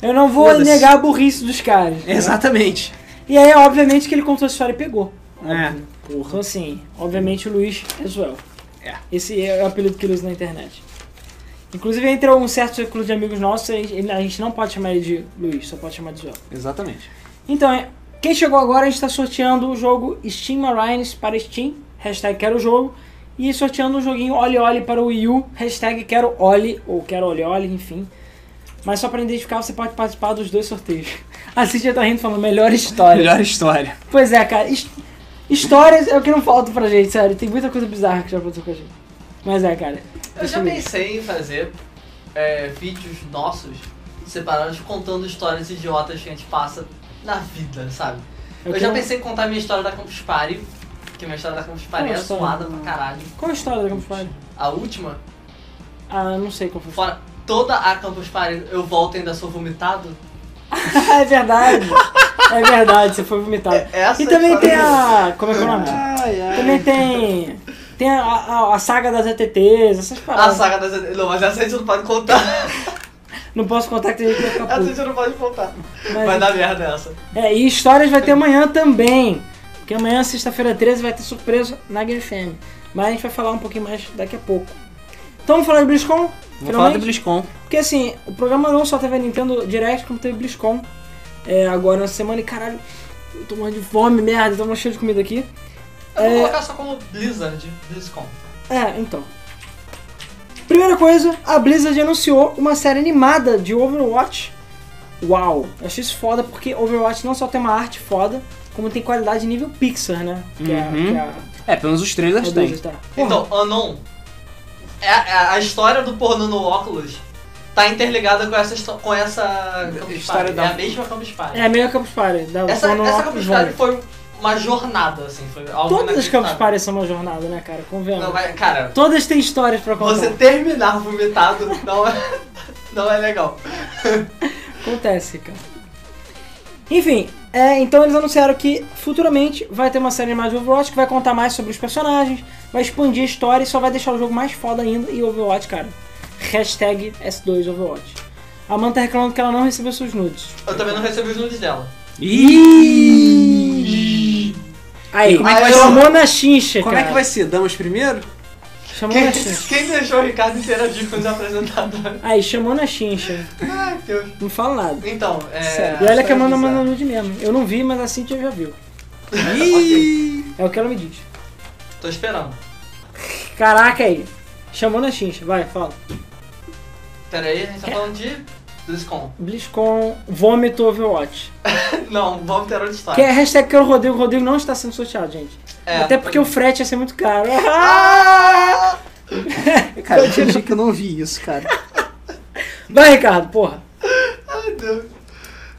eu não vou Foda-se. negar a burrice dos caras. É. Exatamente. E aí, obviamente, que ele contou a história e pegou. É. Então, assim, obviamente o Luiz é Joel. É. Esse é o apelido que ele usa na internet. Inclusive, entre um certo círculo de amigos nossos, a gente a gente não pode chamar ele de Luiz, só pode chamar de Joel. Exatamente. Então, é, quem chegou agora, a gente está sorteando o jogo Steam Marines para Steam, hashtag quero o jogo, e sorteando um joguinho Oli Oli para o Wii U, hashtag quero Oli, ou quero Oli Oli, enfim. Mas só para identificar, você pode participar dos dois sorteios. A Cintia tá rindo falando, melhor história. Melhor história. Pois é, cara, his- histórias é o que não falta pra gente, sério. Tem muita coisa bizarra que já aconteceu com a gente. Mas é, cara. Eu isso já mesmo. pensei em fazer é, vídeos nossos separados contando histórias idiotas que a gente passa na vida, sabe? Eu, um- Eu já quero- pensei em contar minha história da Campus Party, que minha história da Campus Party Qual é a história? zoada pra caralho. Qual é a história da Campus Party? A última, Ah, não sei qual foi. fora toda a Campus Party, eu volto e ainda sou vomitado. é verdade. É verdade, você foi vomitado. Essa E também história tem é a. Como é que é o nome? Ai, Também tem. Tem a, a, a saga das ETTs, essas A paradas. saga das... Não, mas essa a gente não pode contar. Não posso contar que tem gente que vai ficar Essa a puto. gente não pode contar. Mas- Vai dar merda essa. É, e histórias vai ter amanhã também. Porque amanhã, sexta-feira 13, vai ter surpresa na Game FM. Mas a gente vai falar um pouquinho mais daqui a pouco. Então vamos falar de BlizzCon? Vou falar do finalmente? BlizzCon. Porque assim, o programa não só teve a Nintendo Direct, como teve BlizzCon é, agora na semana. E caralho, eu tô morrendo de fome, merda, tô morrendo cheio de comida aqui. Eu É. vou colocar só como Blizzard, BlizzCon. É, então. Primeira coisa, a Blizzard anunciou uma série animada de Overwatch. Uau! Eu achei isso foda porque Overwatch não só tem uma arte foda, como tem qualidade nível Pixar, né? Que é, Uhum. que é a- É, pelo menos os trailers a tem. Blizzard tá. Porra, Então, Anon, é, é a história do pornô no óculos tá interligada com essa, histó- com essa Campus História Party. da- É a mesma Campus Party. É, meio a Campus Party. Da Essa, Fono essa Office Campus Party Zone. foi uma jornada, assim, foi algo Todas as Campus inacreditável. Party são uma jornada, né, cara? Convenhamos. Não, mas, cara, Todas têm histórias pra contar. você terminar vomitado não é, não é legal. Acontece, cara. Enfim, é, então eles anunciaram que futuramente vai ter uma série animada de Overwatch que vai contar mais sobre os personagens, vai expandir a história e só vai deixar o jogo mais foda ainda. E Overwatch, cara. Hashtag S2 Overwatch. A Amanda tá reclamando que ela não recebeu seus nudes. Eu também não recebi os nudes dela. Ih! Aí, como é que vai chamou na chincha, Como cara. é que vai ser? Damas primeiro? Chamou Quem, na chincha. quem deixou o Ricardo interagir com os apresentadores? Aí, chamou na chincha. Ai, Deus. Não fala nada. Então, é... Ah, Sério. E olha que a Amanda bizarro. manda nude mesmo. Eu não vi, mas a Cintia já viu. Ih! É o que ela me diz. Tô esperando. Caraca aí. Chamou na chincha. Vai, fala. Pera aí, a gente tá falando de BlizzCon. BlizzCon Vômito Overwatch. Não, vamos ter tá. outra Que é história. a hashtag que é o Rodrigo. O Rodrigo não está sendo sorteado, gente. É, Até porque o frete ia ser muito caro. Ah! Cara, eu achei que eu não vi isso, cara. Vai, Ricardo, porra. Ai, Deus.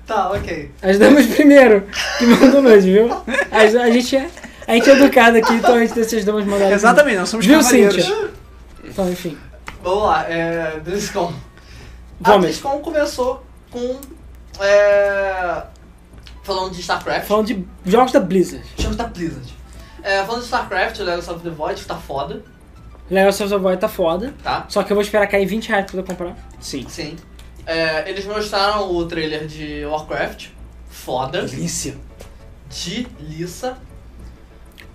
Tá, ok. As damas primeiro que mandam nude, viu? As- a, gente é, a gente é educado aqui, então a gente deixa as damas mandarem. Exatamente, nós somos Viu, cavaleiros. Cíntia? Então, enfim. Vamos lá, é. BlizzCon. A Vômito. BlizzCon começou com. É. Falando de StarCraft. Falando de jogos da Blizzard. Jogos da Blizzard. É, falando de StarCraft, o Legacy of the Void, que tá foda, Legacy of the Void tá foda. tá? Só que eu vou esperar cair 20 reais pra poder comprar. Sim. Sim. É, eles mostraram o trailer de Warcraft. Foda. Delícia. Delícia.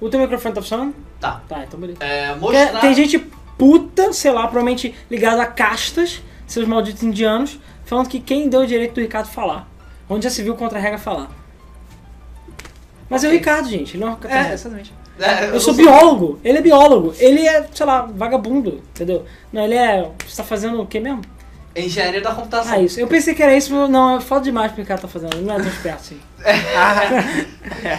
O teu microfone tá funcionando? Tá. Tá, então beleza. É, Porque mostraram. tem gente puta, sei lá, provavelmente ligada a castas, seus malditos indianos, falando que quem deu o direito do Ricardo falar. onde já se viu contra a regra falar. Mas é o Ok. Ricardo, gente. Ele não é o É, contra-regra. exatamente. É, Eu não sou biólogo, ele é biólogo, ele é, sei lá, vagabundo, entendeu? Não, ele é. Você tá fazendo o quê mesmo? É engenharia da computação. Ah, isso. Eu pensei que era isso, mas não, é foda demais porque o cara tá fazendo, ele não é tão esperto assim.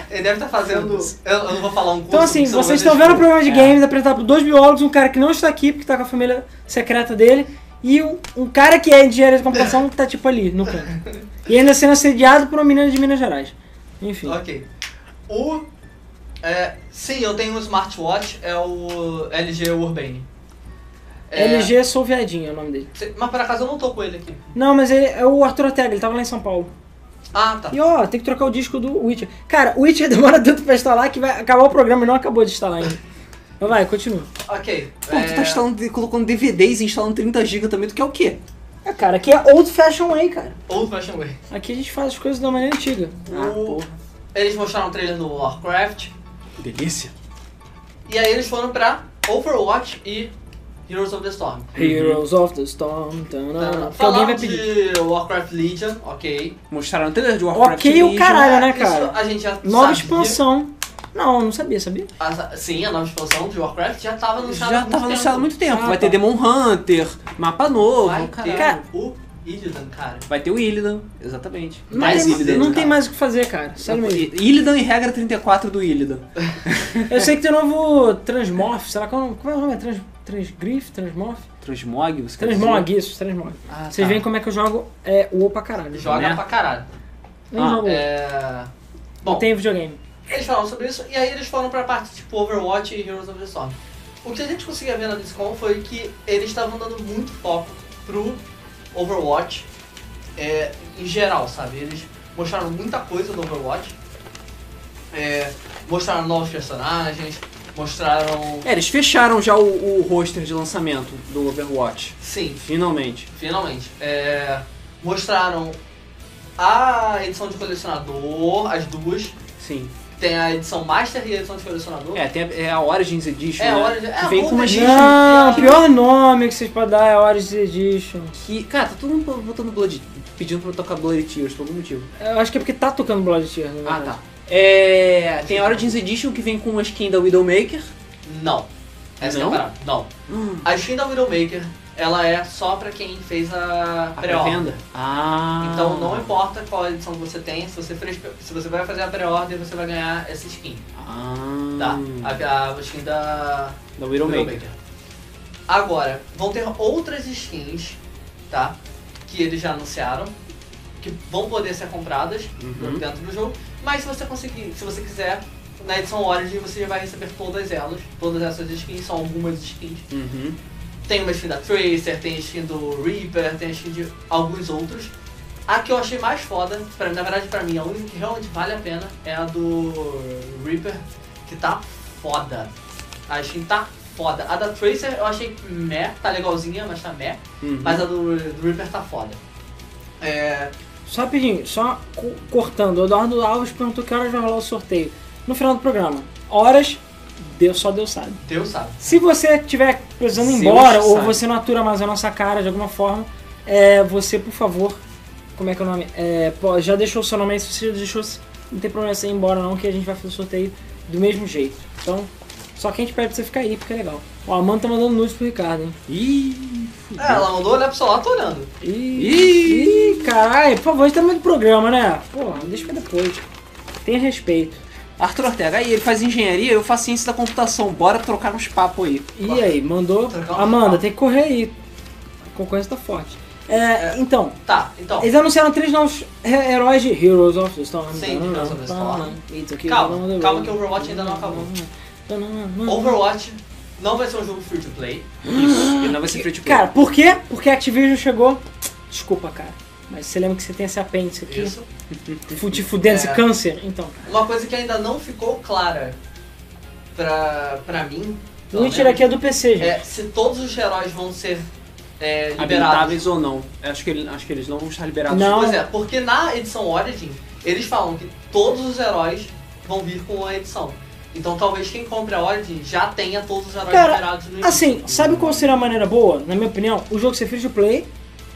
Ele deve estar fazendo. Eu, eu não vou falar um curso. Então, assim, porque senão vocês eu estão vendo o descubro. programa de games apresentado por dois biólogos, um cara que não está aqui porque tá com a família secreta dele, e um, um cara que é engenheiro de computação que tá tipo ali, no canto. E ainda sendo assediado por uma menina de Minas Gerais. Enfim. Ok. O. é, sim, eu tenho um smartwatch, é o LG Urbane. É, LG Sou Viadinho é o nome dele. cê- Mas por acaso eu não tô com ele aqui. Não, mas ele é o Arthur Ortega, ele tava lá em São Paulo. Ah, tá. E ó, tem que trocar o disco do Witcher. Cara, o Witcher demora tanto pra instalar que vai acabar o programa e não acabou de instalar ainda. Mas vai, continua. Ok. É, Pô, tu tá instalando, colocando DVDs e instalando 30 GB também, tu quer o quê? É, cara, aqui é old fashion way, cara. Old Fashion Way. Aqui a gente faz as coisas da maneira antiga. Ah, O- porra. Eles mostraram o trailer no Warcraft. Delícia. E aí eles foram pra Overwatch e Heroes of the Storm. Heroes of the Storm. Ah, tanana. Ah, Que alguém Falaram vai pedir. de Warcraft Legion, ok. Mostraram o trailer de Warcraft Ok, o Legion. caralho, né, Isso cara? a gente já Nova sabia. expansão. Não, não sabia, sabia? A- sim, a nova expansão de Warcraft já tava anunciada há Já muito tava anunciado há tempo. muito tempo. Ah, Vai tá. ter Demon Hunter, mapa novo, Vai caralho. ter Cara- o Illidan, cara. Vai ter o Illidan, exatamente. Não, Mais tem, Illidan, não cara. tem tá. mais o que fazer, cara. Sério mesmo. Illidan e regra 34 do Illidan. Eu sei que tem o novo Transmorph, sei lá qual é o nome. Como é o nome? É Trans, Transgrif? Transmorph? Transmog, você quer Transmog, isso, Transmog. dizer? Ah, Vocês tá. veem como é que eu jogo é, WoW pra caralho. Joga Né? pra caralho. Nem Ah, jogo. É... Bom, Não tem videogame. eles falaram sobre isso e aí eles foram pra parte tipo Overwatch e Heroes of the Storm. O que a gente conseguia ver na BlizzCon foi que eles estavam dando muito foco pro Overwatch é, em geral, sabe? Eles mostraram muita coisa do Overwatch. É, mostraram novos personagens, mostraram... É, eles fecharam já o, o roster de lançamento do Overwatch. Sim, Finalmente. Finalmente. É, mostraram a edição de colecionador, as duas. Sim. Tem a edição Master e a edição de colecionador. É, tem a, é a Origins Edition. É, né? Origin- é, Que vem com uma Origin. gente Não, o pior nome que vocês podem dar é Origins Edition. que. Cara, tá todo mundo botando Blood. pedindo pra eu tocar Blood Tears por algum motivo. Eu acho que é porque tá tocando Blood Tears, na Ah, verdade. tá. É, tem a Origins Edition que vem com uma skin da Widowmaker. Não. Essa Não? é a parada. Não. Hum, A skin da Widowmaker, ela é só pra quem fez a, a pré-order. pré-venda. Ah. Então não importa qual edição que você tem, se você, fez, se você vai fazer a pré-order, você vai ganhar essa skin. Ah. Tá? A, a skin da Da Widowmaker. Widowmaker. Agora, vão ter outras skins, tá? Que eles já anunciaram, que vão poder ser compradas Uhum. dentro do jogo. Mas se você conseguir, se você quiser, na edição Origin você já vai receber todas elas, todas essas skins, são algumas skins. Uhum. Tem uma skin da Tracer, tem skin do Reaper, tem skin de alguns outros. A que eu achei mais foda, pra, na verdade pra mim, a única que realmente vale a pena é a do Reaper, que tá foda. A skin tá foda. A da Tracer eu achei meh, tá legalzinha, mas tá meh. Uhum. Mas a do, do Reaper tá foda. É, Só rapidinho, só co- cortando. O Eduardo Alves perguntou que horas vai rolar o sorteio. No final do programa. Horas, Deus só Deus sabe. Deus sabe. Se você estiver precisando ir Deus embora, ou sabe. você não atura mais a nossa cara de alguma forma, é, você, por favor, como é que é o nome? É, pô, já deixou o seu nome aí, se você já deixou, não tem problema você ir embora não, que a gente vai fazer o sorteio do mesmo jeito. Então, só que a gente pede pra você ficar aí, porque é legal. Ó, a Amanda tá mandando nudes pro Ricardo, hein? Ih. É, ela mandou olhar pro celular tô olhando. Ih, Ih caralho, por favor, a gente tá no meio do programa, né? Porra, deixa pra depois. Tenha respeito. Arthur Ortega, aí ele faz engenharia, eu faço ciência da computação. Bora trocar uns papos aí. E aí, mandou. Trocar um Amanda, papo. tem que correr aí. A concorrência tá forte. É, então, Tá, então. eles anunciaram três novos he- heróis de Heroes of the Storm. Sim, Heroes of the Storm. It's okay, Calma, don't calma worry. que o Overwatch ainda não acabou. Tanana. Overwatch não vai ser um jogo free to play. Isso, ele não vai ser free to play. Cara, por quê? Porque a Activision chegou. Desculpa, cara. Mas você lembra que você tem esse apêndice aqui? Isso. Fu- Te fudendo, esse É. câncer. Então, Uma coisa que ainda não ficou clara pra, pra mim. o pelo Witcher menos, aqui é do PC, gente. é se todos os heróis vão ser é, liberados. habilitáveis ou não. Eu Acho que, ele- acho que eles não vão estar liberados. Não. Pois é, porque na edição Origin, eles falam que todos os heróis vão vir com a edição. Então talvez quem compre a Origin já tenha todos os heróis Cara, liberados no início. Assim, sabe qual seria a maneira boa? Na minha opinião, o jogo ser free to play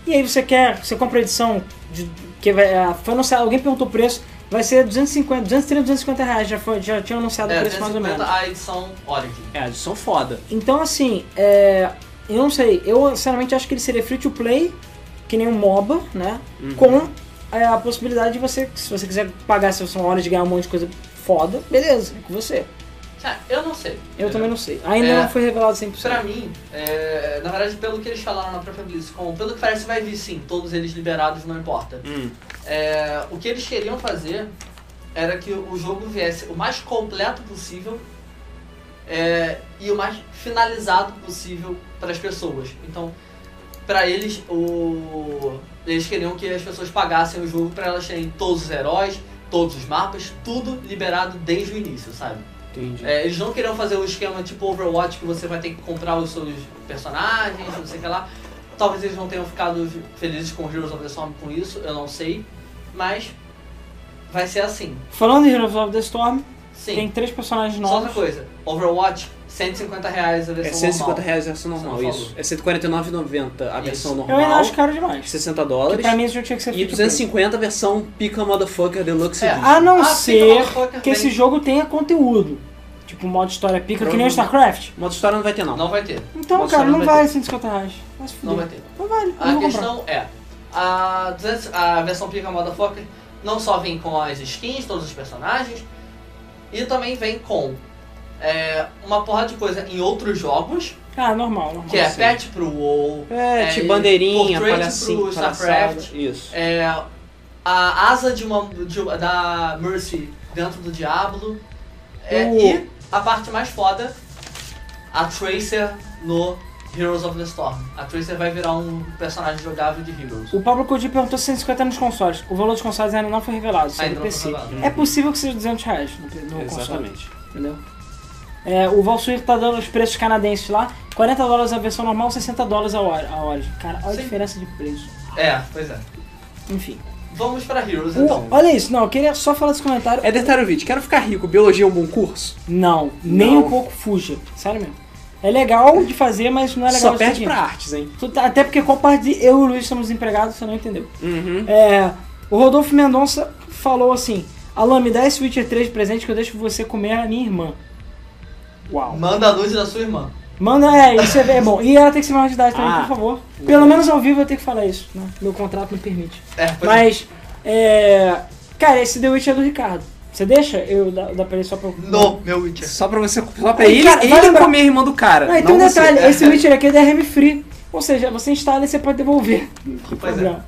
E aí você quer, você compra a edição de- que vai, ah, foi anunciado, alguém perguntou o preço, vai ser 250, 230, 250 reais, já, foi, já tinha anunciado o É, preço mais ou 350 menos. a edição Origin. É, eles são foda. Então, assim, é, eu não sei. Eu, sinceramente, acho que ele seria free to play, que nem um MOBA, né? Com é, a possibilidade de você, se você quiser pagar seus horas de ganhar um monte de coisa foda, beleza, é com você. Cara, eu não sei. Eu também não sei. Ainda É. não foi revelado 100%. Pra mim, é, na verdade, pelo que eles falaram na própria BlizzCon, pelo que parece, vai vir sim, todos eles liberados, não importa. Hum. É, o que eles queriam fazer era que o jogo viesse o mais completo possível é, e o mais finalizado possível para as pessoas. Então, para eles, o- eles queriam que as pessoas pagassem o jogo para elas terem todos os heróis, todos os mapas, tudo liberado desde o início, sabe? Entendi. É, eles não queriam fazer o esquema tipo Overwatch que você vai ter que comprar os seus personagens, não sei o que lá. Talvez eles não tenham ficado felizes com Heroes of the Storm com isso, eu não sei. Mas vai ser assim. Falando em Heroes of the Storm, tem Sim. três personagens Só outra novos. coisa. Overwatch, 150 reais a É versão 150 normal. reais a versão normal, Você não isso. É 149,90 a versão Eu Isso. ainda normal, acho caro demais. 60 Porque dólares. pra mim isso já tinha que ser E free to play. 250 a versão Pica Motherfucker Deluxe É. Edition. A não Ah, fica ser lá, foca, que esse vem. jogo tenha conteúdo. Tipo, modo história pica, que nem o StarCraft. Modo história não vai ter, não. Não vai ter. Então, Modo cara, história não não vai vale 150 reais. Vai se Não fuder. vai ter. Não vale, eu A não vou comprar. questão é, a, 200 a versão Pica Motherfucker não só vem com as skins, todos os personagens, e também vem com é, uma porrada de coisa em outros jogos, Ah, normal, normal. que é sim. patch pro WoW, É, É, tipo bandeirinha, portrait palhacinho, pro StarCraft. palhaçada. Isso. é, a asa de uma, de- da Mercy dentro do Diablo, é, O- e a parte mais foda, a Tracer no Heroes of the Storm. A Tracer vai virar um personagem jogável de Heroes. O Pablo Cody perguntou 150 nos consoles. O valor dos consoles ainda não foi revelado, só Ainda do não foi PC. revelado. É possível que seja 200 reais no, no console, Exatamente. entendeu? É, o Valsuir tá dando os preços canadenses lá. 40 dólares a versão normal, 60 dólares a hora. A hora. Cara, olha a Sim. diferença de preço. É, pois é. Enfim. Vamos pra Heroes O- então. olha isso, não, eu queria só falar desse comentário. É detalhe o vídeo. Quero ficar rico. Biologia é um bom curso? Não, nem Não. um pouco fuja. Sério mesmo. É legal de fazer, mas não é legal Só de perde seguir. pra artes, hein? Tu tá- Até porque qual parte de eu e o Luiz somos empregados, você não entendeu. Uhum. É, o Rodolfo Mendonça falou assim: Alan, me dá esse Witcher 3 de presente que eu deixo você comer a minha irmã. Uau. Manda a nude da sua irmã. Manda, é, isso é, é bom. E ela tem que ser maior de idade também, Ah. por favor. Pelo menos ao vivo eu tenho que falar isso, né? Meu contrato não permite. É, pois é. Mas, é. Cara, esse The Witcher é do Ricardo. Você deixa? Eu dá, dá pra ele só pra. No, meu Witcher. Só pra você. Só pra Aí, ele, cara, ele vai lembrar- comer a irmã do cara. Ah, e tem um não você. detalhe: esse Witcher aqui é DRM Free. Ou seja, você instala e você pode devolver. Que Pois é. problema.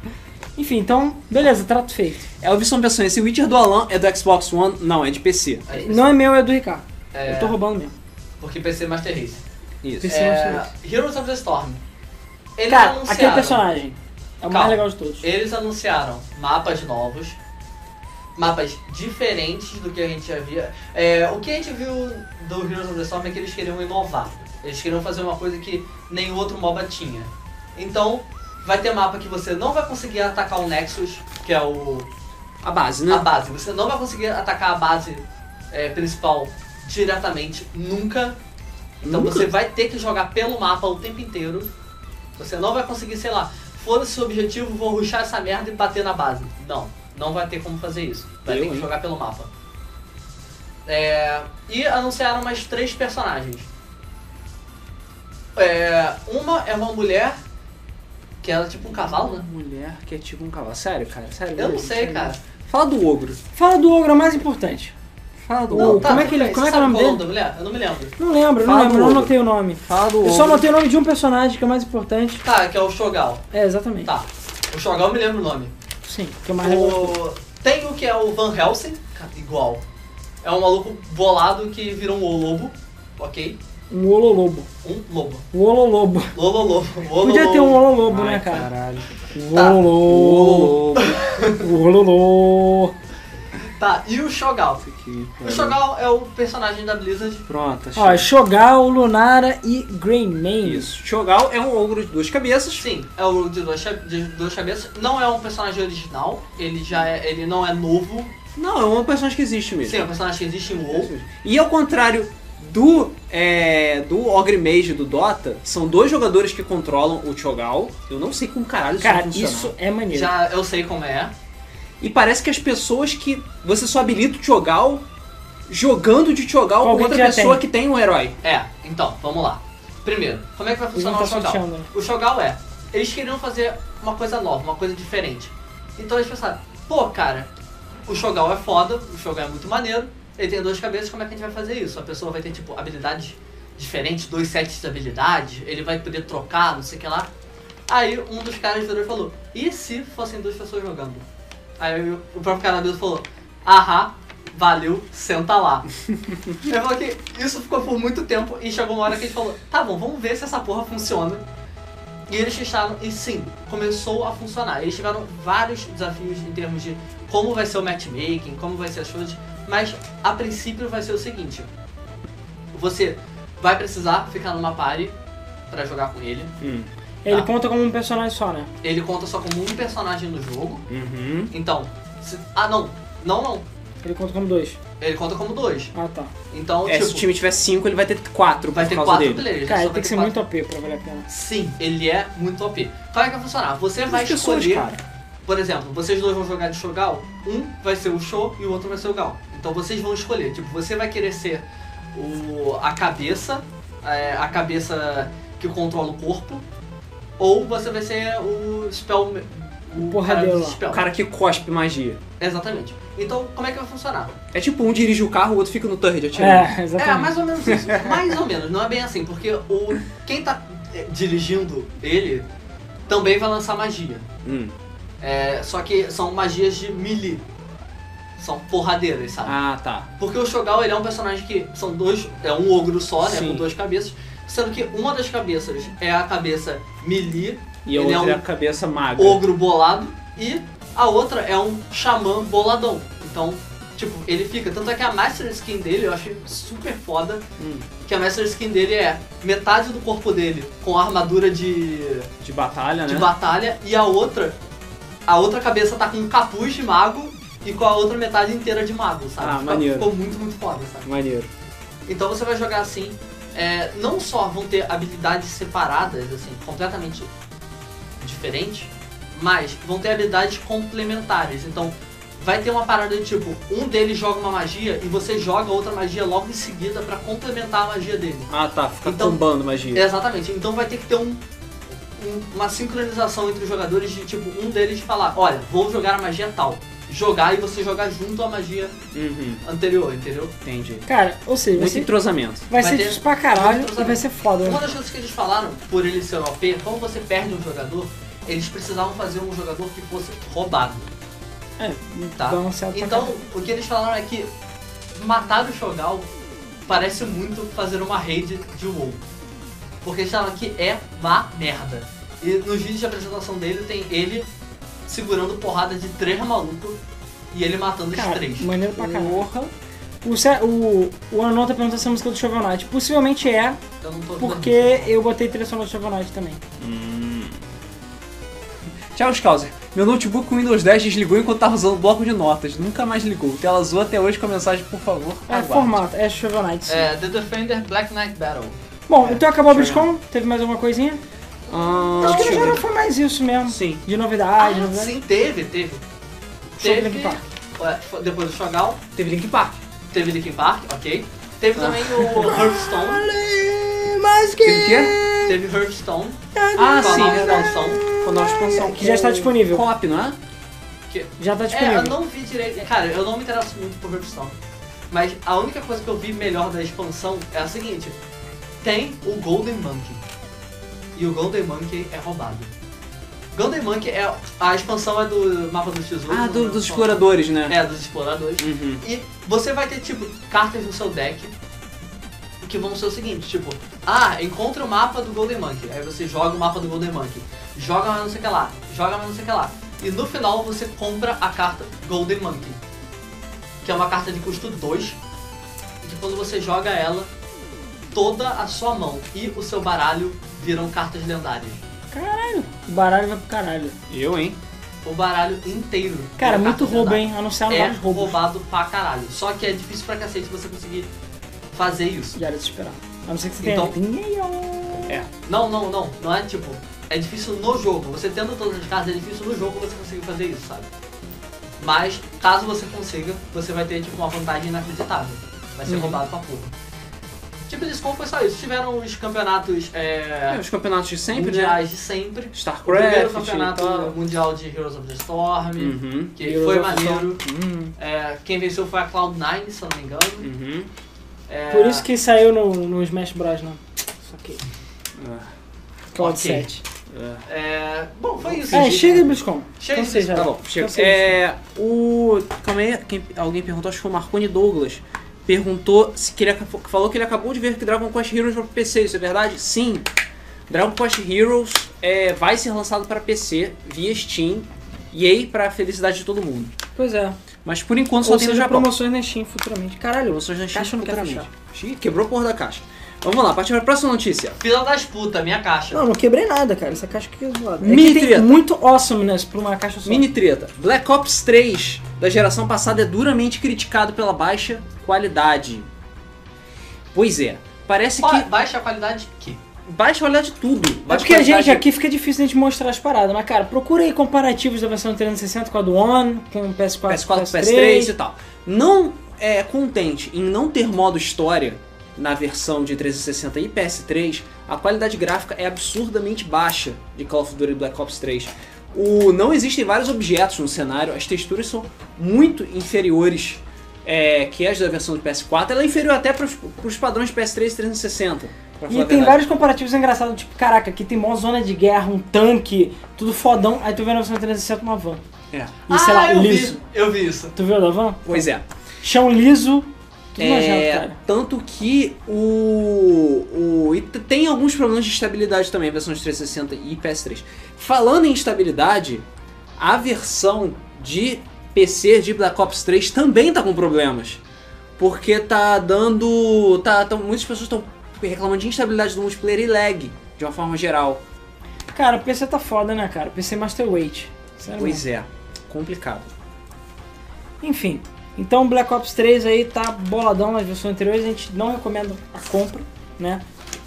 Enfim, então, beleza, trato feito. Elvison pensou, esse Witcher do Alan é do Xbox One? Não, é de PC. Aí, Não é meu, é do Ricardo. é, Eu tô roubando mesmo. Porque PC Master Race. Isso. PC É, Master Heroes of the Storm. Eles Cara, anunciaram. aquele personagem é o mais tá Calma. legal de todos. Eles anunciaram mapas novos, mapas diferentes do que a gente já via. É, o que a gente viu do Heroes of the Storm é que eles queriam inovar. Eles queriam fazer uma coisa que nenhum outro MOBA tinha. Então, vai ter mapa que você não vai conseguir atacar o Nexus, que é o A base, a né? base. Você não vai conseguir atacar a base é, principal diretamente, nunca. Então Nunca? você vai ter que jogar pelo mapa o tempo inteiro. Você não vai conseguir, sei lá, foda-se o objetivo, vou ruxar essa merda e bater na base. Não, não vai ter como fazer isso. Vai Eu, ter que hein? jogar pelo mapa. É, e anunciaram mais três personagens. É, uma é uma mulher, que ela é tipo um cavalo, né? Mulher que é tipo um cavalo. Sério, cara? Sério? Eu não mesmo, sei, sério. cara. Fala do ogro. Fala do ogro, é o mais importante. Fala do Não, ogro. tá. como é que ele- peraí, como é você que é o nome sabe qual dele? da mulher? Eu não me lembro. Não lembro, Fala não lembro, do não ogro. anotei o nome. Fala do Eu ogro. só anotei o nome de um personagem que é o mais importante. Tá, que é o Shogal. É, exatamente. Tá. O Shogal eu me lembro o nome. Sim, que é o mais legal. O... Tem o que é o Van Helsing, cara, igual. É um maluco bolado que virou um lobo. Ok? Um ololobo. Um lobo. O ololobo. Lolo lobo. Lolo, Podia ter um lobo. ololobo, Ai, né, cara? Caralho. O ololobo. Ogro. O ololobo. Tá, e o Shogal. Que O pariu. Shogal é o personagem da Blizzard. Pronto, achei. Ó, Shogal, Lunara e Greyman. Isso. Shogal é um ogro de duas cabeças. Sim, é o de duas, cha- de duas cabeças. Não é um personagem original. Ele já é. Ele não é novo. Não, é um personagem que existe mesmo. Sim, é um personagem que existe em WoW. E ao contrário do, é, do Ogre Mage do Dota são dois jogadores que controlam o Cho'Gal. Eu não sei como caralho isso Cara, vai funcionar. isso é maneiro. Já eu sei como é. E parece que as pessoas que você só habilita o Cho'Gal jogando de Cho'Gal Com com, alguém outra que já pessoa tem. que tem um herói. É, então, vamos lá. Primeiro, como é que vai Ele não funcionar tá o Shogal? sorteando. O Shogal é, eles queriam fazer uma coisa nova, uma coisa diferente. Então eles pensaram, pô, cara, o Shogal é foda, o Shogal é muito maneiro, ele tem duas cabeças, como é que a gente vai fazer isso? A pessoa vai ter, tipo, habilidades diferentes, dois sets de habilidades, ele vai poder trocar, não sei o que lá. Aí um dos caras virou e falou, e se fossem duas pessoas jogando? Aí o o próprio cara mesmo falou, ahá, valeu, senta lá. Eu falo que isso ficou por muito tempo e chegou uma hora que a gente falou, tá bom, vamos ver se essa porra funciona. E eles testaram e sim, começou a funcionar. Eles tiveram vários desafios em termos de como vai ser o matchmaking, como vai ser as coisas, mas a princípio vai ser o seguinte. Você vai precisar ficar numa party pra jogar com ele. Ele Tá. conta como um personagem só, né? Ele conta só como um personagem no jogo. Uhum. Então, se- ah não, não, não. Ele conta como dois. Ele conta como dois. Ah, tá. Então, É, se o tipo, time tiver cinco, ele vai ter quatro vai por ter causa quatro dele. players. Cara, só ele tem vai ter que ser quatro muito OP pra valer a pena. Sim, ele é muito OP. Como é que vai funcionar? Você vai As pessoas, escolher, cara. por exemplo, vocês dois vão jogar de Shogal, um vai ser o Show e o outro vai ser o Gal. Então vocês vão escolher, tipo, você vai querer ser o, a cabeça, é, a cabeça que controla o corpo, ou você vai ser o Spell... O porradeiro cara lá. dos spell. O cara que cospe magia. Exatamente. Então, como é que vai funcionar? É tipo, um dirige o carro, o outro fica no turret atirando. É, É, exatamente. mais ou menos isso. mais ou menos. Não é bem assim, porque o, quem tá eh, dirigindo ele também vai lançar magia. Hum. É, só que são magias de melee. São porradeiras, sabe? Ah, tá. Porque o Shogal ele é um personagem que são dois. É um ogro só, né? Sim. Com duas cabeças. Sendo que uma das cabeças é a cabeça melee, E a Ele é outra é um a cabeça maga. ogro bolado, e a outra é um xamã boladão. Então, tipo, ele fica. Tanto é que a Master Skin dele eu achei super foda. Hum. Que a Master Skin dele é metade do corpo dele com armadura de De batalha, né? de batalha e a outra, a outra cabeça tá com um capuz de mago e com a outra metade inteira de mago, sabe? Ah, Ficou- maneiro. Ficou muito, muito foda, sabe? Maneiro. Então você vai jogar assim, é, não só vão ter habilidades separadas, assim, completamente diferentes, mas vão ter habilidades complementares. Então vai ter uma parada de tipo, um deles joga uma magia e você joga outra magia logo em seguida pra complementar a magia dele. Ah, tá. Fica Então- tombando magia. Exatamente. Então vai ter que ter um, um- uma sincronização entre os jogadores de tipo um deles falar, olha, vou jogar a magia tal. Jogar e você jogar junto à magia Uhum. anterior, entendeu? Entendi. Cara, ou seja, vai Muito ser, entrosamento. vai Vai ser ter- difícil pra caralho muito e vai ser foda. Uma né? das coisas que eles falaram, por ele ser OP, quando você perde um jogador, eles precisavam fazer um jogador que fosse roubado. É, Tá. balanceado pra Então, o que eles falaram é que matar o Shogal parece muito fazer uma rede de WoW. Porque eles falaram que é vá merda. E nos vídeos de apresentação dele tem ele segurando porrada de três malucos e ele matando os Cara, três. maneiro pra caralho. O, Ce- o, o Anota perguntou se a música do Shovel Knight. Possivelmente é, Eu não tô porque eu botei trilha sonora do Shovel Knight também. Tchau, Scouser. Meu notebook com Windows 10 desligou enquanto tava usando o bloco de notas. Nunca mais ligou. Tela azul até hoje com a mensagem, por favor, É, aguarde. formato, é Shovel Knight. sim. É, The Defender Black Knight Battle. Bom, então acabou o Shovel BlizzCon, teve mais alguma coisinha? Ah, Acho que deixa eu já não ver. foi mais isso mesmo. Sim. De novidade, né? Ah, novidade. sim, teve, teve. Show do Teve. Linkin Park. Ué, foi- Depois do Shogal, Teve Link Park. Ah. teve Linkin Park, ok. Teve também o Hearthstone. Mas Teve o quê? Teve Hearthstone. Ah, com a sim, nova verdade. Tá expansão. Com a nova expansão. Que já está disponível. Cop, não é? Já tá É, eu disponível. não vi direito. Cara, eu não me interesso muito por Hearthstone. Mas a única coisa que eu vi melhor da expansão é a seguinte: tem o Golden Monkey. E o Golden Monkey é roubado. Golden Monkey é. A expansão é do mapa dos tesouros. Ah, não do- lembro dos qual. exploradores, né? É, dos exploradores. Uhum. E você vai ter, tipo, cartas no seu deck que vão ser o seguinte, tipo, ah, encontra o mapa do Golden Monkey. Aí você joga o mapa do Golden Monkey. Joga mais não sei o que lá, joga mais não sei o que lá. E no final você compra a carta Golden Monkey. Que é uma carta de custo 2. E que quando você joga ela, toda a sua mão e o seu baralho viram cartas lendárias. Caralho. O baralho vai pro caralho. Eu, hein? O baralho inteiro. Cara, vira muito cartas roubo, lendárias. hein? Anunciaram é vários roubos. roubado pra caralho. Só que é difícil pra cacete você conseguir fazer isso. Já era de se esperar. A não ser que você Então- tenha dinheiro. Não, não, não. Não é tipo. É difícil no jogo. Você tendo todas as cartas, é difícil no jogo você conseguir fazer isso, sabe? Mas, caso você consiga, você vai ter tipo uma vantagem inacreditável. Vai ser Uhum. roubado pra porra. Tipo, eles foi só isso. Tiveram os campeonatos É, é, os campeonatos de sempre, né? mundiais de sempre. O StarCraft. primeiro e campeonato tal. mundial de Heroes of the Storm, Uhum. que Heroes foi of the maneiro. Uhum. É, quem venceu foi a Cloud9, se eu não me engano. Uhum. É, Por isso que saiu no, no Smash Bros, né? não. Saquei. Cloud Ok. 7. É, é, bom, foi isso. É, gente. chega de BlizzCon. Chega Então de seja. Tá bom, chega. Então seja. É, o. Calma aí, quem- alguém perguntou, acho que foi o Marconi Douglas. Perguntou se que ele ac- falou que ele acabou de ver que Dragon Quest Heroes vai pro PC, isso é verdade? Sim. Dragon Quest Heroes é, vai ser lançado para PC via Steam. E aí, pra felicidade de todo mundo. Pois é. Mas por enquanto só Ou tem no seja, Japão. promoções na Steam futuramente. Caralho, Promoções na Steam Caixa não quer futuramente. Ih, Quebrou a porra da caixa. Vamos lá, partir para a próxima notícia. Fila das putas, minha caixa. Não, não quebrei nada, cara. Essa caixa aqui é zoada. É Mini que tem treta. muito awesomeness pra uma caixa só. Mini treta. Black Ops 3 da geração passada é duramente criticado pela baixa qualidade. Pois é, parece Qua- que Baixa qualidade que? baixa qualidade de tudo. É Baixa porque a gente qualidade- aqui fica difícil a gente mostrar as paradas, mas cara, procura aí comparativos da versão 360 com a do One, é um com o PS4, PS4, PS3 e tal. Não é contente em não ter modo história na versão de 360 e PS3, a qualidade gráfica é absurdamente baixa de Call of Duty Black Ops 3. O, não existem vários objetos no cenário, as texturas são muito inferiores é, que as da versão do PS4. Ela é inferior até para os padrões PS3 e 360. pra falar E a tem verdade. vários comparativos engraçados, tipo, caraca, aqui tem mó zona de guerra, um tanque, tudo fodão. Aí tu vê na versão 360 uma van. É, E sei lá, Ah, um eu liso. vi. Eu vi isso. Tu viu da van? pois é. Chão liso, tudo É, nojento, cara. tanto que o, o. E t- tem alguns problemas de estabilidade também, a versão de 360 e PS3. Falando em estabilidade, a versão de PC de Black Ops 3 também tá com problemas. Porque tá dando. Tá, tão- muitas pessoas estão reclamando de instabilidade do multiplayer e lag, de uma forma geral. Cara, o PC tá foda, né, cara? PC Master Weight. Sério mesmo. Pois é, complicado. Enfim, então Black Ops 3 aí tá boladão nas versões anteriores, a gente não recomenda a compra, né?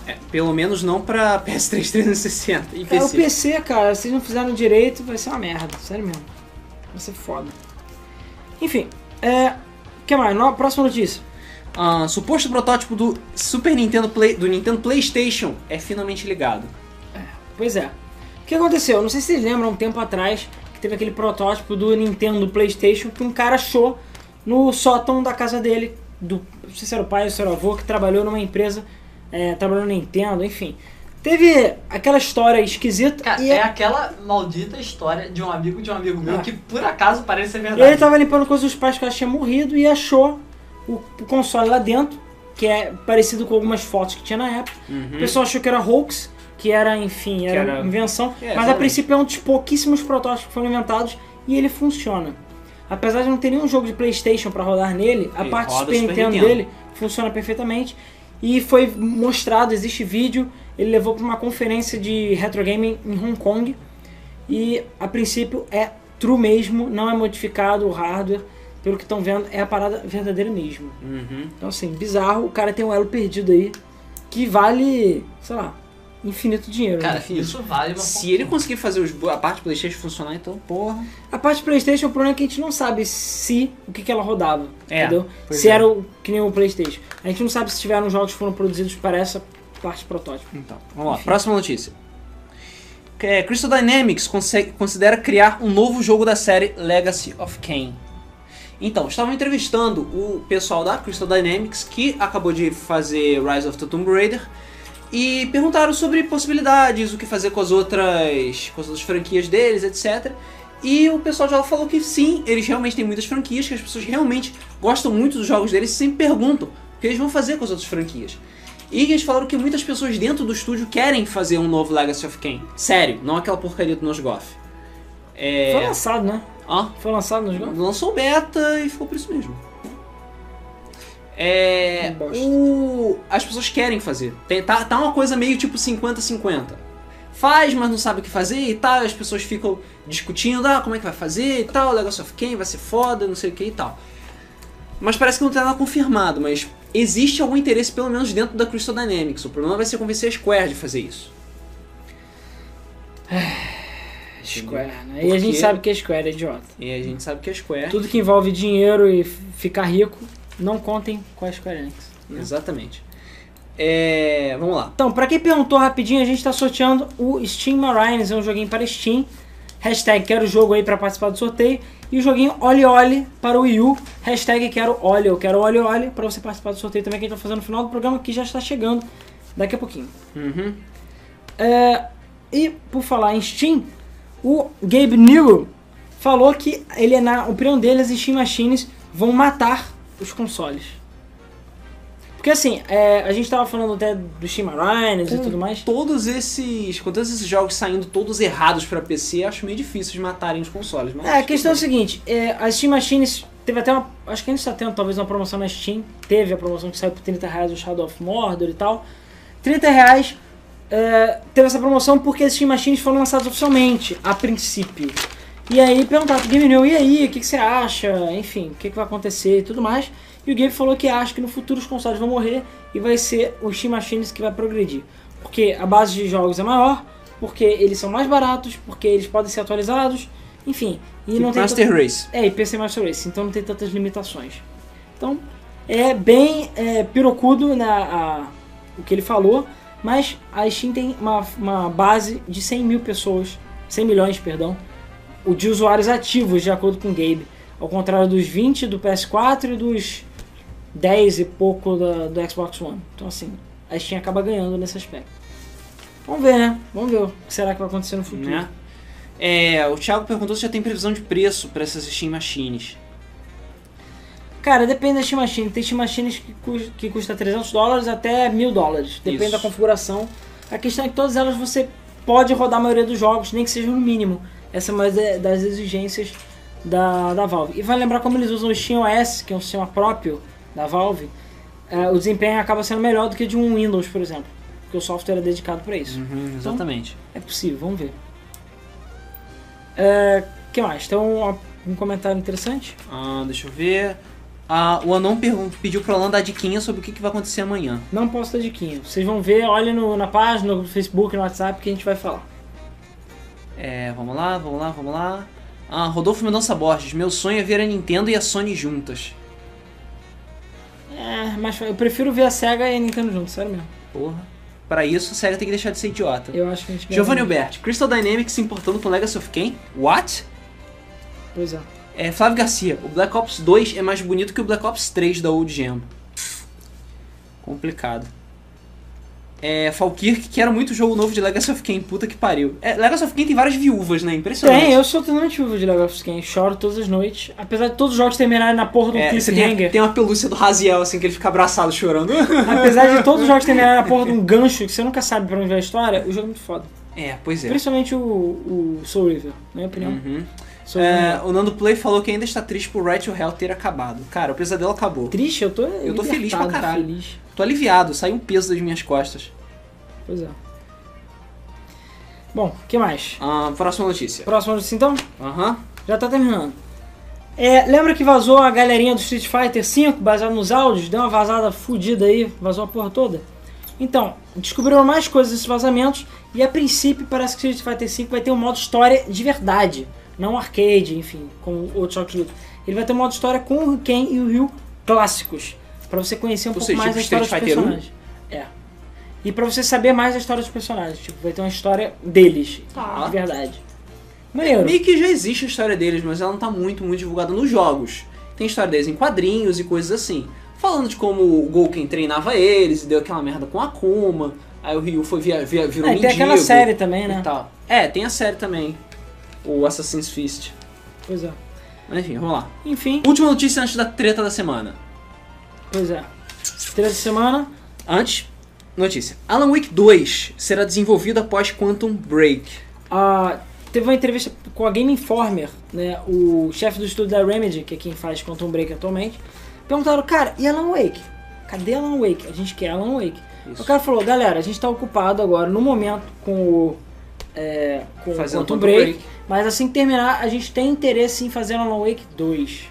É, pelo menos não pra PS3 360 e É o PC. PC, cara, se vocês não fizeram direito, vai ser uma merda, sério mesmo. Vai ser foda. Enfim, é. O que mais? No- Próxima notícia. Ah, suposto protótipo do Super Nintendo Play, do Nintendo PlayStation é finalmente ligado. Pois é. O que aconteceu? Não sei se vocês lembram, um tempo atrás, que teve aquele protótipo do Nintendo PlayStation que um cara achou no sótão da casa dele, do, não sei se era o pai ou se era o avô, que trabalhou numa empresa, é, trabalhou na Nintendo, enfim. Teve aquela história esquisita Cara, e é aquela maldita história de um amigo de um amigo meu Ah. que por acaso parece ser E ele tá- verdade. tava limpando coisas dos pais que ela tinha morrido e achou o, o console lá dentro, que é parecido com algumas fotos que tinha na época. O pessoal achou que era hoax, que era, enfim, era, Uhum. era- invenção. É, mas a exatamente. princípio é um dos pouquíssimos protótipos que foram inventados e ele funciona. Apesar de não ter nenhum jogo de Playstation pra rodar nele, a Ele parte roda Super o Super Nintendo, Nintendo. dele funciona perfeitamente. E foi mostrado, existe vídeo, ele levou pra uma conferência de retro gaming em Hong Kong. E a princípio é true mesmo, não é modificado o hardware. Pelo que estão vendo, é a parada verdadeira mesmo. Uhum. Então, assim, bizarro. O cara tem um elo perdido aí que vale, sei lá, infinito dinheiro. né? Cara, enfim. isso vale uma Se ele conseguir fazer os bo- a parte do PlayStation funcionar, então porra. A parte PlayStation, o problema é que a gente não sabe se o que, que ela rodava. É, entendeu? pois Se é. era o, que nem o PlayStation. A gente não sabe se tiveram jogos que foram produzidos para essa parte protótipo. Então, vamos lá. Próxima notícia. É, Crystal Dynamics consegue- considera criar um novo jogo da série Legacy of Kain. Então, estavam entrevistando o pessoal da Crystal Dynamics que acabou de fazer Rise of the Tomb Raider e perguntaram sobre possibilidades, o que fazer com as outras, com as outras franquias deles, etc. E o pessoal já falou que sim, eles realmente têm muitas franquias, que as pessoas realmente gostam muito dos jogos deles e sempre perguntam o que eles vão fazer com as outras franquias. E eles falaram que muitas pessoas dentro do estúdio querem fazer um novo Legacy of Kain. Sério, não aquela porcaria do Nosgoth. Foi É. lançado, né? Hã? Foi lançado nos jogos? Lançou o beta e ficou por isso mesmo. É. Bosta. O, as pessoas querem fazer. Tem- tá, tá uma coisa meio tipo 50-50. Faz, mas não sabe o que fazer e tal. As pessoas ficam discutindo, ah, como é que vai fazer e tal. Legacy of Kain vai ser foda, não sei o que e tal. Mas parece que não tem nada confirmado, mas existe algum interesse, pelo menos dentro da Crystal Dynamics. O problema vai ser convencer a Square de fazer isso. Square, né? E É, Por a gente quê? sabe que a Square é idiota. E a gente sabe que a Square. Tudo que envolve dinheiro e f- ficar rico, não contem com a Square Enix. Exatamente. É, vamos lá. Então, pra quem perguntou rapidinho, a gente tá sorteando o Steam Marines, é um joguinho para Steam. Hashtag quero jogo aí pra participar do sorteio. E o joguinho Oli Oli para o Wii U. Hashtag quero Oli, eu quero Oli Oli pra você participar do sorteio também que a gente vai fazer no final do programa que já está chegando daqui a pouquinho. Uhum. É, e por falar em Steam, o Gabe Newell falou que ele é na opinião dele as Steam Machines vão matar os consoles. Porque assim, é, a gente tava falando até do Steam Arenas e tudo mais. Todos esses, com todos esses jogos saindo todos errados pra PC, acho meio difícil de matarem os consoles. Mas É, a questão é a seguinte, é, as Steam Machines teve até uma. Acho que ainda está tendo talvez uma promoção na Steam. Teve a promoção que saiu por 30 reais o Shadow of Mordor e tal. 30 reais é, teve essa promoção porque as Steam Machines foram lançadas oficialmente, a princípio. E aí perguntaram pro Game New, e aí, o que, que você acha? Enfim, o que, que vai acontecer e tudo mais. E o Gabe falou que acha que no futuro os consoles vão morrer e vai ser o Steam Machines que vai progredir. Porque a base de jogos é maior, porque eles são mais baratos, porque eles podem ser atualizados, enfim. E E não tem Tipo Master Race. é, e PC Master Race, então não tem tantas limitações. Então, é bem é, pirocudo na, a- o que ele falou, mas a Steam tem uma, uma base de 100 mil pessoas, 100 milhões, perdão, o de usuários ativos, de acordo com o Gabe. Ao contrário dos 20 do PS4 e dos 10 e pouco da- do Xbox One. Então, assim, a Steam acaba ganhando nesse aspecto. Vamos ver, né? Vamos ver o que será que vai acontecer no futuro. Né? É, o Thiago perguntou se já tem previsão de preço pra essas Steam Machines. Cara, depende da Steam Machine. Tem Steam Machines que, cus- que custa 300 dólares até 1000 dólares. Depende Isso. da configuração. A questão é que todas elas você pode rodar a maioria dos jogos, nem que seja no mínimo. Essa é uma da- das exigências da, da Valve. E vai lembrar como eles usam o Steam OS, que é um sistema próprio da Valve. eh, o desempenho acaba sendo melhor do que de um Windows, por exemplo. Porque o software é dedicado para isso. exatamente. É possível, vamos ver. É, que mais? Tem um, um comentário interessante? Ah, deixa eu ver. Ah, o Anon pergun- pediu pra Alan dar diquinha sobre o que, que vai acontecer amanhã. Não posso dar diquinha. Vocês vão ver, olhem no- na página, no Facebook, no WhatsApp que a gente vai falar. É, vamos lá, vamos lá, vamos lá. Ah, Rodolfo Mendonça Borges. Meu sonho é ver a Nintendo e a Sony juntas. É, mas eu prefiro ver a SEGA e a Nintendo juntos, sério mesmo. Porra. Pra isso, a série tem que deixar de ser idiota. Eu acho que a gente ganha Giovanni muito. Albert. Crystal Dynamics se importando com Legacy of Kain? What? Pois é. É, Flávio Garcia. O Black Ops 2 é mais bonito que o Black Ops 3 da Old Gem. Complicado. É, Falkirk, que era muito jogo novo de Legacy of Kain. Puta que pariu. É, Legacy of Kain tem várias viúvas, né? Impressionante. Tem, eu sou totalmente vivo de League of Legends, choro todas as noites. Apesar de todos os jogos terminarem na porra do É, você tem, cliffhanger. tem uma pelúcia do Raziel, assim, que ele fica abraçado chorando. Apesar de todos os jogos terminarem na porra de um gancho que você nunca sabe pra onde vai a história, o jogo é muito foda. é, pois é. Principalmente o, o Soul River, na minha opinião. Uhum. Soul River. É, o Nando Play falou que ainda está triste por Right to Hell ter acabado. Cara, o pesadelo acabou. Triste, eu tô. Eu tô feliz pra libertado, caralho. feliz. Tô aliviado, saiu um peso das minhas costas. Pois é. Bom, o que mais? Ah, próxima notícia. Próxima notícia então? Aham. Já tá terminando. É, lembra que vazou a galerinha do Street Fighter V, baseado nos áudios? Deu uma vazada fodida aí, vazou a porra toda. Então, descobriram mais coisas desses vazamentos e a princípio parece que Street Fighter V vai ter um modo história de verdade, não arcade, enfim, como outros jogos de luta. Ele vai ter um modo história com o Ken e o Ryu clássicos, pra você conhecer um Ou pouco seja, mais tipo a história Street dos Fighter personagens. É. E pra você saber mais a história dos personagens, tipo, vai ter uma história deles, Tá. de verdade. Maneiro. Meio que já existe a história deles, mas ela não tá muito, muito divulgada nos jogos. Tem história deles em quadrinhos e coisas assim. Falando de como o Golken treinava eles e deu aquela merda com a Akuma. Aí o Ryu foi via, via, virou É, mendigo. tem aquela série também, e né? tal. É, tem a série também. O Assassin's Fist. Pois é. Mas enfim, vamos lá. Enfim, Última notícia antes da treta da semana. pois é. Três de semana. Antes, notícia. Alan Wake 2 será desenvolvido após Quantum Break. ah, teve uma entrevista com a Game Informer, né? O chefe do estúdio da Remedy, que é quem faz Quantum Break atualmente. Perguntaram, cara, e Alan Wake? Cadê Alan Wake? A gente quer Alan Wake. Isso. O cara falou, galera, a gente tá ocupado agora, no momento, com o... É, com o Fazendo Quantum Quantum Break, Break. Mas assim que terminar, a gente tem interesse em fazer Alan Wake 2.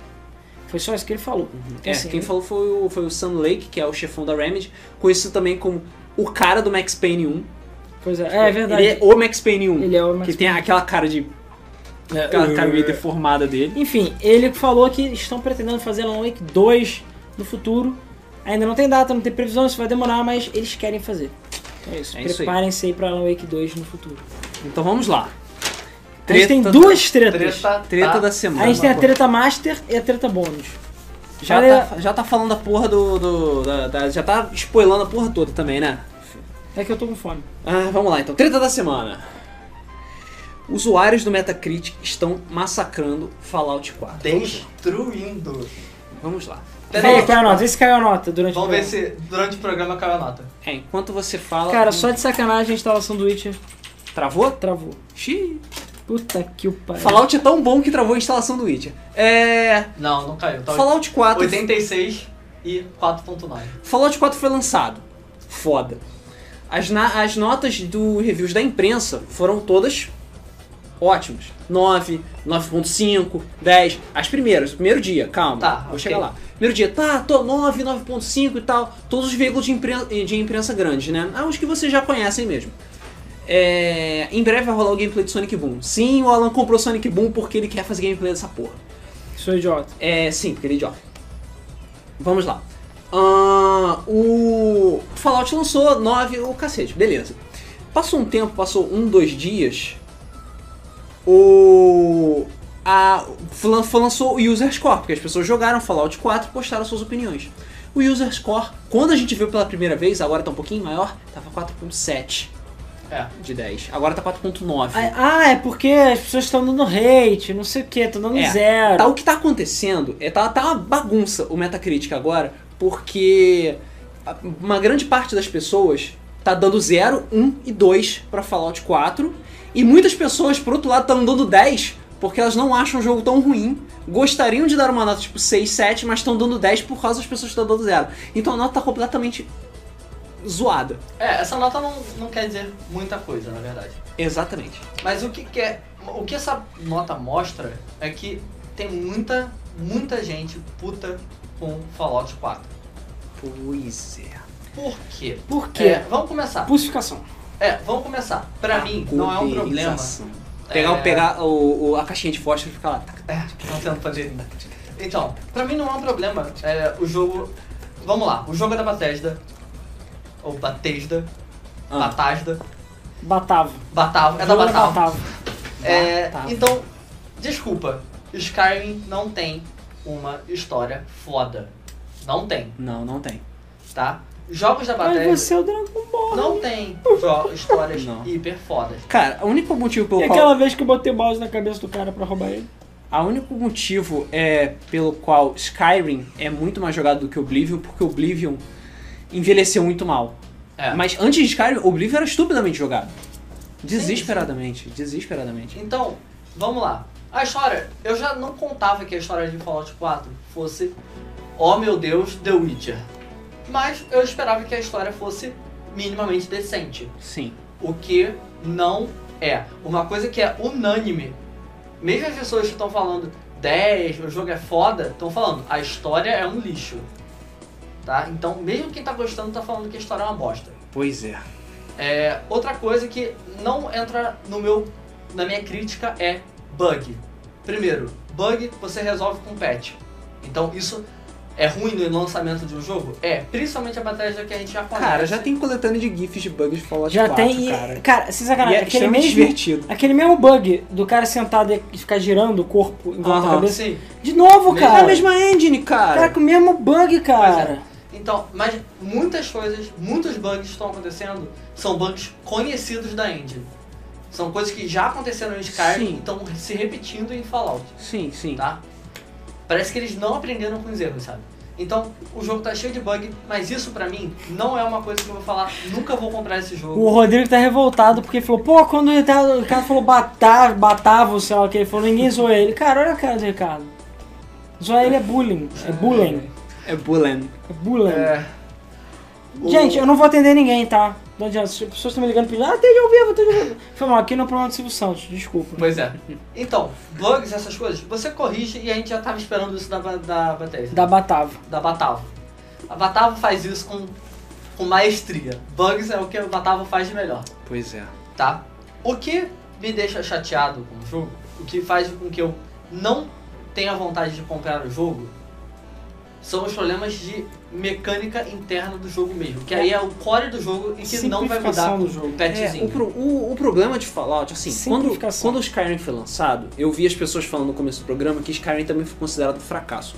Foi só isso que ele falou. É, Então, assim, quem falou foi o, foi o Sam Lake, que é o chefão da Remedy, conhecido também como o cara do Max Payne 1. Pois é, é verdade. Ele é o Max Payne 1. Ele é o Max Que tem aquela cara de. Aquela cara meio deformada dele. Enfim, ele falou que estão pretendendo fazer Alan Wake 2 no futuro. Ainda não tem data, não tem previsão, isso vai demorar, mas eles querem fazer. Então é isso. É isso aí. Preparem-se aí pra Alan Wake 2 no futuro. Então vamos lá. A gente tem Treta- duas tretas. Treta, Treta tá. da semana. A gente tem a treta master e a treta bônus. Já tá, já tá falando a porra do. do- da- da- já tá spoilando a porra toda também, né? É que eu tô com fome. Ah, vamos lá então. Treta da semana. Usuários do Metacritic estão massacrando Fallout 4. Destruindo. Vamos lá. Pera Fala aí. qual é a nota, vê se caiu a nota durante Vamos o ver programa. se durante o programa caiu a nota. É, enquanto você fala. hum, Cara, só de sacanagem a instalação do Witcher Travou? travou. Xiii. Puta que o pariu. Fallout é tão bom que travou a instalação do Witcher. É. Não, não caiu. Tá Fallout 4. 86 e 4.9. Fallout 4 foi lançado. Foda. As, na- as notas do reviews da imprensa foram todas ótimas. 9, 9.5, 10. As primeiras, o primeiro dia, calma. Tá, vou ok. chegar lá. Primeiro dia, tá, tô 9, 9.5 e tal. Todos os veículos de imprensa, de imprensa grandes, né? Ah, os que vocês já conhecem mesmo. É, em breve vai rolar o gameplay de Sonic Boom. Sim, o Alan comprou Sonic Boom porque ele quer fazer gameplay dessa porra. Sou idiota. É, sim, porque ele é idiota. Vamos lá. Ahn, o Fallout lançou 9, o cacete, beleza. Passou um tempo, passou um, dois dias. O. A, flan- flan- lançou o User Score, porque as pessoas jogaram Fallout 4 e postaram suas opiniões. O User Score, quando a gente viu pela primeira vez, agora tá um pouquinho maior, tava 4.7 É. de 10. Agora tá 4.9. Ah, ah, é porque as pessoas estão dando hate, não sei o que, estão dando É, zero. Tá, o que tá acontecendo é tá, tá uma bagunça o Metacritic agora, porque a- uma grande parte das pessoas tá dando 0, 1 e 2 pra Fallout 4, e muitas pessoas, por outro lado, estão dando 10 porque elas não acham o jogo tão ruim, gostariam de dar uma nota tipo 6, 7, mas estão dando 10 por causa das pessoas que estão dando 0. Então a nota tá completamente zoada. É, essa nota não, não quer dizer muita coisa, na verdade. Exatamente. Mas o que, que é, o que essa nota mostra é que tem muita, muita gente puta com Fallout 4. Pois é. Por quê? Por quê? É, vamos começar. Pulsificação. É, vamos começar. Pra mim, não é um problema. Pulverização. Pegar, o- É. pegar o, o- a caixinha de fósforo e ficar lá. tac, É, não tento fazer. Então, pra mim não é um problema. É, o jogo. Vamos lá, o jogo é da Bethesda. Ou Batesda. Ah. Batasda. Batava. Batava. É da Jogo da Batava. Batava. É, Batava. então, desculpa. Skyrim não tem uma história foda. Não tem, Não, não tem. tá? Jogos da Bethesda Mas você é o Dragon Ball. não tem jo- histórias Não. hiper fodas. Cara, o único motivo pelo E qual. aquela vez que eu botei o mouse na cabeça do cara pra roubar ele? A único motivo é pelo qual Skyrim é muito mais jogado do que Oblivion, porque Oblivion envelheceu muito mal. É. Mas antes de Skyrim, Oblivion era estupidamente jogado. Desesperadamente, desesperadamente. Então, vamos lá. A história, eu já não contava que a história de Fallout 4 fosse, oh meu Deus, The Witcher. Mas eu esperava que a história fosse minimamente decente, Sim. o que não é. Uma coisa que é unânime, mesmo as pessoas que estão falando 10, o jogo é foda, estão falando a história é um lixo. Tá? Então, mesmo quem tá gostando tá falando que a história é uma bosta. Pois é. É, outra coisa que não entra no meu, na minha crítica é bug. Primeiro, bug você resolve com patch. Então isso é ruim no lançamento de um jogo? É, principalmente a Bethesda que a gente já conhece. Cara, já tem coletânea de GIFs de bugs de Fallout Já 4, tem. e- cara. cara, sem E sacanagem, é aquele extremamente mesmo. divertido. Aquele mesmo bug do cara sentado e ficar girando o corpo em volta da Aham. cabeça. Sim. De novo, Mesmo- É a cara. mesma engine, Cara, cara. com o mesmo é. bug, cara. Então, mas muitas coisas, muitos bugs estão acontecendo, são bugs conhecidos da engine. São coisas que já aconteceram em Skyrim Sim. e estão se repetindo em Fallout. Sim, sim. tá? Parece que eles não aprenderam com os erros, sabe? Então, o jogo tá cheio de bug, mas isso pra mim não é uma coisa que eu vou falar, nunca vou comprar esse O jogo. Rodrigo tá revoltado porque falou, pô, quando o Ricardo- o Ricardo falou batava, batava o céu que ele falou, ninguém zoou ele. Cara, olha a cara do Ricardo. Zoar ele é bullying. É bullying. É Bullen. É bullying. É, o- Gente, eu não vou atender ninguém, tá? Não adianta, as pessoas estão me ligando pedindo, ah, tem de ouvir, tem de ouvir. Foi mal, aqui não é problema do Silvio Santos, desculpa. Pois é. Então, bugs, essas coisas, você corrige e a gente já tava esperando isso da, ba- da bateria. Da Batava. da Batavo. A Batavo faz isso com, com maestria. Bugs é o que a Batavo faz de melhor, Pois é. tá? O que me deixa chateado com o jogo, o que faz com que eu não tenha vontade de comprar o jogo, são os problemas de mecânica interna do jogo mesmo. Que aí é o core do jogo e que não vai mudar Simplificação do o jogo. É, patchzinho. o, pro- o- o problema de Fallout, assim, quando, Simplificação. quando o Skyrim foi lançado, eu vi as pessoas falando no começo do programa que Skyrim também foi considerado um fracasso.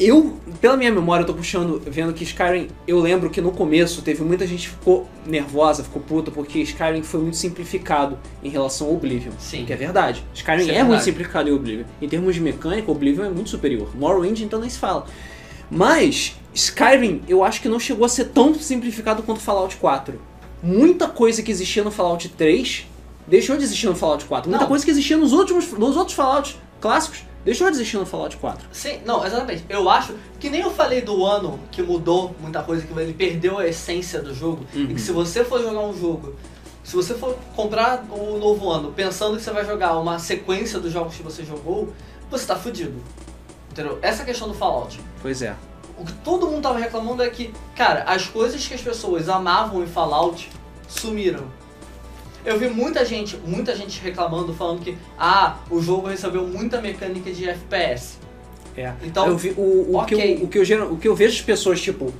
Eu, pela minha memória, eu tô puxando, vendo que Skyrim, eu lembro que no começo teve muita gente que ficou nervosa, ficou puta, porque Skyrim foi muito simplificado em relação ao Oblivion. Sim. Que é verdade. Skyrim Isso é é, muito verdade. simplificado em Oblivion. Em termos de mecânica, Oblivion é muito superior. Morrowind, então, nem se fala. Mas Skyrim, eu acho que não chegou a ser tão simplificado quanto Fallout 4. Muita coisa que existia no Fallout 3 deixou de existir no Fallout 4. Muita Não. coisa que existia nos últimos nos outros Fallouts clássicos deixou de existir no Fallout 4. Sim, não, exatamente. Eu acho que nem eu falei do ano que mudou muita coisa, que ele perdeu a essência do jogo. E Uhum. que se você for jogar um jogo, se você for comprar o novo ano pensando que você vai jogar uma sequência dos jogos que você jogou, você tá fudido. Entendeu? Essa é questão do Fallout. Pois é. O que todo mundo tava reclamando é que, cara, as coisas que as pessoas amavam em Fallout sumiram. Eu vi muita gente, muita gente reclamando, falando que, ah, o jogo recebeu muita mecânica de FPS. É. Então, eu vi, o, o, ok. que eu, o, que eu, gera- o que eu vejo as pessoas, tipo,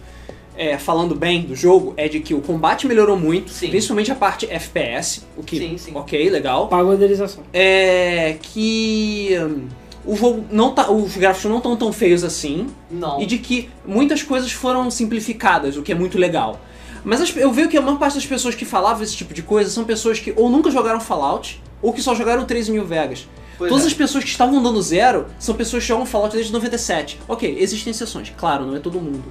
é, falando bem do jogo é de que o combate melhorou muito, Sim. principalmente a parte FPS, o que, Sim, sim. ok, legal. Pagou a modelização. É que hum, o jogo não tá, os gráficos não estão tão feios assim, Não. e de que muitas coisas foram simplificadas, o que é muito legal. Mas as- eu vejo que a maior parte das pessoas que falavam esse tipo de coisa são pessoas que ou nunca jogaram Fallout, ou que só jogaram 13 New Vegas. Pois Todas é. as pessoas que estavam dando zero são pessoas que jogam Fallout desde 97. Ok, existem exceções, claro, não é todo mundo.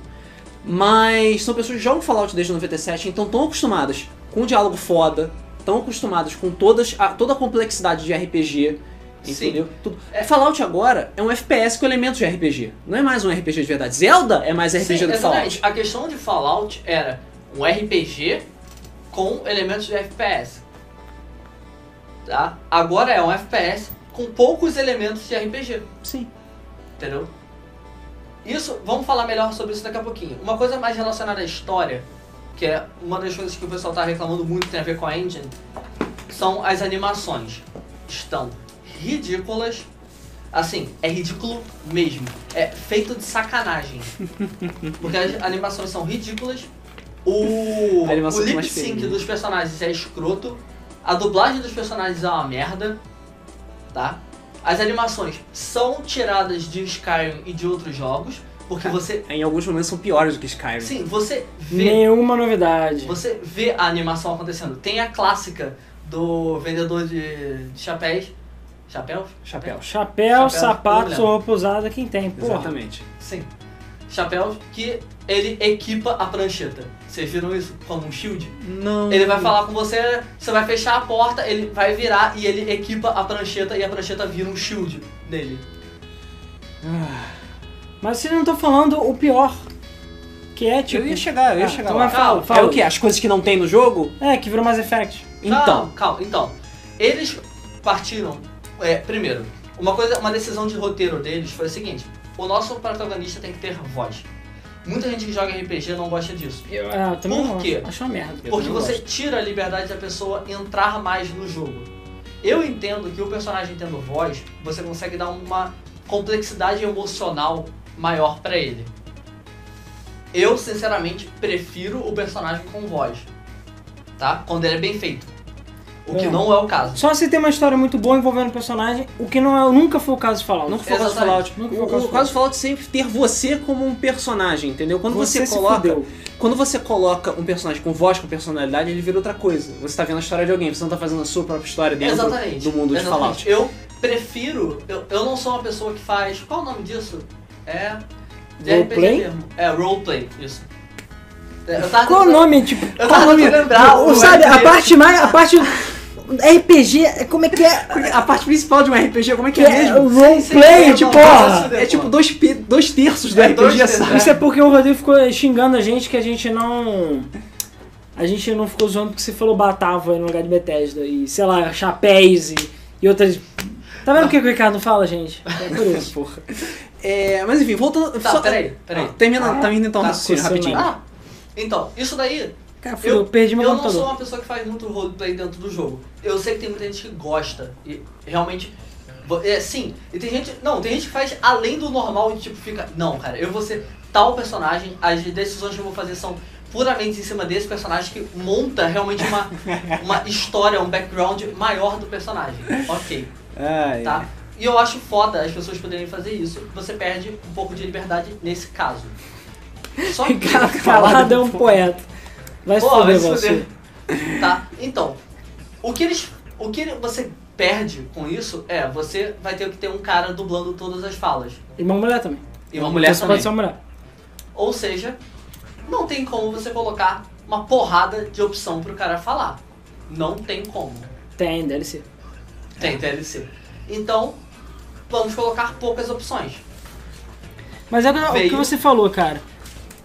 Mas são pessoas que jogam Fallout desde 97, então estão acostumadas com um diálogo foda, estão acostumadas com todas a- toda a complexidade de RPG. Sim. Entendeu? Tudo. É. Fallout agora é um FPS com elementos de RPG. Não é mais um RPG de verdade. Zelda é mais RPG do que exatamente. Fallout. A questão de Fallout era um RPG com elementos de FPS. Tá? Agora é um FPS com poucos elementos de RPG, Sim. entendeu? Isso, vamos falar melhor sobre isso daqui a pouquinho. Uma coisa mais relacionada à história, que é uma das coisas que o pessoal tá reclamando muito tem a ver com a engine, são as animações. Estão ridículas. Assim, é ridículo mesmo. É feito de sacanagem. Porque as animações são ridículas. O, A animação o que mais lip fez, sync né? dos personagens é escroto. A dublagem dos personagens é uma merda. Tá? As animações são tiradas de Skyrim e de outros jogos. Tá. Porque você. Em alguns momentos são piores do que Skyrim. Sim, você vê. Nenhuma novidade. Você vê a animação acontecendo. Tem a clássica do vendedor de de chapéus. Chapéus? Chapéu. Chapéu, Chapéu, sapatos problema. ou roupa usada, quem tem, porra. Exatamente. Sim. Chapéus que ele equipa a prancheta. Vocês viram isso como um shield? Não. Ele vai falar com você, você vai fechar a porta, ele vai virar e ele equipa a prancheta e a prancheta vira um shield nele. Mas vocês não estão falando o pior. Que é tipo. Eu ia chegar, eu ia Ah, chegar então lá. vai, fala, É É fala. o que? As coisas que não tem no jogo? É, que virou Mass Effect. Então. Calma, calma. Então, eles partiram. é, primeiro, uma coisa, uma decisão de roteiro deles foi a seguinte: o nosso protagonista tem que ter voz. Muita gente que joga RPG não gosta disso. É, Eu, ah, eu também Por não, quê? Acho uma merda. Eu Porque também você gosto. tira a liberdade da pessoa entrar mais no jogo. Eu entendo que o personagem tendo voz, você consegue dar uma complexidade emocional maior pra ele. Eu, sinceramente, prefiro o personagem com voz. Tá? Quando ele é bem feito. O que É. não é o caso. Só se tem uma história muito boa envolvendo o personagem, o que não é, nunca foi o caso de Fallout. Nunca foi o caso do Exatamente. Fallout. Nunca O, foi o caso do o caso do Fallout sempre ter você como um personagem, entendeu? Quando você, se coloca. fudeu. Quando você coloca um personagem com voz, com personalidade, ele vira outra coisa. Você tá vendo a história de alguém, você não tá fazendo a sua própria história dentro Exatamente. do mundo de Exatamente. Fallout. Eu prefiro. Eu, eu não sou uma pessoa que faz. Qual o nome disso? É. de Roleplay? RPG mesmo. É, roleplay, isso. É, Eu tava Qual o tentando- nome, tipo? Eu qual tava o nome? tentando lembrar O- o sabe, a RPG. parte mais. A parte. RPG, é- como é que é? A parte principal de um RPG, como é que Que é, é mesmo? o sim, roleplay, eu tipo, não posso porra. É tipo dois, pi- dois terços do É, RPG, dois terços, sabe? né? Isso é porque o Rodrigo ficou xingando a gente que a gente não. a gente não ficou zoando porque você falou Batava no lugar de Bethesda e, sei lá, chapéus e, e outras. Tá vendo o que o Ricardo não fala, gente? É por isso. Porra. É, mas enfim, voltando. Tá, peraí, peraí. Ah, termina, Ah, termina então o tá, raciocínio rapidinho. funciona. Ah, então, isso daí Cara, fui, eu, perdi meu eu não sou computador. uma pessoa que faz muito roleplay dentro do jogo. Eu sei que tem muita gente que gosta e realmente. vo- É, sim, e tem gente. Não, tem gente que faz além do normal e tipo fica. Não, cara, eu vou ser tal personagem, as decisões que eu vou fazer são puramente em cima desse personagem que monta realmente uma, uma história, um background maior do personagem. Ok Ai, tá? E eu acho foda as pessoas poderem fazer isso. Você perde um pouco de liberdade nesse caso. Só que. Ricardo Calado é um poeta. Vai se Pô, vai foder se é você. fuder. Tá? Então, o que eles. O que você perde com isso é, você vai ter que ter um cara dublando todas as falas. E uma mulher também. E uma mulher Então Você também. pode ser um- uma mulher. Ou seja, não tem como você colocar uma porrada de opção pro cara falar. Não tem como. Tem, DLC. Tem TLC. Então, vamos colocar poucas opções. Mas é o que Veio. você falou, cara.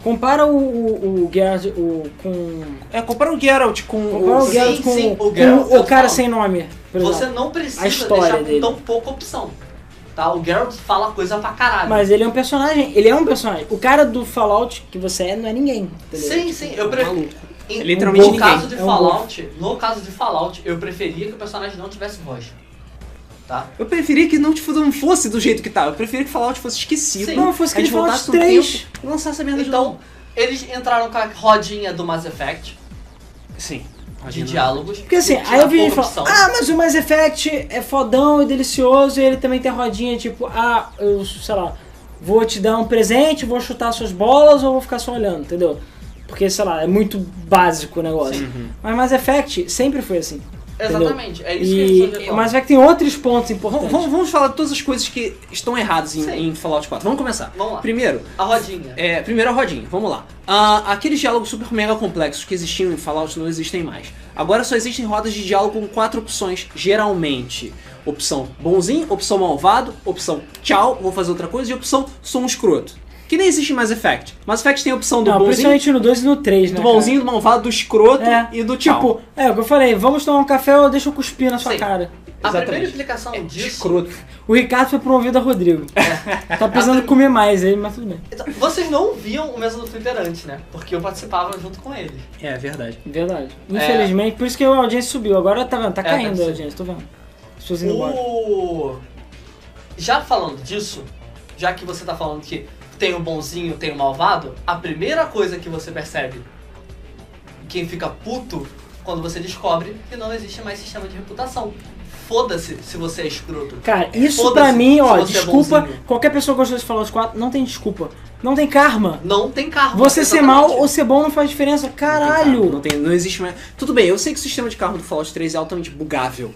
Compara o, o, o Geralt o, com. É, compara o Geralt com Compara o. o Geralt sim, com, sim, o com Geralt, o eu cara falo. sem nome. Por Você exemplo. não precisa A história deixar dele. tão pouca opção. Tá? O Geralt fala coisa pra caralho. Mas ele é um personagem. Ele é um personagem. O cara do Fallout que você é não é ninguém. Entendeu? sim, sim, eu Tá prefiro. Maluco. É literalmente no ninguém. caso de É um Fallout, no caso de Fallout, eu preferia que o personagem não tivesse voz. Tá? Eu preferia que não, tipo, não fosse do jeito que tá. Eu preferia que Fallout fosse esquecido. Sim. Não, fosse A gente aquele Fallout voltasse no 3. tempo e lançasse a merda de Então, novo. eles entraram com a rodinha do Mass Effect Sim. de diálogos. Porque assim, que aí eu vi tinha gente pouca falar, opção. ah, mas o Mass Effect é fodão e delicioso, e ele também tem a rodinha, tipo, ah, eu, sei lá, vou te dar um presente, vou chutar suas bolas ou vou ficar só olhando, entendeu? Porque, sei lá, é muito básico o negócio. Uhum. Mas Mass Effect sempre foi assim. entendeu? Exatamente, é isso que E eu estou o Mass Effect tem outros pontos Vamos, importantes. vamos- vamos falar de todas as coisas que estão erradas em, Sim. em Fallout 4. Vamos começar. Vamos lá. Primeiro, A rodinha. É, primeiro a rodinha, vamos lá. Ah, aqueles diálogos super mega complexos que existiam em Fallout não existem mais. Agora só existem rodas de diálogo com quatro opções, geralmente. Opção bonzinho, opção malvado, opção tchau, vou fazer outra coisa, e opção sou um escroto. Que nem existe em Mass Effect. Mass Effect tem a opção do Não, bonzinho, principalmente no 2 e no 3, né? do cara? bonzinho, do malvado, do escroto É, e do tchau. Tipo, é o que eu falei, vamos tomar um café ou deixa eu cuspir na sua Sim. cara. a exatamente. primeira É, implicação é disso escroto. O Ricardo foi promovido a Rodrigo. tá precisando comer mais aí, mas tudo bem. Então, vocês não viam o Mesa do Twitter antes, né? Porque eu participava junto com eles. É, verdade. Verdade. Infelizmente, por isso que a audiência subiu. Agora tá vendo, tá É, caindo tá a audiência, tô vendo. As pessoas indo embora. O... Já falando disso, já que você tá falando que tem o bonzinho, tem o malvado, a primeira coisa que você percebe, quem fica puto quando você descobre que não existe mais sistema de reputação. Foda-se se você é escroto. Cara, isso Foda-se pra mim, se ó, você é desculpa. bonzinho. qualquer pessoa que gostou de falar os quatro, não tem desculpa. Não tem karma. Não tem carro. é Você ser mal ou ser bom não faz diferença. Não, Caralho! tem, não existe mais. Tudo bem, eu sei que o sistema de carro do Fallout 3 é altamente bugável.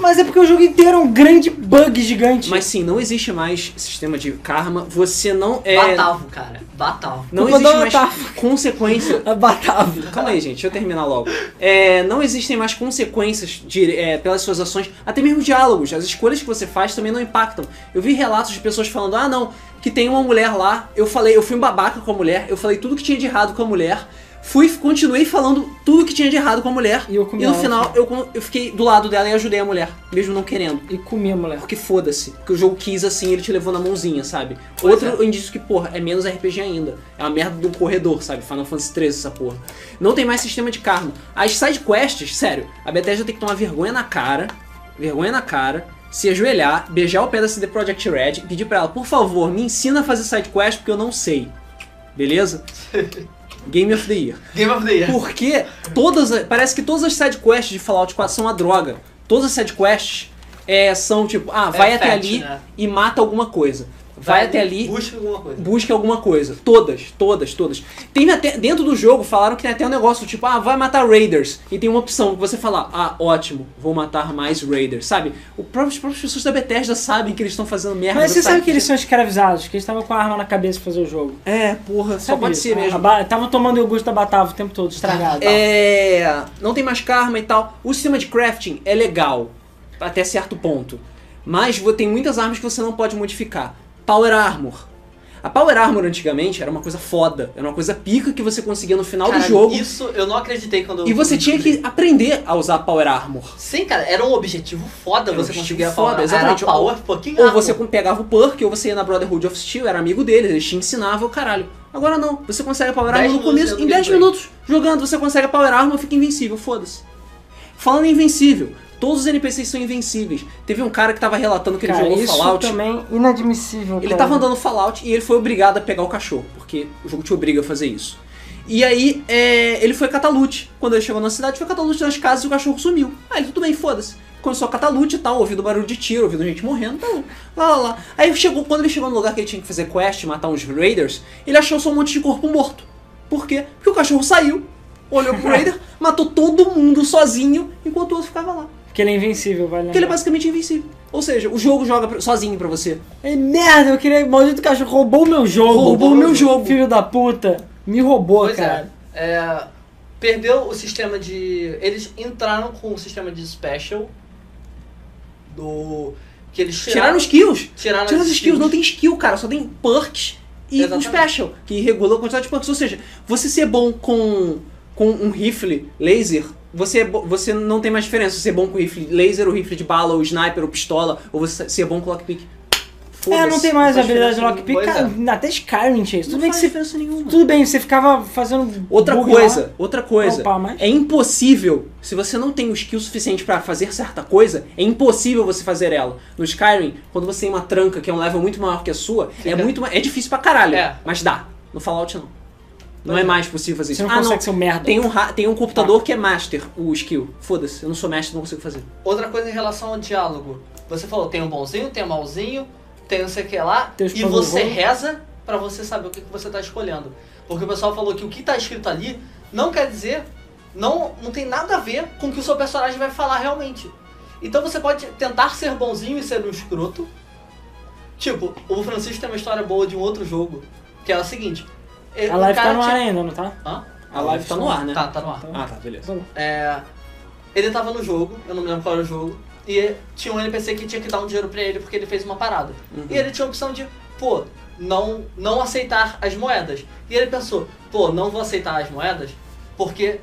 Mas é porque o jogo inteiro é um grande bug gigante. Mas sim, não existe mais sistema de karma. Você não é. Batavo, cara. Batavo. Não Culpa existe do mais Otávio. consequência. É batável. Calma aí, gente, deixa eu terminar logo. É, não existem mais consequências de- é, pelas suas ações, até mesmo diálogos. As escolhas que você faz também não impactam. Eu vi relatos de pessoas falando: ah, não, que tem uma mulher lá, eu falei, eu fui um babaca com a mulher, eu falei tudo que tinha de errado com a mulher, fui, continuei falando tudo que tinha de errado com a mulher, E eu comi no ela. assim." final eu, con- eu fiquei do lado dela e ajudei a mulher, mesmo não querendo. E comer, mulher. Porque "Ah, foda-se, porque o jogo quis assim, ele te levou na mãozinha, sabe? Pois Outro indício que, porra, é menos RPG ainda. É uma merda do corredor, sabe? Final Fantasy XIII, essa porra. Não tem mais sistema de karma. As side quests, sério, a Bethesda tem que tomar vergonha na cara, vergonha na cara, se ajoelhar, beijar o pé da CD Projekt Red e pedir pra ela, por favor, me ensina a fazer side quest porque eu não sei. Beleza? Game of the Year. Game of the Year. Porque todas, a- parece que todas as sidequests de Fallout 4 são uma droga. Todas as sidequests é, são tipo, ah, vai até fat, ali né? e mata alguma coisa. Vai, até ali, Busca alguma coisa. busca alguma coisa. Todas, todas, todas. Tem até, dentro do jogo falaram que tem até um negócio tipo, ah, vai matar Raiders. E tem uma opção que você fala, ah, ótimo, vou matar mais Raiders, sabe? O próprio, as próprias pessoas da Bethesda sabem que eles estão fazendo merda. Mas você sabe que eles são escravizados, que eles estavam com a arma na cabeça pra fazer o jogo. É, porra, só Sabe pode disso? ser A- mesmo. a ba- Estavam tomando iogurte da Batava o tempo todo, Tá. estragado. É, não tem mais karma e tal. O sistema de crafting é legal, até certo ponto. Mas vo- tem muitas armas que você não pode modificar. Power Armor. A Power Armor antigamente era uma coisa foda, era uma coisa pica que você conseguia no final Caralho, do jogo. Isso eu não acreditei quando E você tinha que aprender a usar a Power Armor. Sim, cara, era um objetivo foda Era um você conseguir objetivo foda, falar, exatamente. Era power fucking Ou armor. você pegava o perk, ou você ia na Brotherhood of Steel, era amigo deles, eles te ensinavam, caralho. Agora não, você consegue a Power 10 Armor no minutos começo, dentro em do 10 gameplay. minutos, jogando, você consegue a Power Armor e fica invencível, foda-se. Falando em invencível, todos os NPCs são invencíveis. Teve um cara que tava relatando que ele Cara, jogou isso tá Fallout. também é inadmissível. Ele tá cara. tava andando Fallout e ele foi obrigado a pegar o cachorro, porque o jogo te obriga a fazer isso. E aí, é, ele foi catalute. Quando ele chegou na cidade, foi catalute nas casas e o cachorro sumiu. Aí ele, tudo bem, foda-se. Começou a catalute e tal, ouvindo barulho de tiro, ouvindo gente morrendo, tá bom. lá, lá, lá. Aí chegou, quando ele chegou no lugar que ele tinha que fazer quest, matar uns raiders, ele achou só um monte de corpo morto. Por quê? Porque o cachorro saiu, olhou pro raider, matou todo mundo sozinho, enquanto o outro ficava lá. Porque ele é invencível, vale Porque ele é lembrar. basicamente invencível. Ou seja, o jogo joga pra- sozinho pra você. Ei, É merda, eu queria. Maldito cachorro, roubou o meu jogo. Roubou o meu jogo. Filho da puta. Me roubou, Pois cara. é. É, Perdeu o sistema de. Eles entraram com o sistema de special. Do. Que eles Tiraram tiraram. os kills. Tiraram, Tira as skills, não tem skill, cara, só tem perks e um tipo Exatamente. special, que regula a quantidade de perks. Ou seja, você ser bom com, com um rifle laser, você, é bo- você não tem mais diferença. Você é bom com rifle laser, ou rifle de bala, ou sniper, ou pistola, ou você ser bom com lockpick. É, não tem mais não faz habilidade de diferença lockpick. nenhuma. Cara, até Skyrim tinha isso. é. Não Tudo bem que faz você. diferença nenhuma. Tudo bem, você ficava fazendo. Outra bug coisa, lá. outra coisa. Opa, mas- É impossível, se você não tem o skill suficiente pra fazer certa coisa, é impossível você fazer ela. No Skyrim, quando você tem uma tranca que é um level muito maior que a sua, é Fica- muito ma- é difícil pra caralho, É. mas dá. No Fallout não. Não Pois é é. mais possível fazer isso. Você não Ah, não. consegue ser um merda. Tem um, ra- tem um computador que é master, o skill. Foda-se, eu não sou master, não consigo fazer. Outra coisa em relação ao diálogo. Você falou, tem um bonzinho, tem um malzinho, tem não sei o que lá. Tem os E pano você bom. reza pra você saber o que, que você tá escolhendo. Porque o pessoal falou que o que tá escrito ali não quer dizer. Não, não tem nada a ver com o que o seu personagem vai falar realmente. Então você pode tentar ser bonzinho e ser um escroto. Tipo, o Francisco tem uma história boa de um outro jogo. Que é a seguinte. ele- A o live tá cara no ar tinha- ainda, não tá? Hã? A live tá no ar, né? Tá, tá no ar. Ah, tá, beleza. É, ele tava no jogo, eu não me lembro qual era o jogo, e tinha um NPC que tinha que dar um dinheiro pra ele porque ele fez uma parada. E ele tinha a opção de, pô, não, não aceitar as moedas. E ele pensou, pô, não vou aceitar as moedas porque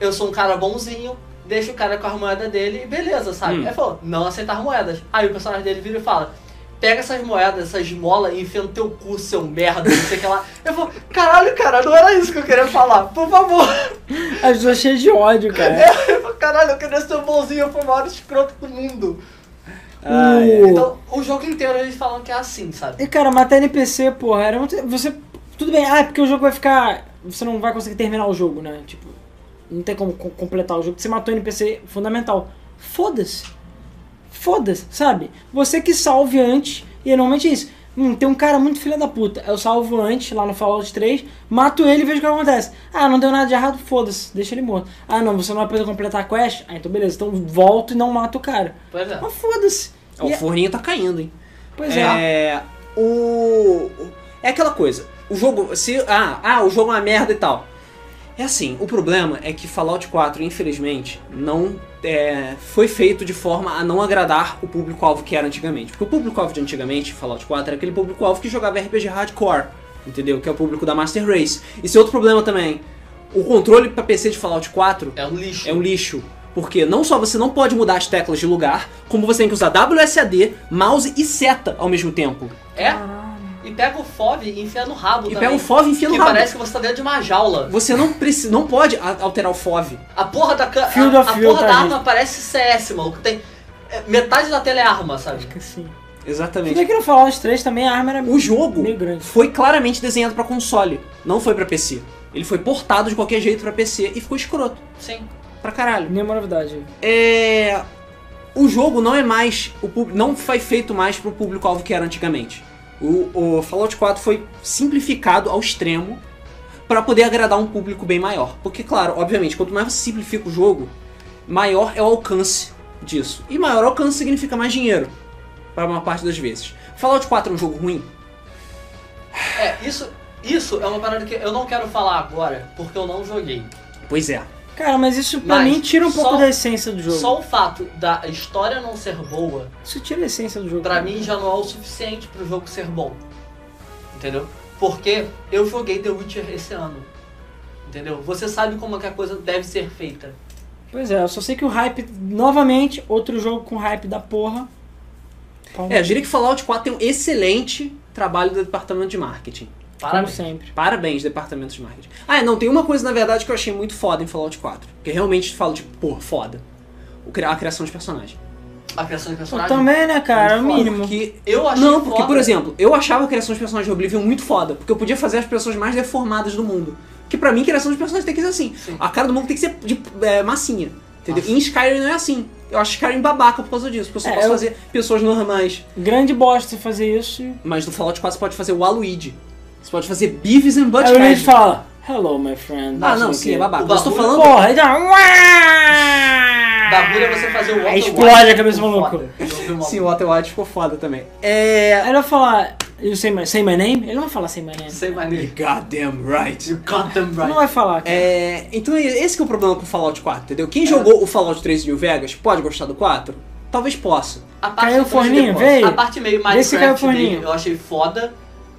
eu sou um cara bonzinho, deixa o cara com as moedas dele e beleza, sabe? Hum. Ele falou, não aceitar moedas. Aí o personagem dele vira e fala. Pega essas moedas, essas molas e enfia no teu cu, seu merda, não sei o que lá. Eu falo, caralho, cara, não era isso que eu queria falar, por favor. As duas cheias de ódio, cara. Eu falo, Caralho, eu queria ser o bonzinho, eu fui o maior escroto do mundo. Ai, O- Então, o jogo inteiro eles falam que é assim, sabe? E cara, matar NPC, porra, era muito. Você. Tudo bem, ah, é porque o jogo vai ficar. Você não vai conseguir terminar o jogo, né? Tipo, não tem como co- completar o jogo. Você matou NPC fundamental. Foda-se. Foda-se, sabe? Você que salve antes, e normalmente é isso. Hum, tem um cara muito filha da puta. Eu salvo antes, lá no Fallout 3, mato ele e vejo o que acontece. Ah, não deu nada de errado, foda-se, deixa ele morto. Ah, não, você não vai poder completar a quest? Ah, então beleza, então volto e não mato o cara. Pois é. Mas foda-se. Ó, E o é- forninho tá caindo, hein? Pois é. É. O. É aquela coisa. O jogo. Se, ah, ah, o jogo é uma merda e tal. É assim, o problema é que Fallout 4, infelizmente, não é, foi feito de forma a não agradar o público-alvo que era antigamente. Porque o público-alvo de antigamente, Fallout 4, era aquele público-alvo que jogava RPG hardcore, entendeu? Que é o público da Master Race. Esse é outro problema também. O controle pra PC de Fallout 4 É um lixo. é um lixo. Porque não só você não pode mudar as teclas de lugar, como você tem que usar WSAD, mouse e seta ao mesmo tempo. É? E pega o FOV e enfia no rabo um- E também. pega o FOV e enfia no que rabo. parece que você tá dentro de uma jaula. Você não, preci... não pode a- alterar o FOV. A porra da can... Field a, of a view, porra tá, da gente? arma parece CS, maluco. Tem... é, Metade da tela é arma, sabe? Assim. Tudo é Exatamente. bem que no Fallout 3 também a arma era O jogo meio grande. foi claramente desenhado pra console, não foi pra PC. Ele foi portado de qualquer jeito pra PC e ficou escroto Sim. pra caralho. Nenhuma novidade. é, o jogo não é mais o pub- não foi feito mais pro público alvo que era antigamente. O, o Fallout 4 foi simplificado ao extremo para poder agradar um público bem maior. Porque claro, obviamente, quanto mais você simplifica o jogo, maior é o alcance disso. E maior alcance significa mais dinheiro para uma parte das vezes. Fallout 4 é um jogo ruim? É, isso, isso é uma parada que eu não quero falar agora, porque eu não joguei. Pois é. Cara, mas isso pra Mas mim tira um pouco só- da essência do jogo. Só o fato da história não ser boa, Isso tira a essência do jogo. pra mim já não é o suficiente pro jogo ser bom. Entendeu? Porque eu joguei The Witcher esse ano. Entendeu? Você sabe como é que a coisa deve ser feita. Pois é, eu só sei que o hype, novamente, outro jogo com hype da porra. Como, É, eu diria que Fallout 4 tem um excelente trabalho do departamento de marketing. como Parabéns. sempre. Parabéns, departamento de marketing. Ah, é, não, tem uma coisa, na verdade, que eu achei muito foda em Fallout 4. Que eu realmente falo, tipo, pô, foda. O cri- A criação de personagem. A criação de Pô, personagem. também, né, cara? É o Foda, mínimo. Porque Eu achei Não, porque, foda. por exemplo, eu achava a criação de personagens de Oblivion muito foda, porque eu podia fazer as pessoas mais deformadas do mundo. Que pra mim, criação de personagens tem que ser assim. Sim. A cara do mundo tem que ser de é, massinha. Entendeu? Massa. E em Skyrim não é assim. Eu acho Skyrim babaca por causa disso, porque eu só É, posso eu- fazer pessoas normais. Grande bosta você fazer isso. e- Mas no Fallout 4 você pode fazer o Aluigi. Você pode fazer Beavis É, and Aí o Luigi Butthead. fala, hello, my friend. Ah, sei não, o sim, quê. é babaca. O Mas eu tô bagulho- falando. Porra, aí dá... Bagulho Bagulho é você fazer o Aí Walter explode White. a cabeça do Foda. maluco. Eu vi uma- Sim, o Walter White ficou foda também. É. Aí ele vai falar, you say my, say my name? Ele não vai falar say my name. Sem maneira. Goddamn right. You got them Não right. vai falar, cara. É, então é esse que é o problema com o Fallout 4, entendeu? Quem jogou o Fallout 3 de New Vegas pode gostar do 4? Talvez possa. A parte Caiu o do forninho, Depois. veio? A parte meio Vê se caiu o Minecraft forninho. dele eu achei foda.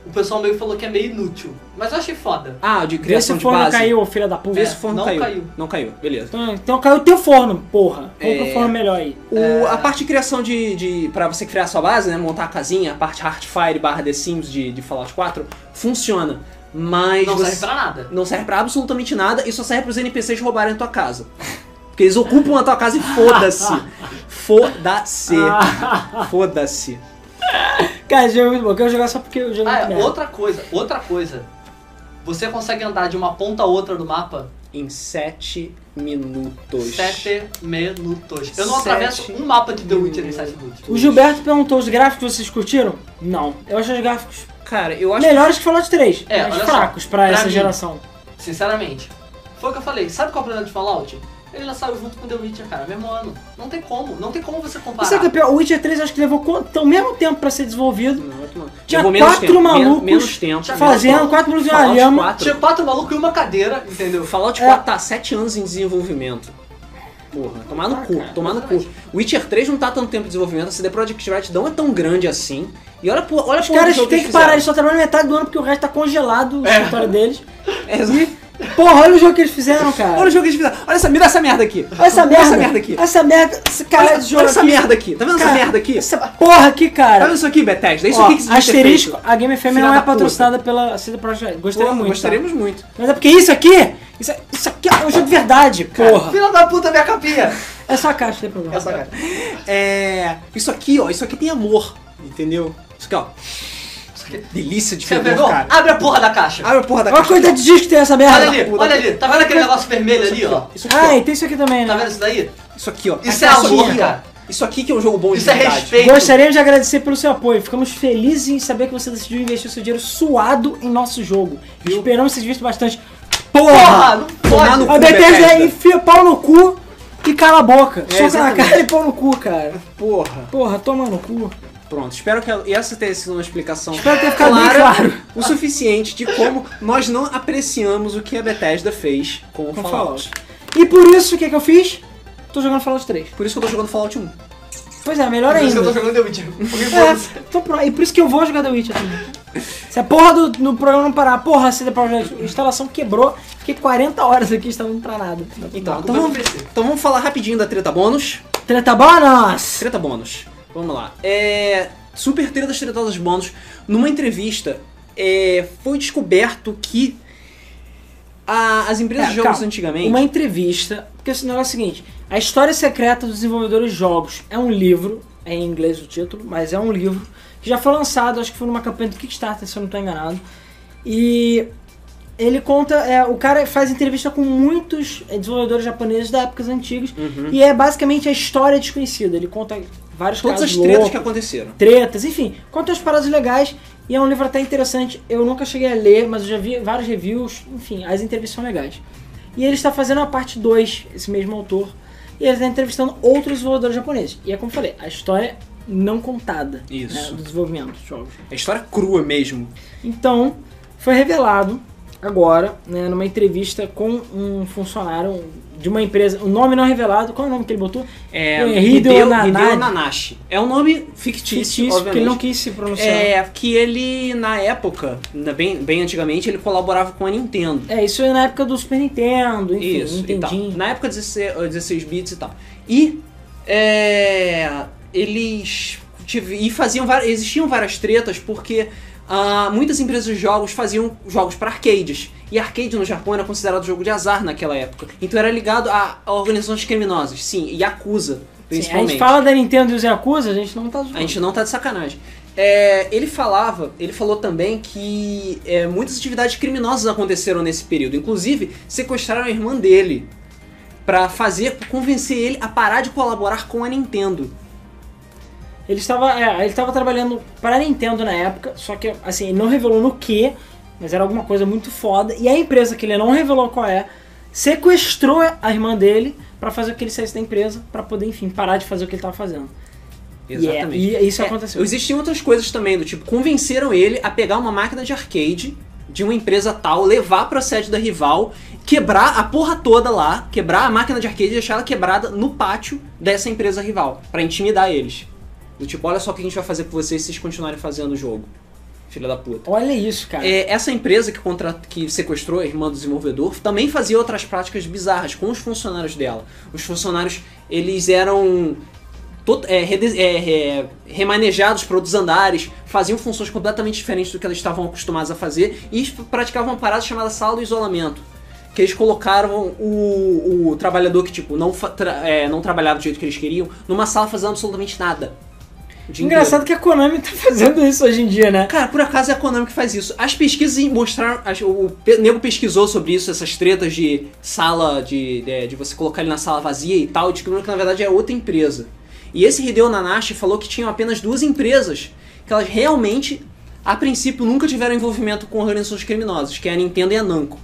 O pessoal meio falou que é meio inútil. Mas eu achei foda. Ah, de Vê se criação o de forno base. caiu, filha da puta. Vê se o forno Não caiu. caiu. Não caiu, beleza. Então, então caiu o teu forno, porra. Compra É. um forno melhor aí. Então, O- é- A parte de criação de, de. pra você criar a sua base, né? Montar a casinha, a parte Hardfire barra The Sims de, de Fallout 4, funciona. Mas. Não você- serve pra nada. não serve pra absolutamente nada e só serve pros NPCs roubarem a tua casa. Porque eles ocupam a tua casa e foda-se. Foda-se. Ah. Foda-se. Cara, esse jogo é muito bom. Eu quero jogar só porque eu jogo Ah, muito é, merda. outra coisa, outra coisa. Você consegue andar de uma ponta a outra do mapa Em 7 minutos. sete minutos. Eu não Sete atravesso um mapa de The Witcher em minutos. sete minutos. O Gilberto perguntou, os gráficos vocês curtiram? Não. Eu acho os gráficos Cara, eu acho melhores que Fallout 3. É, mas olha só, fracos pra, pra essa mim. geração. Sinceramente. Foi o que eu falei. Sabe qual é o problema de Fallout? Ele lançaram junto com The Witcher, cara, mesmo ano. Não tem como, não tem como você E sabe o que é comparar. pior? O Witcher 3 acho que levou quanto? Então, o mesmo tempo pra ser que. desenvolvido. Não, outro mano. Tinha Levou menos quatro tempo, men- malucos Menos tempo. Já Fazendo 4 minutos de uma Fallout lhama. 4. Tinha quatro malucos e uma cadeira, entendeu? Entendeu? Fallout É. 4 tá há 7 anos em desenvolvimento. Porra, tomar no Ah, cu, cara, tomar no cu. exatamente. Witcher 3 não tá há tanto tempo de desenvolvimento, a CD Projekt Red não é tão grande assim. E olha pro olha Os pro caras jogo têm eles que parar, eles fizeram. só trabalham metade do ano porque o resto tá congelado, o escritório deles. É, Porra, olha o jogo que eles fizeram, cara. Olha o jogo que eles fizeram. Olha essa, mira essa merda aqui. Olha essa merda. Olha essa merda aqui. Essa merda. Esse cara olha de jogo olha essa aqui. merda aqui. Tá vendo Cara, essa merda aqui? Essa porra aqui, Tá cara. vendo isso aqui, Bethesda? É isso Ó, aqui que você asterisco, a Game FM Filha não da é puta. patrocinada pela CD Projekt. Gostaria Porra, muito. tá? gostaríamos muito. Mas é porque isso aqui, isso, isso aqui é um jogo de verdade, porra. Filha da puta, minha capinha! É só a caixa, não tem problema. Essa cara. É. Isso aqui, ó. Isso aqui tem amor. Entendeu? Isso aqui, ó. é Isso aqui- Delícia de Você fedor, pegou? cara. Abre a porra da caixa! Abre a porra da Olha a caixa. quantidade de disco que tem essa merda. Olha ali, olha ali, tá vendo aquele negócio vermelho ali, ó? Isso aqui, ó. Ah, e tem isso aqui também, Tá né? vendo isso daí? Isso aqui, ó. Isso é Isso aqui, amor, ó. cara. Isso aqui que é um jogo bom de Isso é verdade. respeito. Gostaríamos de agradecer pelo seu apoio. Ficamos felizes em saber que você decidiu investir seu dinheiro suado em nosso jogo. Esperamos que você divirta bastante. Porra, Tomar Porra! não no pode! cu. A Bethesda Bethesda. enfia pau no cu e cala a boca. Soca na exatamente. cara e pau no cu, cara. Porra. Porra, toma no cu. Pronto, espero que a- essa tenha sido uma explicação Espero ter ficado bem claro. o suficiente de como nós não apreciamos o que a Bethesda fez com o Com Fallout. Fallout. E por isso, o que, que eu fiz? Tô jogando Fallout 3. Por isso que eu tô jogando Fallout 1. Pois é, melhor Por isso que ainda. eu tô jogando The Witcher. Porque, foda-se. É, tô pro... E por isso que eu vou jogar The Witcher também. Se a porra do, do programa não parar, porra, CD Projekt, a instalação quebrou, fiquei 40 horas aqui instalando pra nada. Então, então, Marco vai vamos, crescer. então vamos falar rapidinho da treta bônus. Treta bônus! Treta bônus. Vamos lá. É, super tretas tretosas bônus. Numa entrevista, é, foi descoberto que a- as empresas É, de jogos calma. antigamente... Uma entrevista, porque esse negócio é o seguinte, a história secreta dos desenvolvedores de jogos é um livro, é em inglês o título, mas é um livro, que já foi lançado, acho que foi numa campanha do Kickstarter, se eu não tô enganado, e ele conta, é, o cara faz entrevista com muitos é, desenvolvedores japoneses da épocas antigas, Uhum. E é basicamente a história desconhecida. Ele conta vários Todas casos as tretas loucos, que aconteceram. tretas, enfim, conta as paradas legais. E é um livro até interessante. Eu nunca cheguei a ler, mas eu já vi vários reviews. Enfim, as entrevistas são legais. E ele está fazendo a parte 2, esse mesmo autor. E ele está entrevistando outros desenvolvedores japoneses. E é como eu falei, a história não contada Isso. né, do desenvolvimento dos jogos. É história crua mesmo. Então, foi revelado agora, né, numa entrevista com um funcionário de uma empresa, o nome não é revelado, qual é o nome que ele botou? É, É, Hideo Hideo, Nanai. Hideo Nanashi. É um nome fictício, Fictício, porque obviamente. ele não quis se pronunciar. É, É, que ele, na época, na- bem, bem antigamente, ele colaborava com a Nintendo. isso é na época do Super Nintendo, enfim, Isso, e tal. Nintendinho. Na época 16, eh, 16 bits e tal. E é, eles tive, e faziam var- existiam várias tretas porque ah, muitas empresas de jogos faziam jogos para arcades. E arcade no Japão era considerado jogo de azar naquela época. Então era ligado a, a organizações criminosas, sim, e acusa, Sim, a principalmente. gente fala da Nintendo e os Yakuza, a gente não tá zoando. A gente não tá de sacanagem. É, ele falava, ele falou também que é, muitas atividades criminosas aconteceram nesse período. Inclusive, sequestraram a irmã dele pra fazer, convencer ele a parar de colaborar com a Nintendo. Ele estava, é, ele estava trabalhando para a Nintendo na época, só que assim, ele não revelou no que, mas era alguma coisa muito foda. E a empresa que ele não revelou qual é, sequestrou a irmã dele para fazer com que ele saísse da empresa, para poder, enfim, parar de fazer o que ele estava fazendo. Exatamente. E, é- e isso É, aconteceu. Existiam outras coisas também, do tipo, convenceram ele a pegar uma máquina de arcade de uma empresa tal, levar pra sede da rival, quebrar a porra toda lá, quebrar a máquina de arcade e deixar ela quebrada no pátio dessa empresa rival, pra intimidar eles. Do tipo, olha só o que a gente vai fazer com vocês se vocês continuarem fazendo o jogo. Filha da puta. Olha isso, cara. É, essa empresa que, contra... que sequestrou a irmã do desenvolvedor também fazia outras práticas bizarras com os funcionários dela. Os funcionários, eles eram to- é, rede- é, é, remanejados para outros andares, faziam funções completamente diferentes do que elas estavam acostumadas a fazer e eles praticavam uma parada chamada sala do isolamento. Que eles colocaram o, o trabalhador que, tipo, não, fa- tra- é, não trabalhava do jeito que eles queriam, numa sala fazendo absolutamente nada. O dia inteiro. Engraçado que a Konami tá fazendo isso hoje em dia, né? Cara, por acaso é a Konami que faz isso. As pesquisas mostraram. as- o pe- nego pesquisou sobre isso, essas tretas de sala, de, de, de você colocar ele na sala vazia e tal, e descobriu que na verdade é outra empresa. E esse Hideo Nanashi falou que tinham apenas duas empresas que elas realmente, a princípio, nunca tiveram envolvimento com organizações criminosas, que é a Nintendo e a Namco.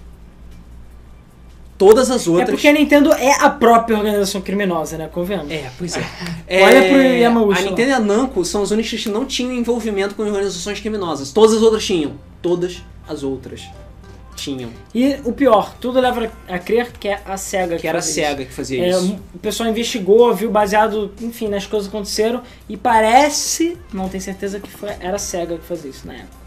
Todas as É outras. porque a Nintendo é a própria organização criminosa, né? Convenhamos. É, pois é. Olha pro Yamauchi A lá. Nintendo e a Namco são as únicas que não tinham envolvimento com organizações criminosas. Todas as outras tinham. Todas as outras tinham. E o pior, tudo leva a crer que é a SEGA Que era a fazia isso. SEGA que fazia É, isso. um- o pessoal investigou, viu, baseado, enfim, nas coisas que aconteceram, e parece, não tenho certeza que foi, era a SEGA que fazia isso na época.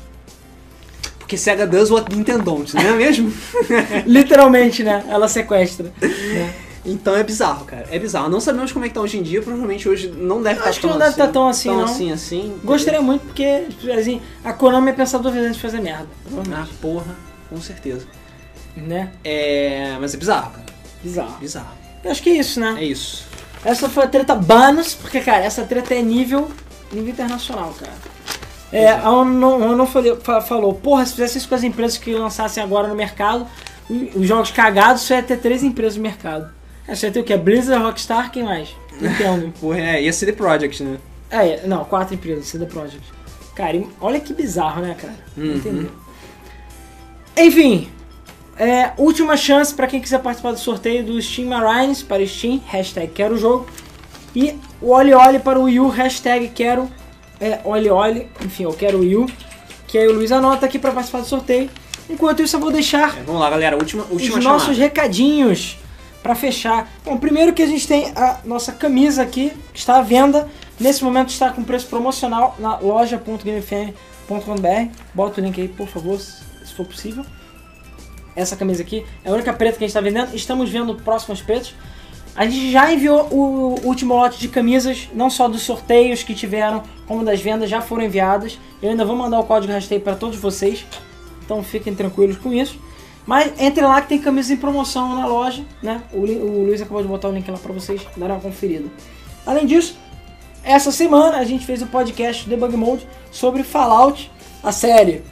Porque SEGA does what Nintendo don't, não é mesmo? Literalmente, né? Ela sequestra. né? então é bizarro, cara. É bizarro. Não sabemos como é que tá hoje em dia. Provavelmente hoje não deve Eu estar acho que não deve tá tão assim, tão não. assim, assim. Gostaria muito, porque assim, a Konami é pensar duas vezes antes de fazer merda. Ah, porra. Com certeza. Né? É... Mas é bizarro, cara. Bizarro. Bizarro. Eu acho que é isso, né? É isso. Essa foi a treta Banos, porque, cara, essa treta é nível, nível internacional, cara. É, a ONU, a ONU falou, fa- falou, porra, se fizesse isso com as empresas que lançassem agora no mercado, o- os jogos cagados, só ia ter três empresas no mercado. É, só ia ter o quê? Blizzard, Rockstar, quem mais? Nintendo. Porra, é. E a CD Projekt, né? é, não, quatro empresas, CD Projekt. Cara, e olha que bizarro, né, cara? Uhum. Entendeu? Enfim, é, última chance para quem quiser participar do sorteio do Steam Marines para Steam, hashtag quero o jogo. E o Oli Oli para o Wii U, hashtag quero é, Oli Oli, enfim, eu quero o Wii U. Que aí o Luiz anota aqui para participar do sorteio. Enquanto isso, eu vou deixar É, vamos lá, galera. Última, os última chamada. nossos recadinhos para fechar. Bom, primeiro que a gente tem a nossa camisa aqui, que está à venda. Nesse momento está com preço promocional na loja.gamefm.com.br. Bota o link aí, por favor, se se for possível. Essa camisa aqui é a única preta que a gente está vendendo. Estamos vendo próximos pretos. A gente já enviou o último lote de camisas, não só dos sorteios que tiveram, como das vendas, já foram enviadas. Eu ainda vou mandar o código rasteio para todos vocês, então fiquem tranquilos com isso. Mas entre lá que tem camisas em promoção na loja, né? O, Lu- o Luiz acabou de botar o link lá para vocês darem uma conferida. Além disso, essa semana a gente fez o podcast Debug Mode sobre Fallout, a série.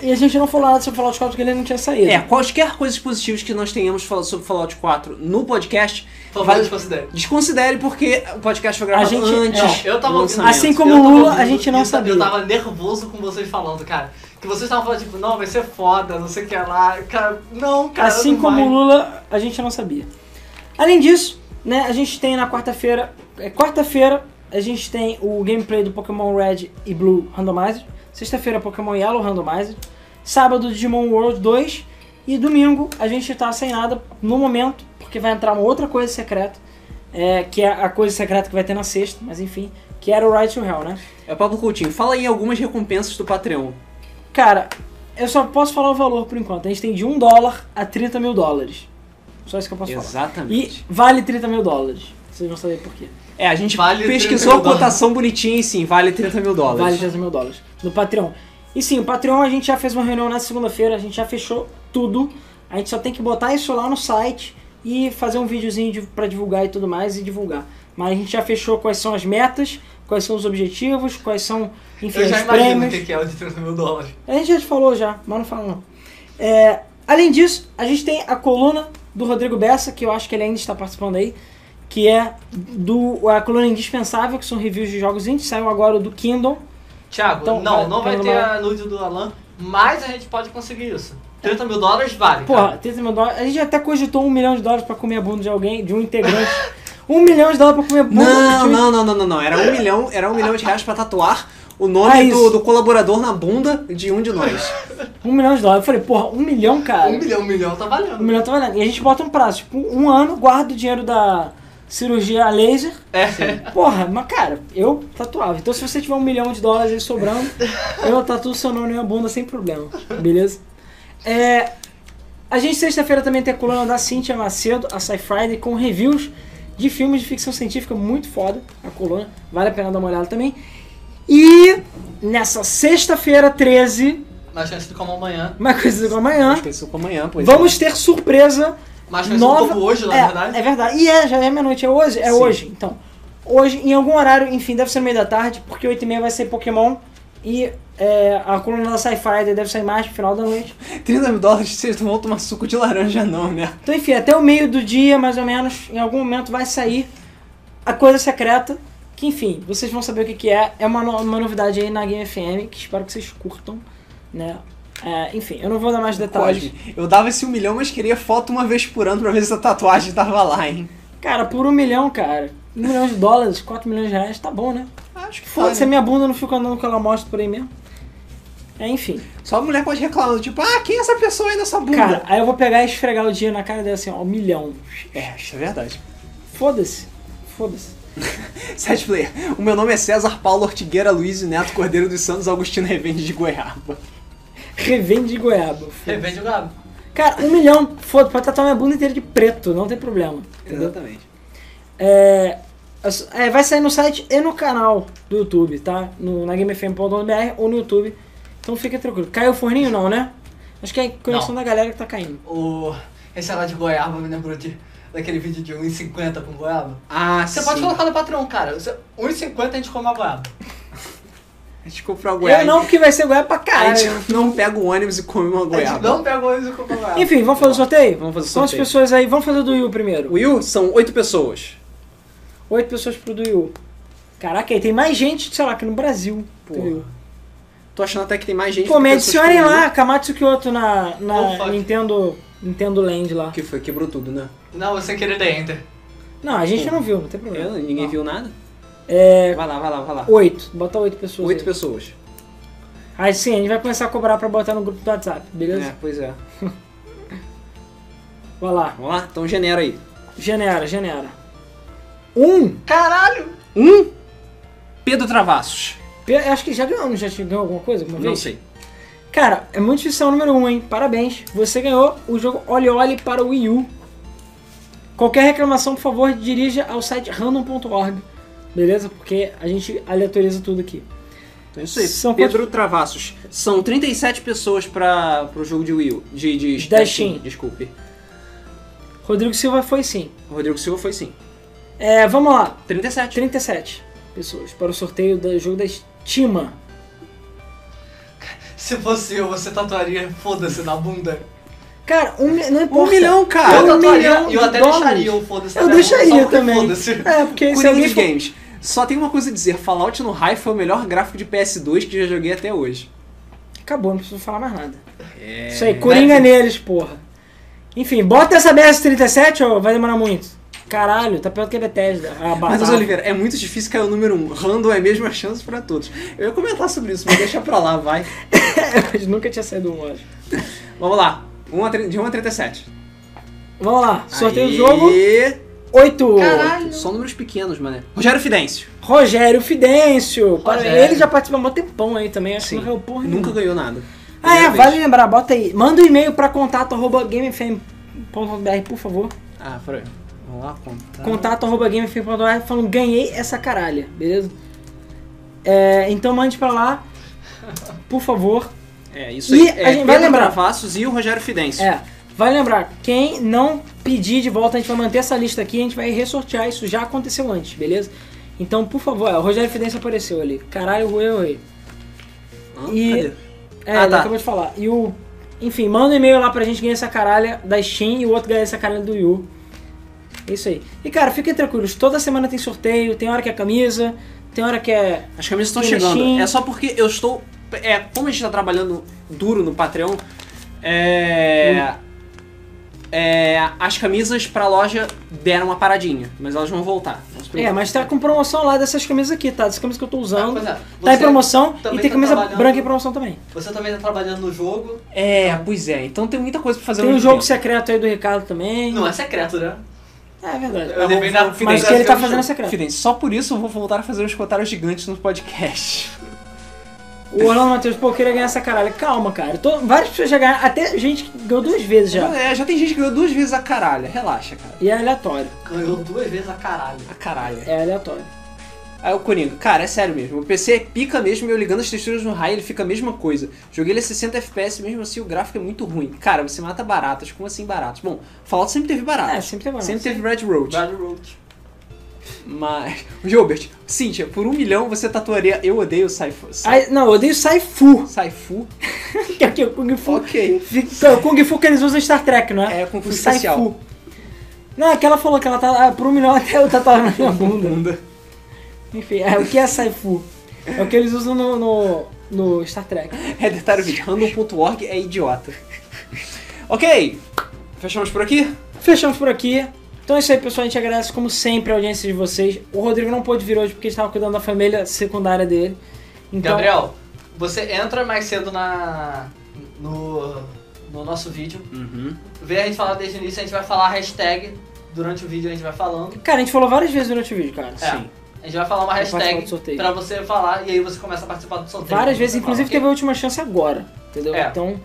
E a gente não falou nada sobre Fallout 4 porque ele não tinha saído. É, quaisquer coisas positivas que nós tenhamos falado sobre Fallout 4 no podcast, Por favor, vale- desconsidere. desconsidere porque o podcast foi gravado A gente- antes. é, Eu tava do ouvindo. lançamento. Assim como eu tava Lula, ouvindo, a gente não eu ta- sabia. Eu tava nervoso com vocês falando, cara. Que vocês estavam falando, tipo, não, vai ser foda, não sei o que lá. Cara, não, cara. assim não como vai. o Lula, a gente não sabia. Além disso, né, a gente tem na quarta-feira, é quarta-feira, a gente tem o gameplay do Pokémon Red e Blue Randomizer, sexta-feira Pokémon Yellow Randomizer, sábado Digimon World 2 E domingo a gente tá sem nada no momento, porque vai entrar uma outra coisa secreta, é, que é a coisa secreta que vai ter na sexta, mas enfim, que era o Right to Hell, né? É Pablo Coutinho, fala aí algumas recompensas do Patreon. Cara, eu só posso falar o valor por enquanto. A gente tem de 1 dólar a 30 mil dólares. Só isso que eu posso falar. Exatamente. E vale 30 mil dólares. Vocês vão saber por quê. É, a gente Vale 30 pesquisou a mil dólares. cotação bonitinha e sim, vale 30 mil dólares. Vale 30 mil dólares. No Patreon. E sim, o Patreon a gente já fez uma reunião na segunda-feira, a gente já fechou tudo. A gente só tem que botar isso lá no site e fazer um videozinho de, pra divulgar e tudo mais e divulgar. Mas a gente já fechou quais são as metas, quais são os objetivos, quais são, enfim, Eu já os imagino o prêmios. que que é o de 30 mil dólares. A gente já te falou já, mas não fala não. É, além disso, a gente tem a coluna do Rodrigo Bessa, que eu acho que ele ainda está participando aí, que é do a coluna indispensável, que são reviews de jogos indie, saiu agora o do Kindle. Thiago, Então, não, vai, não vai pelo ter mal. a nude do Alan, mas a gente pode conseguir isso. 30 mil dólares vale. Porra, Ah. cara. 30 mil dólares. A gente até cogitou um milhão de dólares pra comer a bunda de alguém, de um integrante. um milhão de dólares pra comer a bunda de Não, um não, não, não, não, não. Era um milhão, era um milhão de reais pra tatuar o nome Ah, do, isso. do colaborador na bunda de um de nós. Um milhão de dólares. Eu falei, porra, um milhão, cara. Um milhão, um milhão tá Um valendo. milhão tá valendo. E a gente bota um prazo, tipo, um ano, guarda o dinheiro da cirurgia a laser. É. Porra, mas cara, eu tatuava. Então se você tiver um milhão de dólares aí sobrando, eu tatuo seu nome na minha bunda sem problema, beleza? É, a gente sexta-feira também tem a coluna da Cintia Macedo, a Sci Friday, com reviews de filmes de ficção científica muito foda, a coluna. Vale a pena dar uma olhada também. E nessa sexta-feira, 13, Mais chance do como amanhã. uma coisa igual amanhã, Acho que isso com amanhã, pois. é. vamos ter surpresa Mais chance do Nova- como hoje, na é, verdade. É verdade. E é, já é meia-noite, é hoje? É Sim. hoje, então. Hoje, em algum horário, enfim, deve ser no meio da tarde, porque 8 e meia vai ser Pokémon e é, a coluna da Sci-Fi deve sair mais no final da noite. 30 mil dólares, vocês não vão tomar suco de laranja, não, né? Então, enfim, até o meio do dia, mais ou menos, em algum momento vai sair a coisa secreta, que enfim, vocês vão saber o que, que é. É uma, no- uma novidade aí na Game FM, que espero que vocês curtam, né? É, enfim, eu não vou dar mais detalhes. Pode. Eu dava esse um milhão, mas queria foto uma vez por ano pra ver se a tatuagem tava lá, hein? Cara, por um milhão, cara, um milhão de dólares, 4 milhões de reais, tá bom, né? Acho que foi. Foda-se, né? a minha bunda não fica andando com ela mostra por aí mesmo. É, enfim. Só a mulher pode reclamar, tipo, ah, quem é essa pessoa aí na sua bunda? Cara, aí eu vou pegar e esfregar o dia na cara dela assim, ó, um milhão. É, isso é verdade. Foda-se. Foda-se. Sete player. O meu nome é César Paulo Ortigueira Luiz Neto Cordeiro dos Santos Agostino Revende de Goiaba. Revende de goiaba. foda-se. Revende o Gabo. Cara, um milhão, foda-se, pode tatuar minha bunda inteira de preto, não tem problema. Entendeu? Exatamente. É, as- é, vai sair no site e no canal do YouTube, tá? No, na gamefm.br ou no YouTube. Então fica tranquilo. Caiu o forninho não, né? Acho que é a conexão da galera que tá caindo. O... Esse lá de goiaba me lembrou de... daquele vídeo de 1,50 com goiaba. Ah, Você sim. pode colocar no patrão, cara. Você- 1,50 a gente come a goiaba. A gente comprou a goiaba. Eu não, Ah, porque vai ser goiaba pra A caralho. gente não pega o ônibus e come uma A gente goiaba. não pega o ônibus e come a goiaba. Enfim, vamos fazer o sorteio? Vamos fazer o Quantas sorteio. pessoas aí? Vamos fazer o do Will primeiro. Will, são oito pessoas. Oito pessoas pro do Will. Caraca, aí tem mais gente, sei lá, que no Brasil. do Porra. Will. Tô achando até que tem mais gente. Pô, me pessoas adicionem que o Will. lá, Kamatsu Kyoto na, na Oh, fuck. Nintendo, Nintendo Land lá. Que foi? Quebrou tudo, né? Não, você querer dar enter. Não, a gente Pô. não viu, não tem problema. Eu, ninguém viu nada? Hum. É, Vai lá, vai lá, vai lá. oito, bota oito pessoas Oito aí. pessoas. Aí sim, a gente vai começar a cobrar pra botar no grupo do WhatsApp, beleza? É, pois é. Vai lá, Vamos lá? Então genera aí. genera, genera. Um, Caralho! Um, Pedro Travassos. Pe- acho que já ganhamos, já te ganhou alguma coisa alguma Não vez? sei. Cara, é muito difícil ser o número 1, um, hein? Parabéns. Você ganhou o jogo Olhe Olhe para o Wii U. Qualquer reclamação, por favor, dirija ao site random.org. Beleza? Porque a gente aleatoriza tudo aqui. Então é isso aí. São Pedro Travassos. São 37 pessoas pra, pro jogo de Will. De, de Da da Steam. Steam, Desculpe. Rodrigo Silva foi sim. O Rodrigo Silva foi sim. É, vamos lá. 37. 37 pessoas para o sorteio do jogo da Estima. Se fosse eu, você tatuaria foda-se na bunda. Cara, um, mi- não Um importa. milhão, eu cara. um tatuaria milhão e eu de até dólares. deixaria o foda-se na Eu minha bunda, só deixaria porque também. foda-se. É, porque se Coringa alguém de for- Games. Só tem uma coisa a dizer. Fallout no High foi o melhor gráfico de PS2 que já joguei até hoje. Acabou, não preciso falar mais nada. É... Isso aí, coringa Mas- neles, porra. Enfim, bota essa BS37 ou vai demorar muito? Caralho, tá pior do que a Bethesda. A Matheus batata. Oliveira, é muito difícil cair o número 1. Um. Random é mesmo a chance pra todos. Eu ia comentar sobre isso, mas deixa pra lá, vai. Mas nunca tinha saído um, eu acho. Vamos lá. Um a tre- de 1 a 37. Vamos lá, sorteio Aê. o jogo. 8. Caralho. Só números pequenos, mané. Rogério Fidêncio. Rogério Fidêncio. Para- Rogério. Ele já participa há um tempão aí também, acho que Sim. não ganhou porra Nunca nenhuma. ganhou nada. Ah, é, Primeira vez. vale lembrar, bota aí. Manda um e-mail pra contato arroba gamefm.br, por favor. Ah, peraí. Vamos lá, conta. Contato arroba gamefm.br falando ganhei essa caralha, beleza? É, então mande pra lá, por favor. É, isso aí. E é, a gente vai Pedro lembrar. Travassos e o Rogério Fidêncio. É, vai lembrar, quem não pedir de volta, a gente vai manter essa lista aqui, a gente vai ressortear, isso já aconteceu antes, beleza? Então, por favor, é, o Rogério Fidência apareceu ali. Caralho, ruê, ruê. Hã? E- Cadê? É, Ah, ele tá. acabou de falar. E o. Enfim, manda um e-mail lá pra gente ganhar essa caralha da Steam e o outro ganha essa caralha do Yu. É Isso aí. E cara, fiquem tranquilos, toda semana tem sorteio, tem hora que é camisa, tem hora que é. As camisas estão Que chegando. mexinho. É só porque eu estou. É, como a gente tá trabalhando duro no Patreon, é. é, as camisas pra loja deram uma paradinha, mas elas vão voltar. Não se preocupe. É, mas tá com promoção lá dessas camisas aqui, tá? Dessa camisa que eu tô Ah, usando. pois é, tá em você- promoção e também tem tá camisa trabalhando- branca em promoção também. Você também tá trabalhando no jogo. É, pois é. Então tem muita coisa pra fazer Tem ao um mesmo jogo tempo. secreto aí do Ricardo também. Não é secreto, né? É, é verdade. Eu lembrei da Mas Fidêncio. que ele tá Fidêncio. fazendo é secreto. Fidêncio, só por isso eu vou voltar a fazer uns comentários gigantes no podcast. O Orlando Matheus, pô, eu queria ganhar essa caralha. Calma, cara. eu Tô... Várias pessoas já ganharam, até gente que ganhou duas vezes já. É, já tem gente que ganhou duas vezes a caralha. Relaxa, cara. E é aleatório. Ganhou duas vezes a caralho. A caralha. É aleatório. Aí o Coringa, cara, é sério mesmo. O PC é pica mesmo e eu ligando as texturas no raio ele fica a mesma coisa. Joguei ele a 60 FPS, mesmo assim o gráfico é muito ruim. Cara, você mata baratas. Como assim baratas? Bom, Fallout sempre teve É, baratas. sempre tem sempre teve Red Road. Brad Roach. Mas. Gilbert, Cíntia, por um milhão você tatuaria Eu Odeio Saifu. Sai- Ai, não, eu odeio Saifu, Saifu? que é o Kung Fu. Ok. Fica- o Kung Fu que eles usam em Star Trek, não é? É, Kung Fu O Saifu. especial. Não, é que ela falou que ela tá. Ah, por um milhão até eu tatuava na minha bunda. Enfim, é, o que é Saifu? É o que eles usam no, no, no Star Trek. É detalhe o vídeo. Random.org é idiota. ok. Fechamos por aqui? Fechamos por aqui. Então é isso aí, pessoal. A gente agradece, como sempre, a audiência de vocês. O Rodrigo não pôde vir hoje porque ele estava cuidando da família secundária dele. Então, Gabriel, você entra mais cedo na. no. no nosso vídeo. Uhum. Vê a gente falar desde o início, a gente vai falar a hashtag. Durante o vídeo a gente vai falando. Cara, a gente falou várias vezes durante o vídeo, cara. É. Sim. A gente vai falar uma Vai participar hashtag do sorteio. pra você falar e aí você começa a participar do sorteio. Várias vezes, Você fala, inclusive ok? teve a última chance agora, entendeu? É. Então,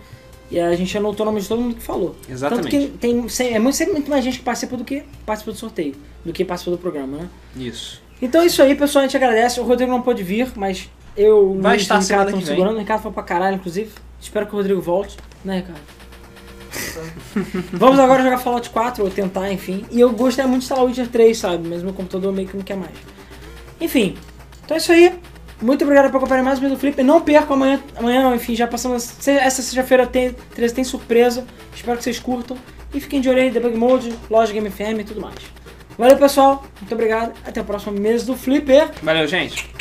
e a gente anotou o nome de todo mundo que falou. Exatamente. Tanto que tem, sem- é muito, sempre muito mais gente que participa do que participa do sorteio, do que participa do programa, né? Isso. Então é isso aí, pessoal, a gente agradece. O Rodrigo não pôde vir, mas eu Vai Luiz e estar o Ricardo semana que estão vem. segurando. O Ricardo foi pra caralho, inclusive. Espero que o Rodrigo volte, né, Ricardo? Vamos agora jogar Fallout 4, ou tentar, enfim. E eu gostaria muito de instalar Witcher 3, sabe? Mas meu computador meio que não quer mais. Enfim, então é isso aí. Muito obrigado por acompanhar mais um vídeo do Flip. Não percam amanhã, amanhã, enfim, já passamos. se- Essa sexta-feira tem, 13 tem surpresa. Espero que vocês curtam. E fiquem de olho aí, Debug Mode, Loja Game FM e tudo mais. Valeu, pessoal. Muito obrigado. Até o próximo mês do Flipper. Valeu, gente.